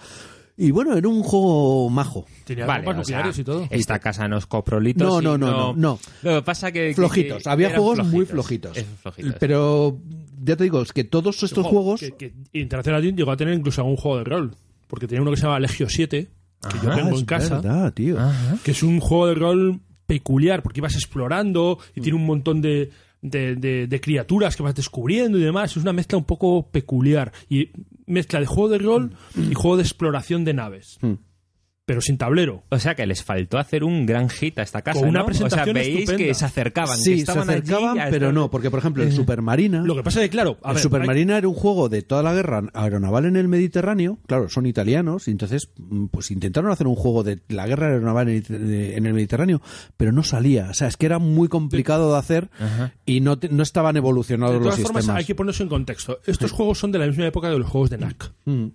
Speaker 1: Y bueno, era un juego majo.
Speaker 3: Tenía
Speaker 2: Vale,
Speaker 3: bombas
Speaker 2: o sea,
Speaker 3: nucleares y todo.
Speaker 2: esta casa no es coprolitos.
Speaker 1: No,
Speaker 2: y
Speaker 1: no, no, no, no.
Speaker 2: Lo que pasa que... que-
Speaker 1: Flojitos.
Speaker 2: que
Speaker 1: Había
Speaker 2: eran
Speaker 1: juegos muy flojitos.
Speaker 2: Eran flojitos.
Speaker 1: Pero ya te digo, es que todos estos
Speaker 3: Ojo,
Speaker 1: juegos.
Speaker 3: Que, que International Team llegó a tener incluso algún juego de rol. Porque tenía uno que se llama Legio 7, que yo
Speaker 2: Ajá,
Speaker 1: Ah,
Speaker 3: tengo
Speaker 1: es
Speaker 3: en casa.
Speaker 1: verdad, tío.
Speaker 2: Ajá.
Speaker 3: que es un juego de rol peculiar, porque vas explorando y tiene un montón de, de- de- de criaturas que vas descubriendo y demás. Es una mezcla un poco peculiar. Y mezcla de juego de rol y juego de exploración de naves.
Speaker 1: Mm.
Speaker 3: Pero sin tablero.
Speaker 2: O sea que les faltó hacer un gran hit a esta casa.
Speaker 3: Con una
Speaker 2: ¿no? o sea,
Speaker 3: presentación
Speaker 2: veis
Speaker 3: estupenda.
Speaker 2: que se acercaban. que
Speaker 1: Sí, se
Speaker 2: estaban allí
Speaker 1: acercaban,
Speaker 2: a
Speaker 1: pero
Speaker 2: estar-
Speaker 1: no, porque por
Speaker 3: Eh.
Speaker 1: ejemplo, el Supermarina.
Speaker 3: Lo que pasa es que, claro, a
Speaker 1: el
Speaker 3: ver,
Speaker 1: Supermarina era un juego de toda la guerra aeronaval en el Mediterráneo. Claro, son italianos, y entonces mm, pues intentaron hacer un juego de la guerra aeronaval en el- de- en el Mediterráneo, pero no salía. O sea, es que era muy complicado de hacer y no, te- no estaban
Speaker 3: hay-
Speaker 1: evolucionados
Speaker 3: de todas
Speaker 1: los
Speaker 3: formas,
Speaker 1: sistemas.
Speaker 3: hay que ponerse en contexto. Estos juegos son de la misma época de los juegos de NAC.
Speaker 1: Mm.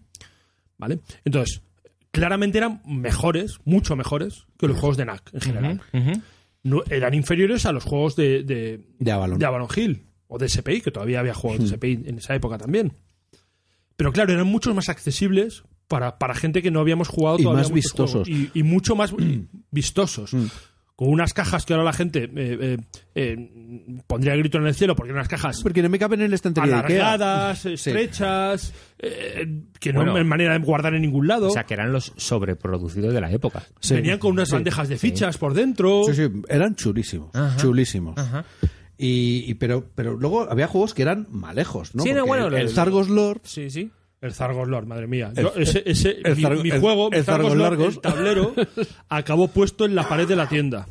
Speaker 3: ¿Vale? Entonces, claramente eran mejores, mucho mejores, que los juegos de NAC en general.
Speaker 2: Ujú.
Speaker 3: No, eran inferiores a los juegos de- de,
Speaker 1: De Avalon.
Speaker 3: de Avalon Hill o de SPI, que todavía había juegos
Speaker 1: Hmm.
Speaker 3: de SPI en esa época también. Pero claro, eran muchos más accesibles para, para gente que no habíamos jugado
Speaker 1: Y
Speaker 3: todavía.
Speaker 1: más
Speaker 3: muchos
Speaker 1: vistosos. Hmm.
Speaker 3: juegos. Y, y mucho más vistosos. Con unas cajas que ahora la gente eh, eh, eh, pondría el grito en el cielo porque eran unas cajas
Speaker 1: Porque no me caben en la estantería de Ikea.
Speaker 3: alargadas, estrechas, eh, que no
Speaker 2: Bueno.
Speaker 3: hay manera de guardar en ningún lado.
Speaker 2: O sea que eran los sobreproducidos de la época.
Speaker 1: Sí.
Speaker 3: Venían con unas
Speaker 1: Sí.
Speaker 3: bandejas de fichas por dentro.
Speaker 1: Sí, sí, eran chulísimos,
Speaker 2: Ajá.
Speaker 1: chulísimos. Y, y- pero pero luego había juegos que eran malejos, ¿no?
Speaker 2: Sí, era
Speaker 1: Porque
Speaker 2: bueno,
Speaker 1: el,
Speaker 2: lo-
Speaker 1: el Zargos Lord
Speaker 2: Sí, sí.
Speaker 3: El Zargos Lord, madre mía. Yo, ese, ese-
Speaker 1: el
Speaker 3: mi,
Speaker 1: Zargo-
Speaker 3: mi
Speaker 1: el-
Speaker 3: juego, mi
Speaker 1: el
Speaker 3: Zargos
Speaker 1: Zargos
Speaker 3: Lord,
Speaker 1: largos.
Speaker 3: el tablero, acabó puesto en la pared de la tienda.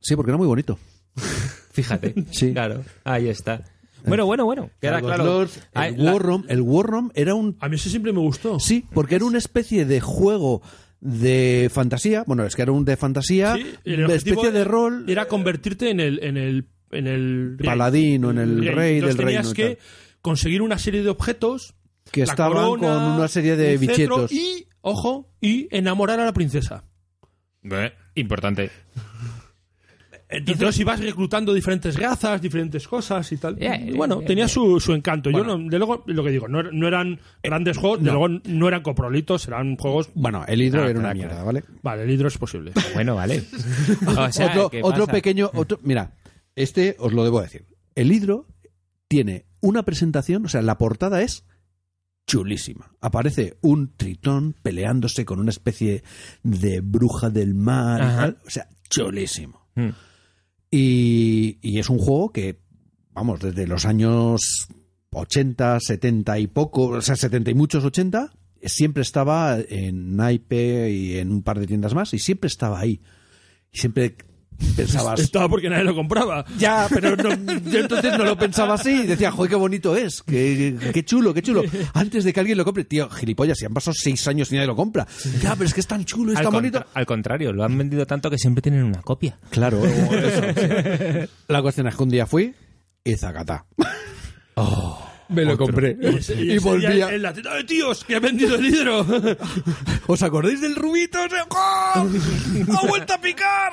Speaker 1: Sí, porque era muy bonito.
Speaker 2: Fíjate.
Speaker 1: Sí.
Speaker 2: Claro. Ahí está. Bueno, bueno, bueno. Queda
Speaker 1: Zargos
Speaker 2: claro.
Speaker 1: Lord,
Speaker 2: Ah,
Speaker 1: el
Speaker 2: la-
Speaker 1: Warrom, el Warrom era un
Speaker 3: A mí ese siempre me gustó.
Speaker 1: sí, porque era una especie de juego de fantasía, bueno, es que era un de fantasía,
Speaker 3: Sí, el
Speaker 1: de
Speaker 3: objetivo
Speaker 1: especie de
Speaker 3: era-
Speaker 1: rol
Speaker 3: Era convertirte en el, en el, en el rey.
Speaker 1: paladín o en el rey
Speaker 3: Entonces
Speaker 1: del reino
Speaker 3: tenías
Speaker 1: y
Speaker 3: que conseguir una serie de objetos.
Speaker 1: Que
Speaker 3: la
Speaker 1: estaban
Speaker 3: corona,
Speaker 1: con una serie de
Speaker 3: un cetro
Speaker 1: bichetos.
Speaker 3: Y, ojo, y enamorar a la princesa.
Speaker 2: Eh, Importante.
Speaker 3: Entonces, ibas reclutando diferentes razas, diferentes cosas y tal.
Speaker 2: Yeah,
Speaker 3: bueno,
Speaker 2: yeah,
Speaker 3: tenía Su, su encanto.
Speaker 2: Bueno.
Speaker 3: Yo, no, de luego, lo que digo, no, er- no eran grandes juegos, de luego no eran coprolitos, eran juegos.
Speaker 1: Bueno, el hidro
Speaker 2: Ah,
Speaker 1: era una
Speaker 2: claro,
Speaker 1: mierda,
Speaker 2: claro.
Speaker 1: ¿vale?
Speaker 3: Vale, el hidro es posible.
Speaker 2: Bueno, vale. O sea,
Speaker 1: otro,
Speaker 2: ¿qué
Speaker 1: otro
Speaker 2: pasa?
Speaker 1: pequeño. Otro, mira, este os lo debo decir. El hidro tiene una presentación, o sea, la portada es chulísima. Aparece un tritón peleándose con una especie de bruja del mar. y
Speaker 2: Ajá.
Speaker 1: tal. O sea, chulísimo.
Speaker 2: Mm.
Speaker 1: Y, y es un juego que, vamos, desde los años 80, 70 y poco, o sea, 70 y muchos, 80, siempre estaba en Naipe y en un par de tiendas más, y siempre estaba ahí. Y siempre pensabas.
Speaker 3: Estaba porque nadie lo compraba.
Speaker 1: Ya, pero no- yo entonces no lo pensaba así. Y decía, joder, qué bonito es, qué, qué chulo, qué chulo. Antes de que alguien lo compre, tío, gilipollas, si han pasado seis años y nadie lo compra. Ya, pero es que es tan chulo, es
Speaker 2: Al,
Speaker 1: tan
Speaker 2: contra-
Speaker 1: bonito.
Speaker 2: al contrario, lo han vendido tanto que siempre tienen una copia.
Speaker 1: Claro. eso, sí. La cuestión es que un día fui y zacatá. me lo compré. Y,
Speaker 3: ese día
Speaker 1: volvía.
Speaker 3: En la tienda de tíos que ha vendido el hidro.
Speaker 1: ¿Os acordáis del rubito? ese? ¡Oh! ¡Ha vuelto a picar!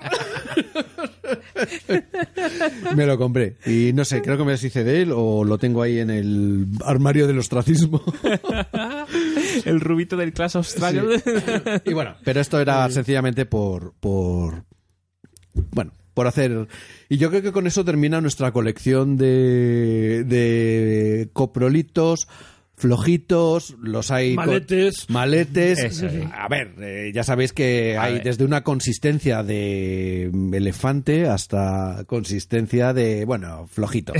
Speaker 1: me lo compré. Y no sé, creo que me deshice de él o lo tengo ahí en el armario del ostracismo.
Speaker 2: El rubito del clase australiano.
Speaker 1: Y bueno, pero esto era sencillamente por, por. Bueno, por hacer. Y yo creo que con eso termina nuestra colección de. de coprolitos. Flojitos, los hay. con-
Speaker 3: Maletes.
Speaker 1: Maletes.
Speaker 2: Eso es.
Speaker 1: A ver, eh, ya sabéis que
Speaker 2: A
Speaker 1: hay
Speaker 2: ver.
Speaker 1: desde una consistencia de mm, elefante hasta consistencia de. bueno, flojito.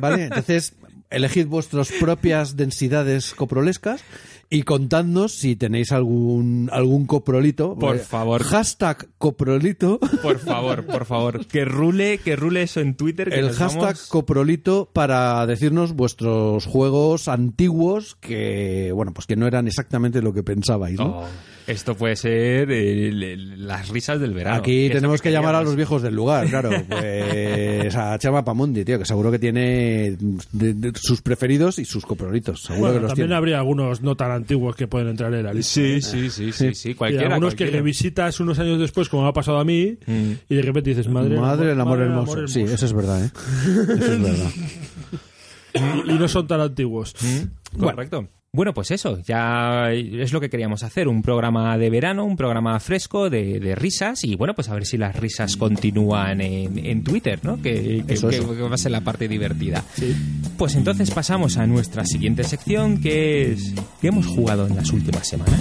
Speaker 1: ¿Vale? Entonces, elegid vuestras propias densidades coprolescas Y contadnos si tenéis algún, algún coprolito.
Speaker 2: Por
Speaker 1: Eh,
Speaker 2: favor.
Speaker 1: Hashtag coprolito.
Speaker 2: Por favor, por favor. Que rule, que rule eso en Twitter. que
Speaker 1: El
Speaker 2: nos
Speaker 1: hashtag
Speaker 2: vamos-
Speaker 1: coprolito para decirnos vuestros juegos antiguos que, bueno, pues que no eran exactamente lo que pensabais, ¿no?
Speaker 2: Oh, esto puede ser el- el- las risas del verano.
Speaker 1: Aquí
Speaker 2: es lo
Speaker 1: tenemos que llamar a
Speaker 2: queríamos.
Speaker 1: los viejos del lugar, claro. Pues a Chama Pamundi, tío, que seguro que tiene de- de sus preferidos y sus coprolitos. Seguro
Speaker 3: Bueno,
Speaker 1: que los
Speaker 3: también
Speaker 1: tiene.
Speaker 3: habría algunos no tan antiguos que pueden entrar en la lista.
Speaker 2: Sí, sí, sí, sí, sí.
Speaker 3: Y
Speaker 2: Cualquiera.
Speaker 3: algunos que
Speaker 2: cualquiera. Mm.
Speaker 3: revisitas unos años después, como me ha pasado a mí, y de repente dices, madre,
Speaker 1: Madre, el amor
Speaker 3: madre,
Speaker 1: hermoso. Sí, eso es verdad, ¿eh? Eso es verdad.
Speaker 3: Y no son tan antiguos.
Speaker 2: Mm. Correcto. Bueno. pues eso, ya es lo que queríamos hacer, un programa de verano, un programa fresco de, de risas y bueno, pues a ver si las risas continúan en, en Twitter, ¿no? Que, que-
Speaker 1: Eso,
Speaker 2: que-
Speaker 1: eso.
Speaker 2: que va a ser la parte divertida. Pues entonces pasamos a nuestra siguiente sección que es ¿Qué hemos jugado en las últimas semanas?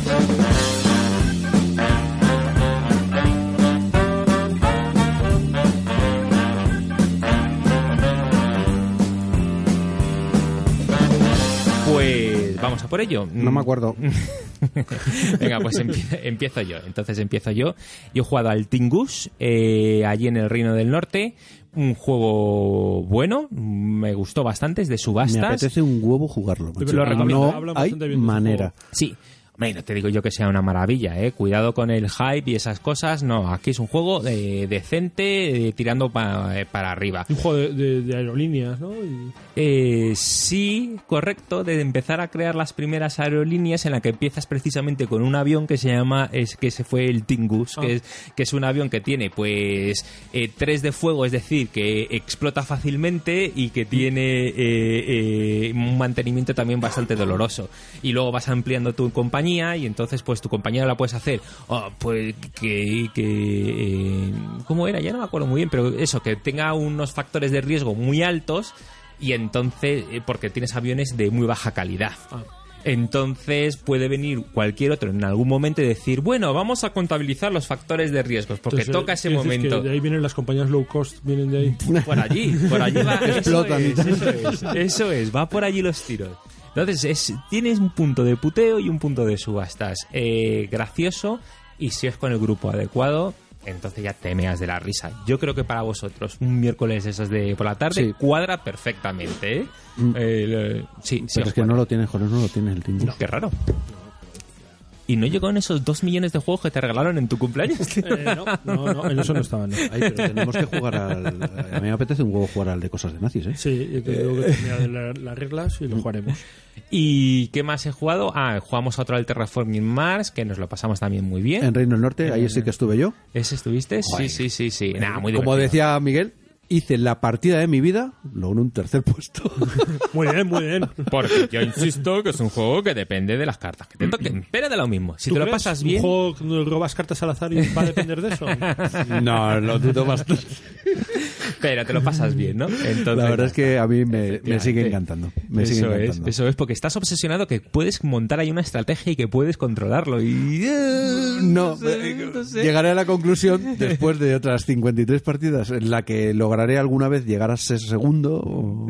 Speaker 2: Pues vamos a por ello.
Speaker 1: No me acuerdo.
Speaker 2: Venga, pues empie- empiezo yo. Entonces empiezo yo. Yo he jugado al Tingus eh, allí en el Reino del Norte. Un juego bueno, me gustó bastante, es de
Speaker 1: Me
Speaker 2: subastas.
Speaker 1: apetece un huevo jugarlo. macho.
Speaker 3: Lo recomiendo,
Speaker 1: no
Speaker 3: hablan
Speaker 1: hay
Speaker 3: bastante bien de ese
Speaker 1: manera.
Speaker 2: Sí. Hombre, no te digo yo que sea una maravilla, ¿eh? Cuidado con el hype y esas cosas. No, aquí es un juego eh, decente, eh, tirando pa- eh, para arriba.
Speaker 3: Un juego de, de- de aerolíneas, ¿no? Y-
Speaker 2: Eh, sí, correcto, de empezar a crear las primeras aerolíneas en la que empiezas precisamente con un avión que se llama, es que se fue el Tingus, que, es, que es un avión que tiene pues eh, tres de fuego, es decir, que explota fácilmente y que tiene eh, eh, un mantenimiento también bastante doloroso. Y luego vas ampliando tu compañía y entonces pues tu compañía la puedes hacer, oh, pues que, que eh, ¿cómo era? Ya no me acuerdo muy bien, pero eso, que tenga unos factores de riesgo muy altos y entonces eh, porque tienes aviones de muy baja calidad.
Speaker 3: Ah.
Speaker 2: Entonces puede venir cualquier otro en algún momento y decir, bueno, vamos a contabilizar los factores de riesgos, porque
Speaker 3: entonces,
Speaker 2: toca ese
Speaker 3: ¿quieres decir
Speaker 2: momento.
Speaker 3: que de ahí vienen las compañías low cost, vienen de ahí.
Speaker 2: Por allí, por allí va. eso
Speaker 1: Explotan.
Speaker 2: es, Eso es, eso es, va por allí los tiros. Entonces, es, tienes un punto de puteo y un punto de subastas. Eh, gracioso, y si es con el grupo adecuado, entonces ya te meas de la risa. Yo creo que para vosotros, un miércoles de esos de por la tarde,
Speaker 1: Sí. Mm.
Speaker 2: cuadra perfectamente. ¿eh? Eh, lo- sí, sí
Speaker 1: Pero
Speaker 2: os
Speaker 1: es que
Speaker 2: cuadra.
Speaker 1: no lo tienes, Jorge, no lo tienes el Tingus.
Speaker 2: No, qué raro. Y no llegó en esos dos millones de juegos que te regalaron en tu cumpleaños. tío.
Speaker 3: Eh, no, no, no, en eso no estaban. ¿no?
Speaker 1: Ay, pero tenemos que jugar al... A mí me apetece un huevo jugar al de cosas de nazis, ¿eh?
Speaker 3: Sí, yo creo que tenía de la- las reglas y
Speaker 1: Mm.
Speaker 3: lo jugaremos.
Speaker 2: ¿Y qué más he jugado? Ah, jugamos otro al Terraforming Mars, que nos lo pasamos también muy bien.
Speaker 1: En Reino del Norte, ahí sí que estuve yo.
Speaker 2: ¿Ese estuviste? Sí, sí, sí, sí. Nah, muy
Speaker 1: Como
Speaker 2: divertido.
Speaker 1: decía Miguel, hice la partida de mi vida, logré un tercer puesto.
Speaker 3: Muy bien, muy bien.
Speaker 2: Porque yo insisto que es un juego que depende de las cartas que te
Speaker 1: Mm.
Speaker 2: toquen. Pero de lo mismo. Si
Speaker 3: ¿Tú
Speaker 2: te lo
Speaker 3: crees?
Speaker 2: pasas
Speaker 3: ¿Un
Speaker 2: bien...
Speaker 3: juego donde robas cartas al azar y va a depender de eso?
Speaker 1: no, lo dudo bastante.
Speaker 2: Pero te lo pasas bien, ¿no? Entonces,
Speaker 1: La verdad es que a mí me, me sigue
Speaker 2: efectivamente.
Speaker 1: encantando. Me sigue
Speaker 2: Eso es,
Speaker 1: encantando.
Speaker 2: eso es, porque estás obsesionado que puedes montar ahí una estrategia y que puedes controlarlo. Y...
Speaker 1: No,
Speaker 2: sé,
Speaker 1: me-
Speaker 2: no sé.
Speaker 1: llegaré a la conclusión después de otras 53 partidas en la que lograré alguna vez llegar a ser segundo. o-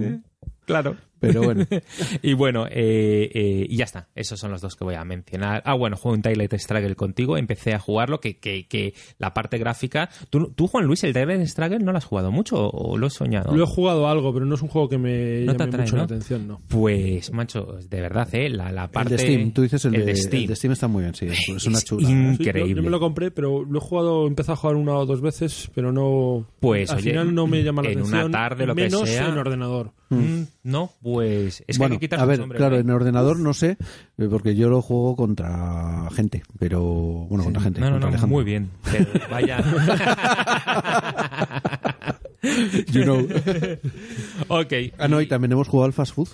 Speaker 2: Claro.
Speaker 1: Pero bueno,
Speaker 2: y bueno, eh, eh, y ya está. Esos son los dos que voy a mencionar. Ah, bueno, juego un Twilight Struggle contigo. Empecé a jugarlo, que, que, que la parte gráfica... ¿Tú, tú, Juan Luis, el Twilight Struggle no lo has jugado mucho o, o lo he soñado?
Speaker 3: Lo he jugado algo, pero no es un juego que me
Speaker 2: No te
Speaker 3: llame
Speaker 2: atrae,
Speaker 3: mucho
Speaker 2: ¿no?
Speaker 3: la atención, no.
Speaker 2: Pues, macho, de verdad, ¿eh? La, la
Speaker 1: el
Speaker 2: parte...
Speaker 1: de Steam, tú dices el,
Speaker 2: el
Speaker 1: de,
Speaker 2: Steam.
Speaker 1: el de Steam está muy bien, sí, es, es una
Speaker 2: Es
Speaker 1: chula.
Speaker 2: in-
Speaker 3: Sí, yo-
Speaker 2: Increíble.
Speaker 3: Yo, me lo compré, pero lo he jugado, he empezado a jugar una o dos veces, pero no.
Speaker 2: Pues,
Speaker 3: al
Speaker 2: oye,
Speaker 3: final no me llama la
Speaker 2: en una
Speaker 3: atención.
Speaker 2: tarde, lo que
Speaker 3: menos
Speaker 2: sea.
Speaker 3: en ordenador.
Speaker 2: Mm, no, pues... Es que
Speaker 1: bueno,
Speaker 2: hay que quitar
Speaker 1: a ver,
Speaker 2: los nombres,
Speaker 1: claro,
Speaker 2: ¿eh?
Speaker 1: en el ordenador no sé, eh, porque yo lo juego contra gente, pero bueno, contra gente.
Speaker 2: No, no,
Speaker 1: contra
Speaker 2: no,
Speaker 1: Alejandro.
Speaker 2: muy bien. Pero vaya...
Speaker 1: You know.
Speaker 2: ok.
Speaker 1: Ah, no, y también hemos jugado al fast food.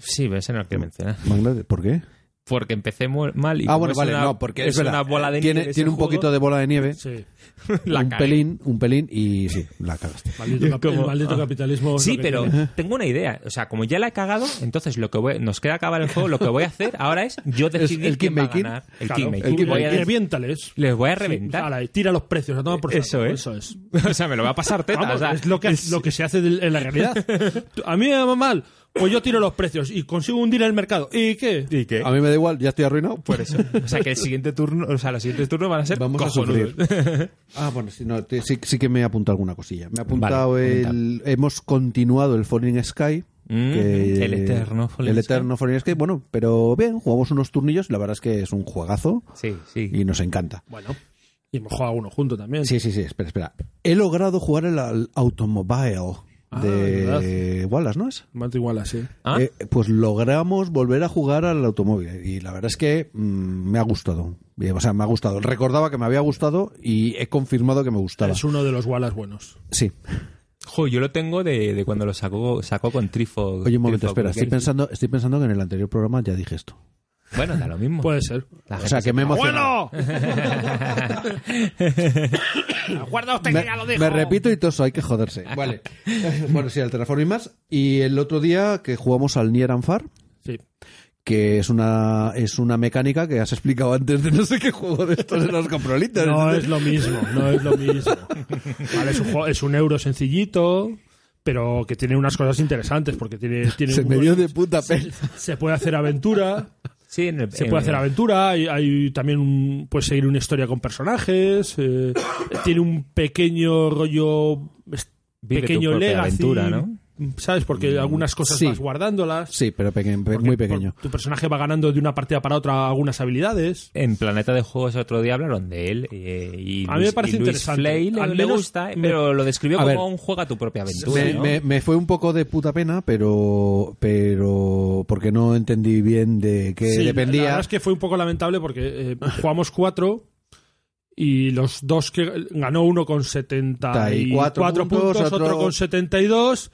Speaker 2: Sí, pero ese no lo quiero mencionar.
Speaker 1: Magna- ¿Por qué?
Speaker 2: Porque empecé mu- mal y
Speaker 1: Ah,
Speaker 2: como
Speaker 1: bueno,
Speaker 2: es
Speaker 1: vale,
Speaker 2: una-
Speaker 1: no, porque
Speaker 2: es,
Speaker 1: es, verdad.
Speaker 2: una bola de
Speaker 1: tiene
Speaker 2: nieve
Speaker 1: tiene un poquito de bola de nieve,
Speaker 3: Sí.
Speaker 2: la
Speaker 1: un
Speaker 2: cagué.
Speaker 1: pelín, un pelín y sí, la cagaste.
Speaker 3: Maldito, cap-
Speaker 2: Como-
Speaker 3: el maldito
Speaker 2: ah.
Speaker 3: capitalismo. es
Speaker 2: Sí,
Speaker 3: lo que
Speaker 2: pero
Speaker 3: tiene.
Speaker 2: tengo una idea. O sea, como ya la he cagado, entonces lo que voy- nos queda acabar el juego. Lo que voy a hacer ahora es yo decidir
Speaker 1: el
Speaker 2: quién va a
Speaker 1: kingmaking.
Speaker 2: ganar. El
Speaker 3: Claro,
Speaker 2: kingmaking.
Speaker 1: el
Speaker 3: tú
Speaker 2: Voy
Speaker 3: le-
Speaker 2: a-
Speaker 3: reviéntales.
Speaker 2: Les voy a
Speaker 3: Sí,
Speaker 2: reventar.
Speaker 3: ala, y tira los precios, a tomar por saco,
Speaker 2: Eso es.
Speaker 3: Eso es.
Speaker 2: o sea, me lo va a pasar teta.
Speaker 3: Vamos,
Speaker 2: o sea,
Speaker 3: es lo que, lo que se hace del- en la realidad. Tú- A mí me va mal. pues yo tiro los precios y consigo hundir el mercado. ¿Y qué? Ah,
Speaker 5: ¿Y qué?
Speaker 1: A mí me da igual, ya estoy arruinado. pues
Speaker 5: Por eso. O sea, que el siguiente turno, o sea, los siguientes turnos van a ser
Speaker 1: Vamos a
Speaker 5: cojonudos.
Speaker 1: sufrir. Ah, bueno, sí, no, te- sí, sí que me he apuntado alguna cosilla. Me he apuntado
Speaker 2: Vale,
Speaker 1: el. Hemos continuado el Falling Sky.
Speaker 2: Mm, el eterno Falling
Speaker 1: el
Speaker 2: Sky.
Speaker 1: eterno Falling Sky. Bueno, pero bien, jugamos unos turnillos. La verdad es que es un juegazo
Speaker 2: Sí, sí.
Speaker 1: y nos encanta.
Speaker 3: Bueno, y hemos jugado uno junto también.
Speaker 1: Sí, sí, sí, espera, espera. He logrado jugar el, al Automobile
Speaker 3: Ah,
Speaker 1: de Wallace, ¿no es?
Speaker 3: Mato igual así.
Speaker 2: Ah.
Speaker 1: Eh, pues logramos volver a jugar al automóvil y la verdad es que mm, me ha gustado. Bien, O sea, me ha gustado. Recordaba que me había gustado y he confirmado que me gustaba.
Speaker 3: Es uno de los Wallace buenos.
Speaker 1: Sí.
Speaker 2: Jo, yo lo tengo de, de cuando lo sacó, sacó con Trifog.
Speaker 1: Oye, un momento,
Speaker 2: Trifog
Speaker 1: espera. Estoy
Speaker 2: Games.
Speaker 1: pensando, estoy pensando que en el anterior programa ya dije esto.
Speaker 2: Bueno, da lo mismo.
Speaker 3: Puede ser.
Speaker 2: La
Speaker 1: Pues, O sea, que me he emocionado.
Speaker 3: ¡Bueno! ¡Guarda usted
Speaker 1: Me,
Speaker 3: que ya lo dijo!
Speaker 1: me repito y toso, hay que joderse. Vale. bueno, sí, al Terraform y más. Y el otro día que jugamos al Nier Anfar,
Speaker 3: Sí.
Speaker 1: que es una, es una mecánica que has explicado antes de no sé qué juego de estos de los comprolitas.
Speaker 3: No eh, es lo mismo, no es lo mismo. Vale, es un, juego- es un euro sencillito, pero que tiene unas cosas interesantes, porque tiene... tiene
Speaker 1: Se me
Speaker 3: unos-
Speaker 1: dio de puta pena.
Speaker 3: se puede hacer aventura,
Speaker 2: Sí, en el-
Speaker 3: se
Speaker 2: en-
Speaker 3: puede hacer aventura, hay, hay también un, puedes seguir una historia con personajes, eh, tiene un pequeño rollo, es-
Speaker 2: Vive tu
Speaker 3: pequeño
Speaker 2: propia
Speaker 3: legacy,
Speaker 2: aventura, ¿no? Mm,
Speaker 3: ¿sabes? Porque algunas cosas
Speaker 1: sí.
Speaker 3: vas guardándolas.
Speaker 1: Sí, pero peque-
Speaker 3: porque
Speaker 1: muy pequeño.
Speaker 3: por- Tu personaje va ganando de una partida para otra algunas habilidades.
Speaker 2: En Planeta de Juegos otro día hablaron de él eh, y
Speaker 3: A mí me
Speaker 2: Luis-
Speaker 3: parece
Speaker 2: y Luis
Speaker 3: interesante.
Speaker 2: Flay le,
Speaker 3: Al
Speaker 2: le
Speaker 3: menos
Speaker 2: gusta, eh,
Speaker 3: me-
Speaker 2: pero lo describió
Speaker 1: A
Speaker 2: como
Speaker 1: ver.
Speaker 2: un juego a tu propia aventura.
Speaker 1: Me,
Speaker 3: ¿eh?
Speaker 2: ¿no?
Speaker 1: me- me fue un poco de puta pena, pero pero porque no entendí bien de qué
Speaker 3: Sí, La
Speaker 1: dependía.
Speaker 3: verdad es que fue un poco lamentable porque eh, jugamos cuatro y los dos que ganó uno con 74
Speaker 1: 74
Speaker 3: puntos,
Speaker 1: puntos,
Speaker 3: otro...
Speaker 1: otro
Speaker 3: con 72.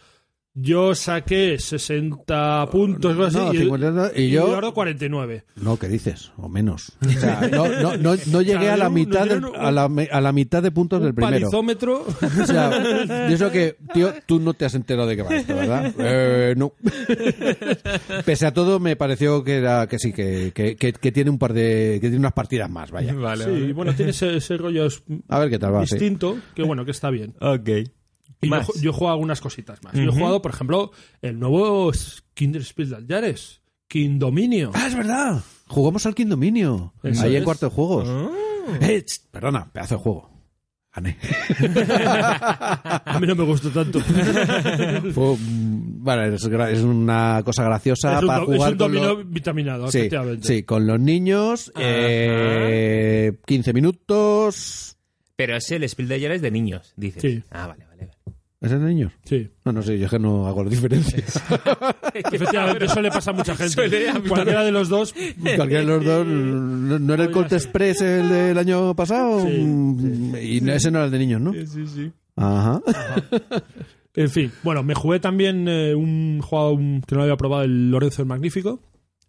Speaker 3: Yo saqué 60 puntos cosas
Speaker 1: no,
Speaker 3: así,
Speaker 1: 50, y yo-
Speaker 3: Eduardo 49.
Speaker 1: No, ¿qué dices? O menos. O sea, no, no- no- no llegué
Speaker 3: sea,
Speaker 1: a la
Speaker 3: un-
Speaker 1: mitad
Speaker 3: nos
Speaker 1: del-
Speaker 3: dieron un-
Speaker 1: a, la, me- a la mitad de puntos del
Speaker 3: Un
Speaker 1: primero.
Speaker 3: palizómetro.
Speaker 1: O sea, y eso que, tío, tú no te has enterado de qué va esto, ¿verdad? Eh, no. Pese a todo, me pareció que era que sí, que, que- que- que tiene un par de, que tiene unas partidas más, vaya.
Speaker 2: Vale,
Speaker 3: sí, bueno, tiene ese, ese rollo es-
Speaker 1: A ver qué tal va. Ah, sí.
Speaker 3: distinto, que bueno, que está bien.
Speaker 2: vale. Ok.
Speaker 3: Y yo,
Speaker 2: Más.
Speaker 3: ju- yo he jugado algunas cositas más. Yo he jugado, por ejemplo, el nuevo Kinder Spiel de Aljares, Kindominio.
Speaker 1: Ah, es verdad. Jugamos al Quindominio.
Speaker 3: Eso
Speaker 1: ahí
Speaker 3: es. Ah.
Speaker 1: en cuarto de juegos. Eh, ch, perdona, pedazo de juego. Gané. Ah,
Speaker 3: A mí no me gustó tanto.
Speaker 1: Fue un- bueno, es, gra- es una cosa graciosa
Speaker 3: es un,
Speaker 1: para
Speaker 3: do- es
Speaker 1: jugar
Speaker 3: un
Speaker 1: con
Speaker 3: dominó
Speaker 1: los...
Speaker 3: vitaminado,
Speaker 1: Sí,
Speaker 3: efectivamente.
Speaker 1: sí, con los niños. eh, 15 minutos.
Speaker 2: Pero ese, el Spiel de ayer es de niños, dices.
Speaker 3: Sí.
Speaker 2: Ah, vale, vale. vale.
Speaker 1: ¿Es de niños?
Speaker 3: Sí.
Speaker 1: No, no sé, yo es que no hago las diferencias.
Speaker 3: Efectivamente, eso le pasa a mucha gente.
Speaker 2: Suele a-
Speaker 3: Cualquiera de los dos.
Speaker 1: Cualquiera de los dos. ¿No no era el Colt Express el del año pasado?
Speaker 3: Sí,
Speaker 1: Mm, Y no- ese no era el de niños, ¿no?
Speaker 2: Sí, sí.
Speaker 1: Ajá.
Speaker 3: En fin, bueno, me jugué también eh, un juego un- que no había probado, el Lorenzo el Magnífico,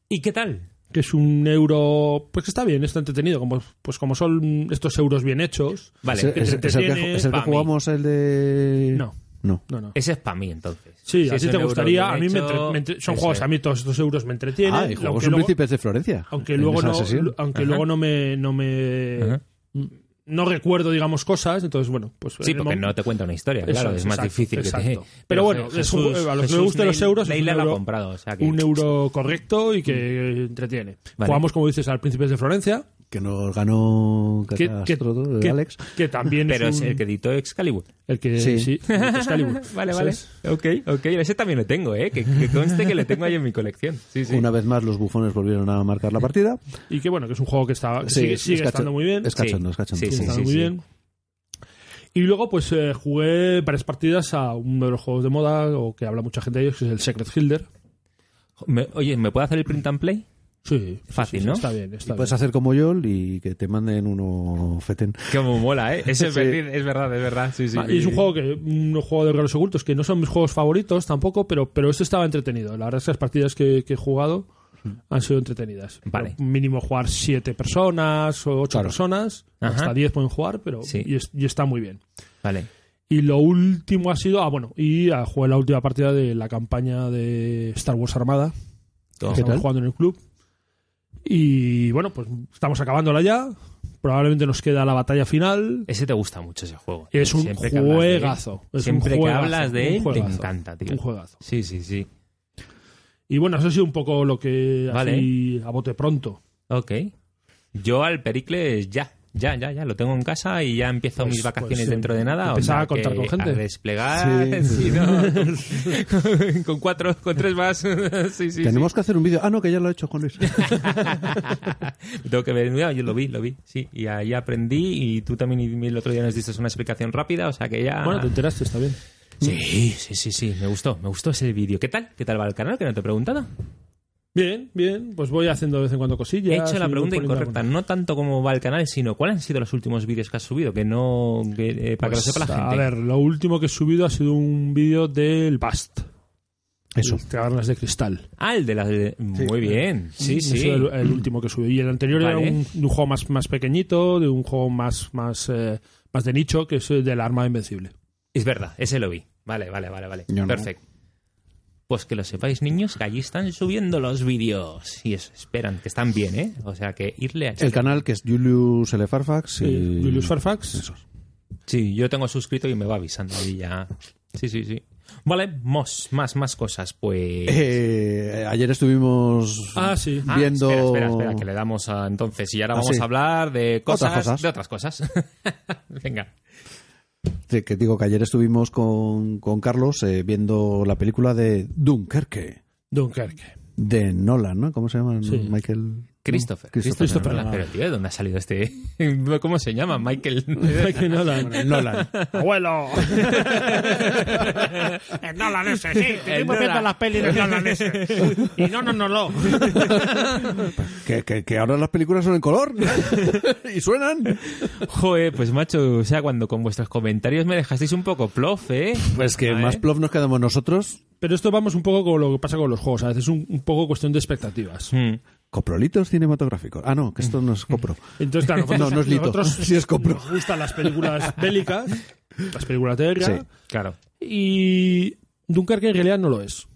Speaker 2: ¿Y qué tal?
Speaker 3: que es un euro. Pues que está bien, está entretenido, como, pues como son estos euros bien hechos.
Speaker 2: Vale,
Speaker 1: ¿Es,
Speaker 2: que
Speaker 1: es-
Speaker 2: te
Speaker 1: es el que,
Speaker 2: entretiene,
Speaker 1: es el que
Speaker 2: pa' mí.
Speaker 1: jugamos el de.
Speaker 3: No,
Speaker 1: No.
Speaker 3: no, no.
Speaker 2: Ese es para mí, entonces.
Speaker 3: Sí,
Speaker 2: Eh, Si es
Speaker 3: así
Speaker 2: un
Speaker 3: te
Speaker 2: euro
Speaker 3: gustaría. A
Speaker 2: bien
Speaker 3: mí me
Speaker 2: hecho,
Speaker 3: entre- me entre- son
Speaker 2: eso
Speaker 3: juegos,
Speaker 2: es.
Speaker 3: a mí todos estos euros me entretienen.
Speaker 1: Ah, y jugamos
Speaker 3: aunque
Speaker 1: un
Speaker 3: luego-
Speaker 1: príncipes de Florencia.
Speaker 3: aunque
Speaker 1: en
Speaker 3: luego
Speaker 1: esa
Speaker 3: no
Speaker 1: sesión.
Speaker 3: aunque
Speaker 2: Ajá.
Speaker 3: luego no me no me
Speaker 2: Ajá.
Speaker 3: no recuerdo digamos cosas entonces bueno pues
Speaker 2: Sí,
Speaker 3: en el
Speaker 2: porque
Speaker 3: mom-
Speaker 2: no te cuenta una historia,
Speaker 3: Eso
Speaker 2: claro, es más
Speaker 3: exacto,
Speaker 2: difícil que te...
Speaker 3: exacto. Pero bueno, es un- a los que les gusten los euros, es
Speaker 2: Leila
Speaker 3: un
Speaker 2: la ha
Speaker 3: euro-
Speaker 2: comprado, o sea que...
Speaker 3: un euro correcto y que entretiene
Speaker 2: Vale.
Speaker 3: jugamos como dices al Príncipes de Florencia
Speaker 1: que nos ganó
Speaker 3: que, que,
Speaker 1: Castro, ¿no?
Speaker 3: que-
Speaker 1: Alex.
Speaker 3: que también
Speaker 2: Pero
Speaker 3: es,
Speaker 2: es
Speaker 3: un-
Speaker 2: el que editó Excalibur.
Speaker 3: el que-
Speaker 1: Sí.
Speaker 3: sí, Excalibur.
Speaker 2: Vale, vale.
Speaker 3: ¿Sabes?
Speaker 2: Ok, ok. Ese también lo tengo, ¿eh? Que, que conste que le tengo ahí en mi colección. Sí, sí.
Speaker 1: Una vez más los bufones volvieron a marcar la partida.
Speaker 3: y que bueno que es un juego que está que sigue,
Speaker 1: es
Speaker 3: sigue
Speaker 1: cacho-
Speaker 3: estando muy bien
Speaker 1: Es cachondo, es cachondo.
Speaker 2: Sí,
Speaker 3: sigue
Speaker 2: sí,
Speaker 3: estando muy bien y luego pues eh, jugué varias partidas a uno de los juegos de moda o que habla mucha gente de ellos que es el Secret Hilder
Speaker 2: Me- oye, ¿me puedo hacer el print and play?
Speaker 3: Sí, sí,
Speaker 2: Fácil,
Speaker 3: sí, sí,
Speaker 2: ¿no?
Speaker 3: Está bien, está
Speaker 1: Puedes
Speaker 3: bien.
Speaker 1: hacer como yo y que te manden uno feten.
Speaker 2: Que me mola, ¿eh? Ese
Speaker 1: Sí.
Speaker 2: perfil, es verdad, es verdad. Sí, sí.
Speaker 3: Ah, y es un juego que un juego de regalos ocultos que no son mis juegos favoritos tampoco, pero pero este estaba entretenido. La verdad es que las partidas que, que he jugado han sido entretenidas.
Speaker 2: Vale.
Speaker 3: Pero mínimo jugar siete personas o ocho
Speaker 1: Claro.
Speaker 3: personas,
Speaker 2: Ajá.
Speaker 3: hasta diez pueden jugar, pero
Speaker 2: Sí.
Speaker 3: y, es- y está muy bien.
Speaker 2: Vale.
Speaker 3: Y lo último ha sido, ah bueno, y ah, jugué la última partida de la campaña de Star Wars Armada
Speaker 2: Todo.
Speaker 3: que estamos
Speaker 1: tal?
Speaker 3: jugando en el club. Y bueno, pues estamos acabándola ya. Probablemente nos queda la batalla final.
Speaker 2: Ese te gusta mucho, ese juego.
Speaker 3: Es un
Speaker 2: Siempre que hablas de él-
Speaker 3: juegazo. Es un
Speaker 2: Siempre que
Speaker 3: juegazo,
Speaker 2: hablas de
Speaker 3: un
Speaker 2: él, te
Speaker 3: juegazo,
Speaker 2: encanta, tío.
Speaker 3: Un juegazo.
Speaker 2: Sí, sí, sí.
Speaker 3: Y bueno, eso ha sido un poco lo que
Speaker 2: Vale.
Speaker 3: así a bote pronto.
Speaker 2: Ok. Yo al Pericles ya. Ya, ya, ya. Lo tengo en casa y ya empiezo
Speaker 3: Pues-
Speaker 2: mis vacaciones
Speaker 3: pues,
Speaker 2: dentro de nada.
Speaker 3: empezaba
Speaker 2: sea
Speaker 3: a contar
Speaker 2: que
Speaker 3: con gente.
Speaker 2: A desplegar. sí, ¿no? con cuatro, con tres más. sí, sí.
Speaker 1: Tenemos que hacer un vídeo. Ah, no, que ya lo ha hecho Juan Luis.
Speaker 2: Tengo que ver. Mira, yo lo vi, lo vi. Sí. Y ahí aprendí. Y tú también el otro día nos diste una explicación rápida. O sea que ya.
Speaker 3: Bueno, te enteraste, está bien.
Speaker 2: Sí, sí, sí, sí. Me gustó. Me gustó ese vídeo. ¿Qué tal? ¿Qué tal va el canal? Que no te he preguntado.
Speaker 3: Bien, bien. Pues voy haciendo de vez en cuando cosillas.
Speaker 2: He hecho la
Speaker 3: y voy
Speaker 2: pregunta
Speaker 3: poniendo
Speaker 2: incorrecta,
Speaker 3: alguna.
Speaker 2: no tanto como va el canal, sino cuáles han sido los últimos vídeos que has subido, que no que, eh, para que lo
Speaker 3: Pues,
Speaker 2: sepa la gente.
Speaker 3: A ver, lo último que he subido ha sido un vídeo del Bast.
Speaker 1: Eso.
Speaker 3: Las cavernas de cristal.
Speaker 2: Ah, el de la... de- Muy bien, sí,
Speaker 3: Ese
Speaker 2: sí.
Speaker 3: es el, el último que subí. Y el anterior
Speaker 2: Vale.
Speaker 3: era un, de un juego más, más pequeñito, de un juego más, más, eh, más de nicho, que es el del arma invencible.
Speaker 2: Es verdad, ese lo vi. Vale, vale, vale, vale.
Speaker 1: Yo no.
Speaker 2: Perfecto. Pues que lo sepáis, niños, que allí están subiendo los vídeos. Y eso, esperan, que están bien, ¿eh? O sea, que irle a...
Speaker 1: El canal que es Julius L. Farfax.
Speaker 3: Eh,
Speaker 1: y-
Speaker 3: Julius Fairfax.
Speaker 2: Sí, yo tengo suscrito y me va avisando y ya... Sí, sí, sí. Vale, más, más, más cosas, pues...
Speaker 1: Eh, ayer estuvimos
Speaker 3: Ah, sí.
Speaker 2: Ah,
Speaker 1: viendo.
Speaker 2: espera, espera, espera, que le damos a entonces y ahora
Speaker 1: Ah,
Speaker 2: vamos
Speaker 1: sí.
Speaker 2: a hablar de cosas,
Speaker 1: Otras cosas.
Speaker 2: de otras cosas. Venga.
Speaker 1: Sí, que digo que ayer estuvimos con, con Carlos eh, viendo la película de Dunkerque
Speaker 3: Dunkerque.
Speaker 1: de Nolan, ¿no? ¿Cómo se llama? Michael.
Speaker 2: Christopher.
Speaker 1: no, Christopher.
Speaker 2: Christopher Nolan. Pero tío, ¿de dónde ha salido este? ¿Cómo se llama? Michael.
Speaker 3: Que no la-
Speaker 1: Nolan.
Speaker 5: ¡Abuelo!
Speaker 6: El Nolan ese, sí.
Speaker 2: El
Speaker 6: Estuvimos viendo
Speaker 2: Nolan.
Speaker 6: las pelis de Nolan ese. Y no, no, no, no.
Speaker 1: que, que- que ahora las películas son en color y suenan.
Speaker 2: Joder, pues macho, o sea, cuando con vuestros comentarios me dejasteis un poco plof, ¿eh?
Speaker 1: Pues que
Speaker 2: Ah,
Speaker 1: más
Speaker 2: ¿eh?
Speaker 1: plof nos quedamos nosotros,
Speaker 3: Pero esto vamos un poco con lo que pasa con los juegos. A veces es un, un poco cuestión de expectativas.
Speaker 2: Mm.
Speaker 1: coprolitos cinematográficos. Ah, no, que esto no es copro.
Speaker 3: Entonces, claro,
Speaker 1: No, no es lito.
Speaker 3: nosotros
Speaker 1: Sí es copro.
Speaker 3: nos gustan las películas bélicas, las películas de guerra,
Speaker 1: Sí.
Speaker 2: Claro,
Speaker 3: y Dunkerque en realidad no lo es.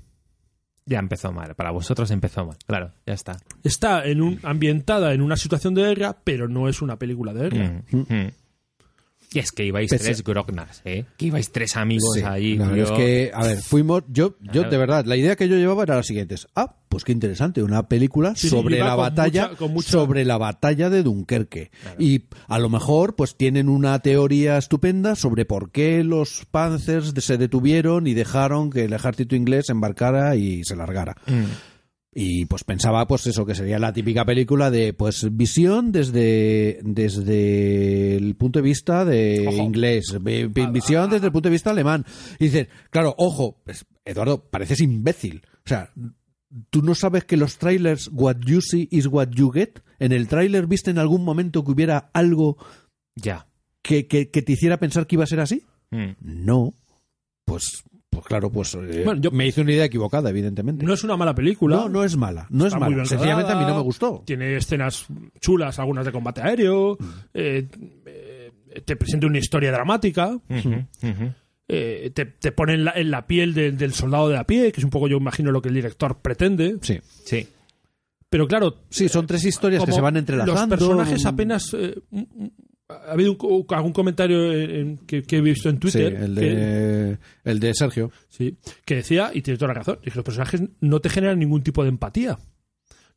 Speaker 2: ya empezó mal. Para vosotros empezó mal. Claro, ya está.
Speaker 3: Está en un, ambientada en una situación de guerra, pero no es una película de guerra.
Speaker 2: Mm, mm. Y es que ibais
Speaker 1: Pese-
Speaker 2: tres grognars, ¿eh? Que ibais tres amigos
Speaker 1: Sí,
Speaker 2: allí.
Speaker 1: la verdad
Speaker 2: tío.
Speaker 1: es que, a ver, fuimos. Yo, yo de verdad, la idea que yo llevaba era la siguiente: es, ah, pues qué interesante, una película
Speaker 3: Sí, sí,
Speaker 1: sobre
Speaker 3: iba
Speaker 1: la
Speaker 3: con
Speaker 1: batalla,
Speaker 3: mucha- con mucha-
Speaker 1: sobre la batalla de Dunkerque. Y a lo mejor, pues tienen una teoría estupenda sobre por qué los Panzers se detuvieron y dejaron que el ejército inglés embarcara y se largara.
Speaker 3: Mm.
Speaker 1: Y pues pensaba, pues eso, que sería la típica película de, pues, visión desde, desde el punto de vista de inglés, vi-
Speaker 3: Ah,
Speaker 1: vi- visión desde el punto de vista alemán. Y dices, claro, ojo, pues, Eduardo, pareces imbécil. O sea, ¿tú no sabes que los trailers, what you see is what you get? ¿En el trailer viste en algún momento que hubiera algo
Speaker 2: Ya.
Speaker 1: que, que, que te hiciera pensar que iba a ser así?
Speaker 2: Mm.
Speaker 1: No. Pues, pues claro, pues, eh,
Speaker 3: Bueno, yo-
Speaker 1: me hice una idea equivocada, evidentemente.
Speaker 3: No es una mala película.
Speaker 1: No, no es mala. No es
Speaker 3: Está muy
Speaker 1: mala.
Speaker 3: bien
Speaker 1: Sencillamente a mí no
Speaker 3: rodada,
Speaker 1: me gustó.
Speaker 3: Tiene escenas chulas, algunas de combate aéreo.
Speaker 1: Mm.
Speaker 3: eh, eh, te presenta una historia dramática.
Speaker 2: Ujú, ujú.
Speaker 3: eh, te, te pone en la, en la piel de- del soldado de a pie, que es un poco, yo imagino, lo que el director pretende.
Speaker 1: Sí.
Speaker 2: Sí.
Speaker 3: Pero claro,
Speaker 1: Sí, son tres historias que
Speaker 3: como
Speaker 1: Este se van entrelazando.
Speaker 3: Los personajes apenas. eh, un- un- ha habido un co- algún comentario en- en- que, que he visto en
Speaker 1: Sí,
Speaker 3: Twitter
Speaker 1: el
Speaker 3: que,
Speaker 1: de, el de Sergio.
Speaker 3: sí, que decía, y tiene toda la razón, es que los personajes no te generan ningún tipo de empatía.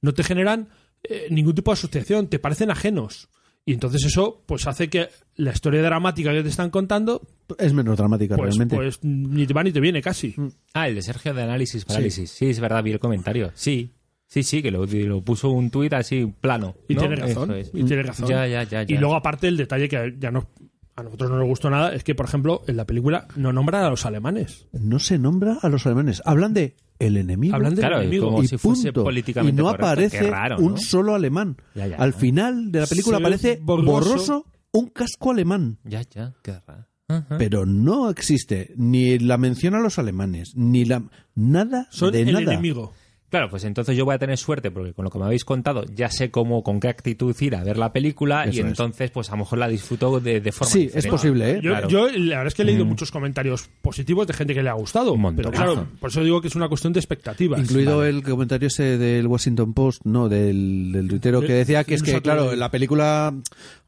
Speaker 3: No te generan eh, ningún tipo de asociación, te parecen ajenos. Y entonces eso pues hace que la historia dramática que te están contando,
Speaker 1: Es menos dramática
Speaker 3: pues,
Speaker 1: realmente.
Speaker 3: pues ni te va ni te viene casi.
Speaker 2: Ah, el de Sergio de Análisis Parálisis. Sí, es verdad, vi el comentario. Sí, sí, sí, que lo, lo puso un tuit así plano.
Speaker 3: Y
Speaker 2: ¿no?
Speaker 3: tiene razón.
Speaker 2: Eso es.
Speaker 3: Y tiene razón.
Speaker 2: Ya, ya, ya, ya.
Speaker 3: Y luego, aparte, el detalle que a- ya no, a nosotros no nos gustó nada es que, por ejemplo, en la película no nombran a los alemanes.
Speaker 1: No se nombra a los alemanes. Hablan de el enemigo.
Speaker 3: Hablan de-
Speaker 2: Claro,
Speaker 3: del enemigo.
Speaker 2: como
Speaker 1: y
Speaker 2: si fuese
Speaker 1: punto.
Speaker 2: políticamente
Speaker 1: y no
Speaker 2: correcto.
Speaker 1: aparece
Speaker 2: Qué raro,
Speaker 1: un
Speaker 2: ¿no?
Speaker 1: solo alemán.
Speaker 2: Ya, ya.
Speaker 1: Al final de la película
Speaker 3: Se ve
Speaker 1: aparece borroso.
Speaker 3: borroso.
Speaker 1: un casco alemán.
Speaker 2: Ya, ya, qué raro. Ajá.
Speaker 1: Pero no existe ni la mención a los alemanes, ni la nada
Speaker 3: Son
Speaker 1: de
Speaker 3: el
Speaker 1: nada.
Speaker 3: enemigo.
Speaker 2: Claro, pues entonces yo voy a tener suerte porque con lo que me habéis contado ya sé cómo, con qué actitud ir a ver la película y
Speaker 1: Eso es.
Speaker 2: entonces pues a lo mejor la disfruto de, de forma
Speaker 1: Sí, es
Speaker 2: diferente.
Speaker 1: posible, ¿eh?
Speaker 3: Yo,
Speaker 2: Claro.
Speaker 3: yo, la verdad es que he leído muchos comentarios positivos de gente que le ha gustado.
Speaker 2: Un
Speaker 3: pero
Speaker 2: montonazo.
Speaker 3: claro, por eso digo que es una cuestión de expectativas.
Speaker 1: Incluido el comentario ese del Washington Post, no, del, del tuitero, que
Speaker 3: Eh,
Speaker 1: decía que es
Speaker 3: un
Speaker 1: que,
Speaker 3: satélite.
Speaker 1: claro, en la película,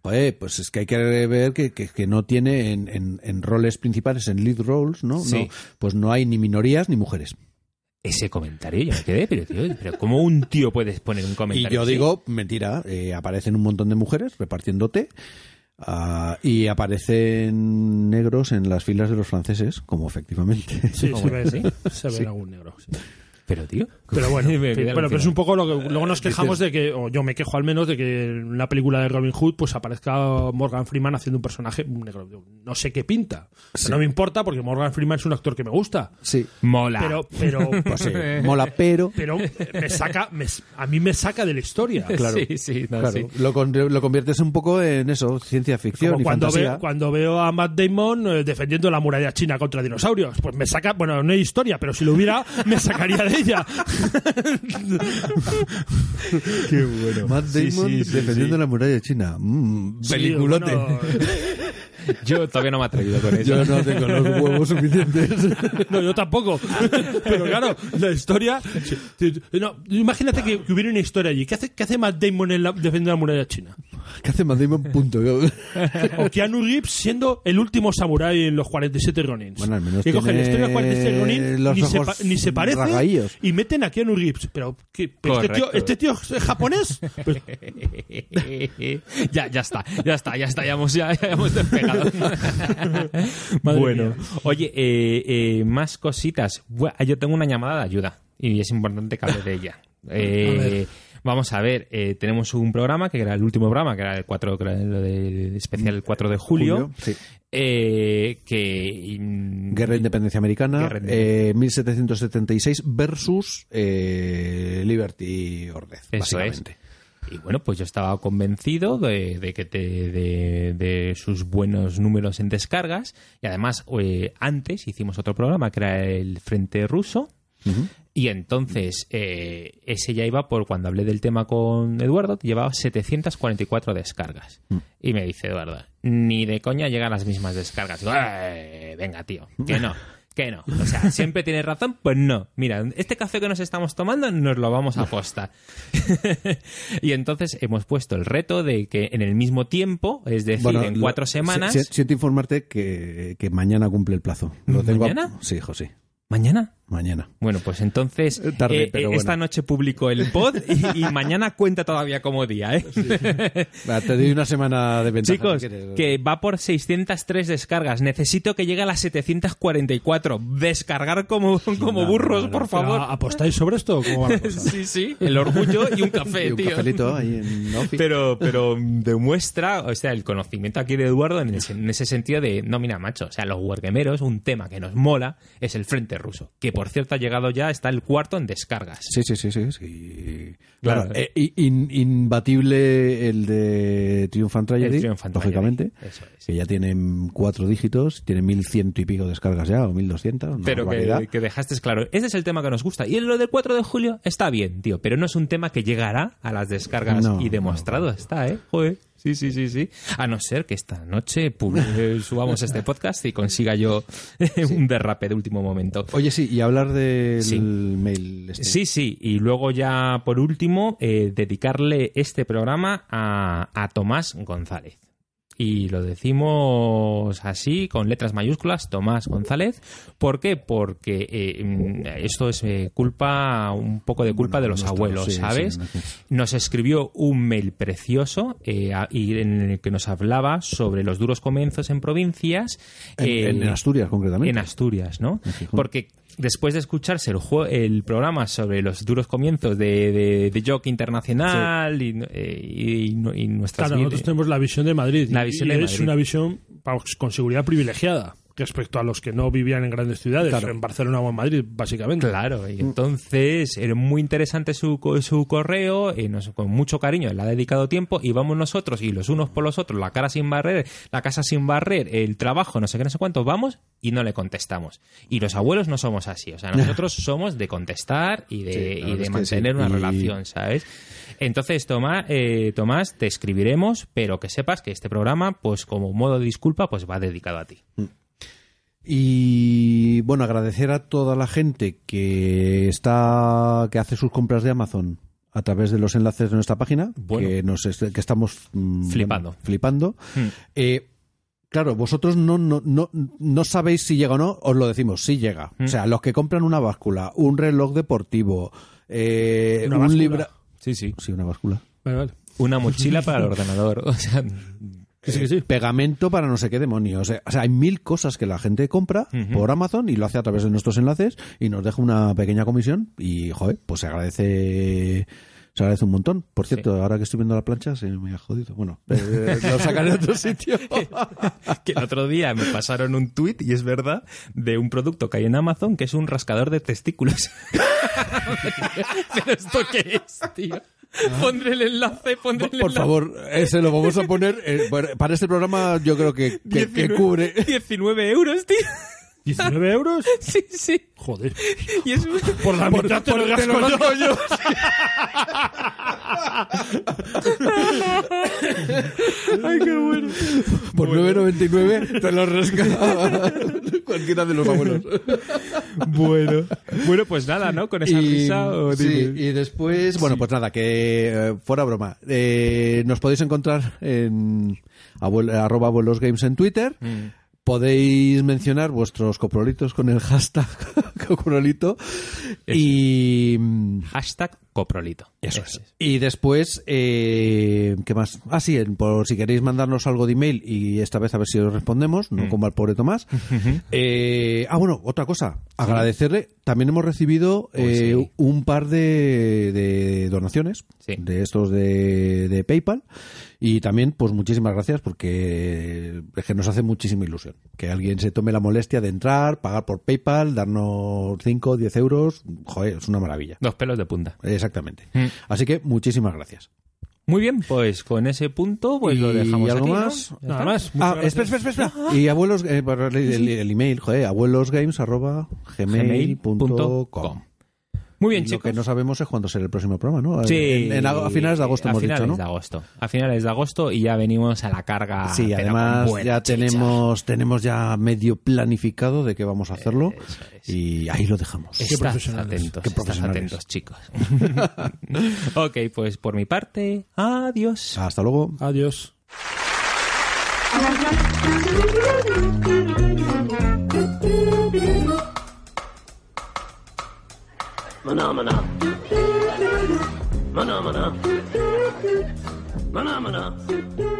Speaker 1: joder, pues es que hay que ver que, que, que no tiene en, en- en roles principales, en lead roles, ¿no?
Speaker 2: Sí.
Speaker 1: No, Pues no hay ni minorías ni mujeres.
Speaker 2: ese comentario yo me quedé, pero tío, pero ¿cómo un tío puedes poner un comentario?
Speaker 1: Y yo
Speaker 2: así?
Speaker 1: digo, mentira, eh, aparecen un montón de mujeres repartiendo té ah, y aparecen negros en las filas de los franceses, como efectivamente.
Speaker 3: Sí, se ve,
Speaker 2: ¿Sí?
Speaker 3: se ve algún negro. sí.
Speaker 2: Pero tío.
Speaker 3: Pero bueno,
Speaker 2: me
Speaker 3: sí,
Speaker 2: quedé
Speaker 3: bueno, pero es
Speaker 2: alucinado.
Speaker 3: un poco lo que luego nos quejamos de que, o yo me quejo al menos, de que en la película de Robin Hood pues aparezca Morgan Freeman haciendo un personaje negro. Yo No sé qué pinta. Pero No me importa porque Morgan Freeman es un actor que me gusta.
Speaker 1: Sí,
Speaker 2: Mola.
Speaker 3: Pero, pero,
Speaker 1: pues sí, mola, pero...
Speaker 3: pero me saca, me- a mí me saca de la historia.
Speaker 1: Claro.
Speaker 2: Sí, sí, no,
Speaker 1: Claro,
Speaker 2: sí.
Speaker 1: lo, con- lo conviertes un poco en eso, ciencia ficción
Speaker 3: Como
Speaker 1: y
Speaker 3: cuando,
Speaker 1: fantasía.
Speaker 3: veo, cuando veo a Matt Damon eh, defendiendo la muralla china contra dinosaurios, pues me saca, bueno, no hay historia, pero si lo hubiera, me sacaría de ella.
Speaker 1: Qué bueno. Matt Damon defendiendo la muralla china. Mm, peliculote.
Speaker 3: Sí, bueno,
Speaker 2: Yo todavía no me he atrevido con eso.
Speaker 1: Yo no tengo los huevos suficientes.
Speaker 3: No, yo tampoco. Pero claro, la historia. No, imagínate que, que hubiera una historia allí. ¿Qué hace, qué hace Matt Damon en la, defendiendo la muralla china?
Speaker 1: ¿Qué hace Matt Damon? Punto.
Speaker 3: O Keanu Reeves siendo el último samurái en los 47 Ronins.
Speaker 1: Bueno, al menos
Speaker 3: que cogen
Speaker 1: tiene
Speaker 3: la historia de 47 Ronin,
Speaker 1: los
Speaker 3: ni, se
Speaker 1: ojos
Speaker 3: pa- ni se parece,
Speaker 1: rasgadillos.
Speaker 3: y meten a Keanu Reeves. Pero, ¿qué- pero este, tío,
Speaker 2: Correcto.
Speaker 3: ¿este tío es japonés? Pues,
Speaker 2: ya, ya está, ya está, ya está, ya hemos, ya, ya hemos despegado. Madre
Speaker 3: Bueno.
Speaker 2: mía. Oye, eh, eh, más cositas. Bua- Yo tengo una llamada de ayuda y es importante que hable de ella. Eh, Vamos a ver, eh, tenemos un programa que era el último programa, que era el 4, que era lo del especial el 4 de julio,
Speaker 1: Julio, sí.
Speaker 2: eh, que... mm,
Speaker 1: Guerra de Independencia Americana,
Speaker 2: Guerra de Independencia.
Speaker 1: eh, 1776 versus eh, Liberty Ordez,
Speaker 2: Eso es.
Speaker 1: básicamente.
Speaker 2: Y bueno, pues yo estaba convencido de, de que te- de, de sus buenos números en descargas. Y además, eh, antes hicimos otro programa que era el Frente Ruso. Y entonces, eh, ese ya iba por cuando hablé del tema con Eduardo, llevaba 744 descargas.
Speaker 1: Mm.
Speaker 2: Y me dice Eduardo, ni de coña llegan las mismas descargas. Digo, "Eh, venga, tío, que no. Que no. O sea, siempre tienes razón, pues no. Mira, este café que nos estamos tomando nos lo vamos a
Speaker 1: Mm.
Speaker 2: apostar. y entonces hemos puesto el reto de que en el mismo tiempo, es decir,
Speaker 1: Bueno,
Speaker 2: en
Speaker 1: lo-
Speaker 2: cuatro semanas.
Speaker 1: si- si- Siento informarte que, que mañana cumple el plazo. Lo tengo a-
Speaker 2: ¿Mañana?
Speaker 1: sí, hijo, sí.
Speaker 2: ¿Mañana?
Speaker 1: Mañana.
Speaker 2: Bueno, pues entonces
Speaker 1: Eh, tarde,
Speaker 2: eh,
Speaker 1: pero
Speaker 2: eh, esta
Speaker 1: bueno.
Speaker 2: noche publico el pod y, y mañana cuenta todavía como día, ¿eh? Ah,
Speaker 1: Va, te doy una semana de ventaja.
Speaker 2: Chicos,
Speaker 1: si quieres.
Speaker 2: que va por 603 descargas. Necesito que llegue a las 744. Descargar como, como burros,
Speaker 1: no, no,
Speaker 2: por
Speaker 3: pero,
Speaker 2: favor.
Speaker 3: ¿Apostáis sobre esto? o ¿Cómo va la cosa?
Speaker 2: Sí, sí, el orgullo y un café,
Speaker 1: Y un
Speaker 2: tío.
Speaker 1: cafelito ahí en la ofi.
Speaker 2: Pero, pero demuestra, o sea, el conocimiento aquí de Eduardo en, ese- en ese sentido de, no, mira, macho, o sea, los wargameros, un tema que nos mola es el frente ruso, que por cierto ha llegado ya, está el cuarto en descargas.
Speaker 1: Sí, sí, sí, sí. sí.
Speaker 2: Claro.
Speaker 1: Claro, eh, i- in- imbatible el de Triumph and Tragedy,
Speaker 2: El Triumph and Tragedy,
Speaker 1: lógicamente,
Speaker 2: eso es.
Speaker 1: que ya tienen cuatro dígitos, tiene mil ciento y pico descargas ya, o mil doscientos,
Speaker 2: Pero que, que dejaste claro, ese es el tema que nos gusta. Y lo del 4 de julio está bien, tío, pero no es un tema que llegará a las descargas
Speaker 1: No,
Speaker 2: y demostrado está, ¿eh? Joder. Sí, sí, sí, sí. A no ser que esta noche pub- eh, subamos este podcast y consiga yo un derrape de último momento.
Speaker 1: Oye, sí, y hablar del
Speaker 2: Sí.
Speaker 1: mail. este.
Speaker 2: Sí, sí, y luego ya por último, eh, dedicarle este programa a, a Tomás González. Y lo decimos así, con letras mayúsculas, Tomás González. ¿Por qué? Porque eh, mm, esto es eh, culpa, un poco de culpa
Speaker 1: Bueno,
Speaker 2: de los
Speaker 1: nuestro,
Speaker 2: abuelos,
Speaker 1: sí, sí,
Speaker 2: ¿sabes?
Speaker 1: nuestro.
Speaker 2: Nos escribió un mail precioso eh, a- y en el que nos hablaba sobre los duros comienzos en provincias.
Speaker 1: En,
Speaker 2: eh,
Speaker 1: en Asturias, concretamente.
Speaker 2: en Asturias, ¿no?
Speaker 1: Gijón.
Speaker 2: Porque después de escucharse el, jue- el programa sobre los duros comienzos de, de, de Jock Internacional y, eh, y- y nu- y nuestras
Speaker 3: Claro,
Speaker 2: mil-
Speaker 3: nosotros tenemos la visión de Madrid.
Speaker 2: La
Speaker 3: y-
Speaker 2: visión
Speaker 3: y
Speaker 2: de
Speaker 3: es
Speaker 2: Madrid.
Speaker 3: una visión vamos, con seguridad privilegiada respecto a los que no vivían en grandes ciudades, en Barcelona o en Madrid, básicamente.
Speaker 2: Claro,
Speaker 1: Mm.
Speaker 2: y entonces era muy interesante su, co- su correo, eh, nos- con mucho cariño, le ha dedicado tiempo y vamos nosotros y los unos por los otros, la cara sin barrer, la casa sin barrer, el trabajo, no sé qué, no sé cuánto, vamos y no le contestamos. Y los abuelos no somos así, o sea, nosotros somos de contestar y de,
Speaker 1: Sí, la
Speaker 2: y
Speaker 1: verdad
Speaker 2: de
Speaker 1: es que
Speaker 2: mantener
Speaker 1: sí.
Speaker 2: una
Speaker 1: Y-
Speaker 2: relación, ¿sabes? Entonces, Tomás, eh, Tomás, te escribiremos, pero que sepas que este programa, pues como modo de disculpa, pues va dedicado a ti.
Speaker 1: Y bueno, agradecer a toda la gente que está que hace sus compras de Amazon a través de los enlaces de nuestra página,
Speaker 2: Bueno. Hmm.
Speaker 1: que nos est- que estamos mm,
Speaker 2: Flipando.
Speaker 1: flipando. Eh, Claro, vosotros no, no, no, no sabéis si llega o no, os lo decimos, sí llega.
Speaker 2: Hmm.
Speaker 1: O sea, los que compran una báscula, un reloj deportivo, eh,
Speaker 3: Una
Speaker 1: un
Speaker 3: báscula.
Speaker 1: libra...
Speaker 2: Sí, sí.
Speaker 1: Sí, una báscula.
Speaker 3: Vale, vale.
Speaker 2: Una mochila para el ordenador. O sea,
Speaker 3: Que sí, que sí.
Speaker 1: Pegamento para no sé qué demonios. eh. O sea, hay mil cosas que la gente compra por Amazon y lo hace a través de nuestros enlaces y nos deja una pequeña comisión y, joder, pues se agradece... Se agradece un montón. Por cierto, ahora que estoy viendo la plancha se me ha jodido. Bueno, eh, lo sacaré de otro sitio.
Speaker 2: que el otro día me pasaron un tuit, y es verdad, de un producto que hay en Amazon que es un rascador de testículos. ¿Pero esto qué es, tío? Pondré el enlace, pondré el
Speaker 1: Por
Speaker 2: enlace.
Speaker 1: favor, eh, se lo vamos a poner eh, para- para este programa. Yo creo que, que, que cubre.
Speaker 2: 19 euros, tío.
Speaker 3: ¿19 euros?
Speaker 2: Sí, sí.
Speaker 3: Joder.
Speaker 2: Y es un-
Speaker 3: Por la mitad te lo gasto yo.
Speaker 1: Por 9.99 te lo rescata cualquiera de los abuelos.
Speaker 5: Bueno, bueno, pues nada, ¿no? Con esa
Speaker 1: Y,
Speaker 5: risa. o
Speaker 1: sí,
Speaker 5: dime.
Speaker 1: y después, bueno, pues nada, que eh, fuera broma. Eh, nos podéis encontrar en abuel- arroba abuelos games en Twitter.
Speaker 5: Mm.
Speaker 1: Podéis mencionar vuestros coprolitos con el hashtag coprolito. Y. mm,
Speaker 2: Hashtag coprolito.
Speaker 1: Eso es. Y después, eh, ¿qué más? Ah, sí, en- por si queréis mandarnos algo de email y esta vez a ver si os respondemos, no como al pobre Tomás. Eh, ah, bueno, otra cosa, agradecerle. También hemos recibido eh,
Speaker 2: sí.
Speaker 1: un par de, de donaciones
Speaker 2: Sí.
Speaker 1: de estos de, de PayPal y también, pues muchísimas gracias porque es que nos hace muchísima ilusión que alguien se tome la molestia de entrar, pagar por PayPal, darnos 5, 10 euros. Joder, es una maravilla.
Speaker 2: Dos pelos de punta.
Speaker 1: Exactamente.
Speaker 2: Mm.
Speaker 1: Así que muchísimas gracias.
Speaker 2: Muy bien, pues con ese punto pues lo
Speaker 1: ¿Y
Speaker 2: dejamos
Speaker 1: algo
Speaker 2: aquí, ¿no?
Speaker 1: más?
Speaker 2: Ya
Speaker 3: Nada
Speaker 2: está.
Speaker 3: más. muchas
Speaker 1: Ah,
Speaker 3: gracias.
Speaker 1: espera, espera, espera. espera. Y abuelos, eh, para el, el- el email, joder, abuelosgames.gmail.com.
Speaker 2: Gmail.com. Muy bien,
Speaker 1: Lo
Speaker 2: chicos.
Speaker 1: que no sabemos es cuándo será el próximo programa, ¿no?
Speaker 2: Sí.
Speaker 1: En- en ag- a finales de agosto
Speaker 2: a
Speaker 1: hemos
Speaker 2: finales
Speaker 1: dicho, ¿no?
Speaker 2: de agosto. A finales de agosto y ya venimos a la carga.
Speaker 1: Sí,
Speaker 2: Ah, pero
Speaker 1: además
Speaker 2: con buena
Speaker 1: ya
Speaker 2: chicha.
Speaker 1: tenemos, tenemos ya medio planificado de qué vamos a hacerlo
Speaker 2: Eso es.
Speaker 1: y ahí lo dejamos.
Speaker 2: Estad
Speaker 3: profesionales.
Speaker 2: atentos,
Speaker 1: Qué
Speaker 2: estad
Speaker 1: profesionales.
Speaker 2: atentos, chicos. ok, pues por mi parte, adiós.
Speaker 1: Hasta luego.
Speaker 3: Adiós.
Speaker 7: Manamana. Manamana. Manamana.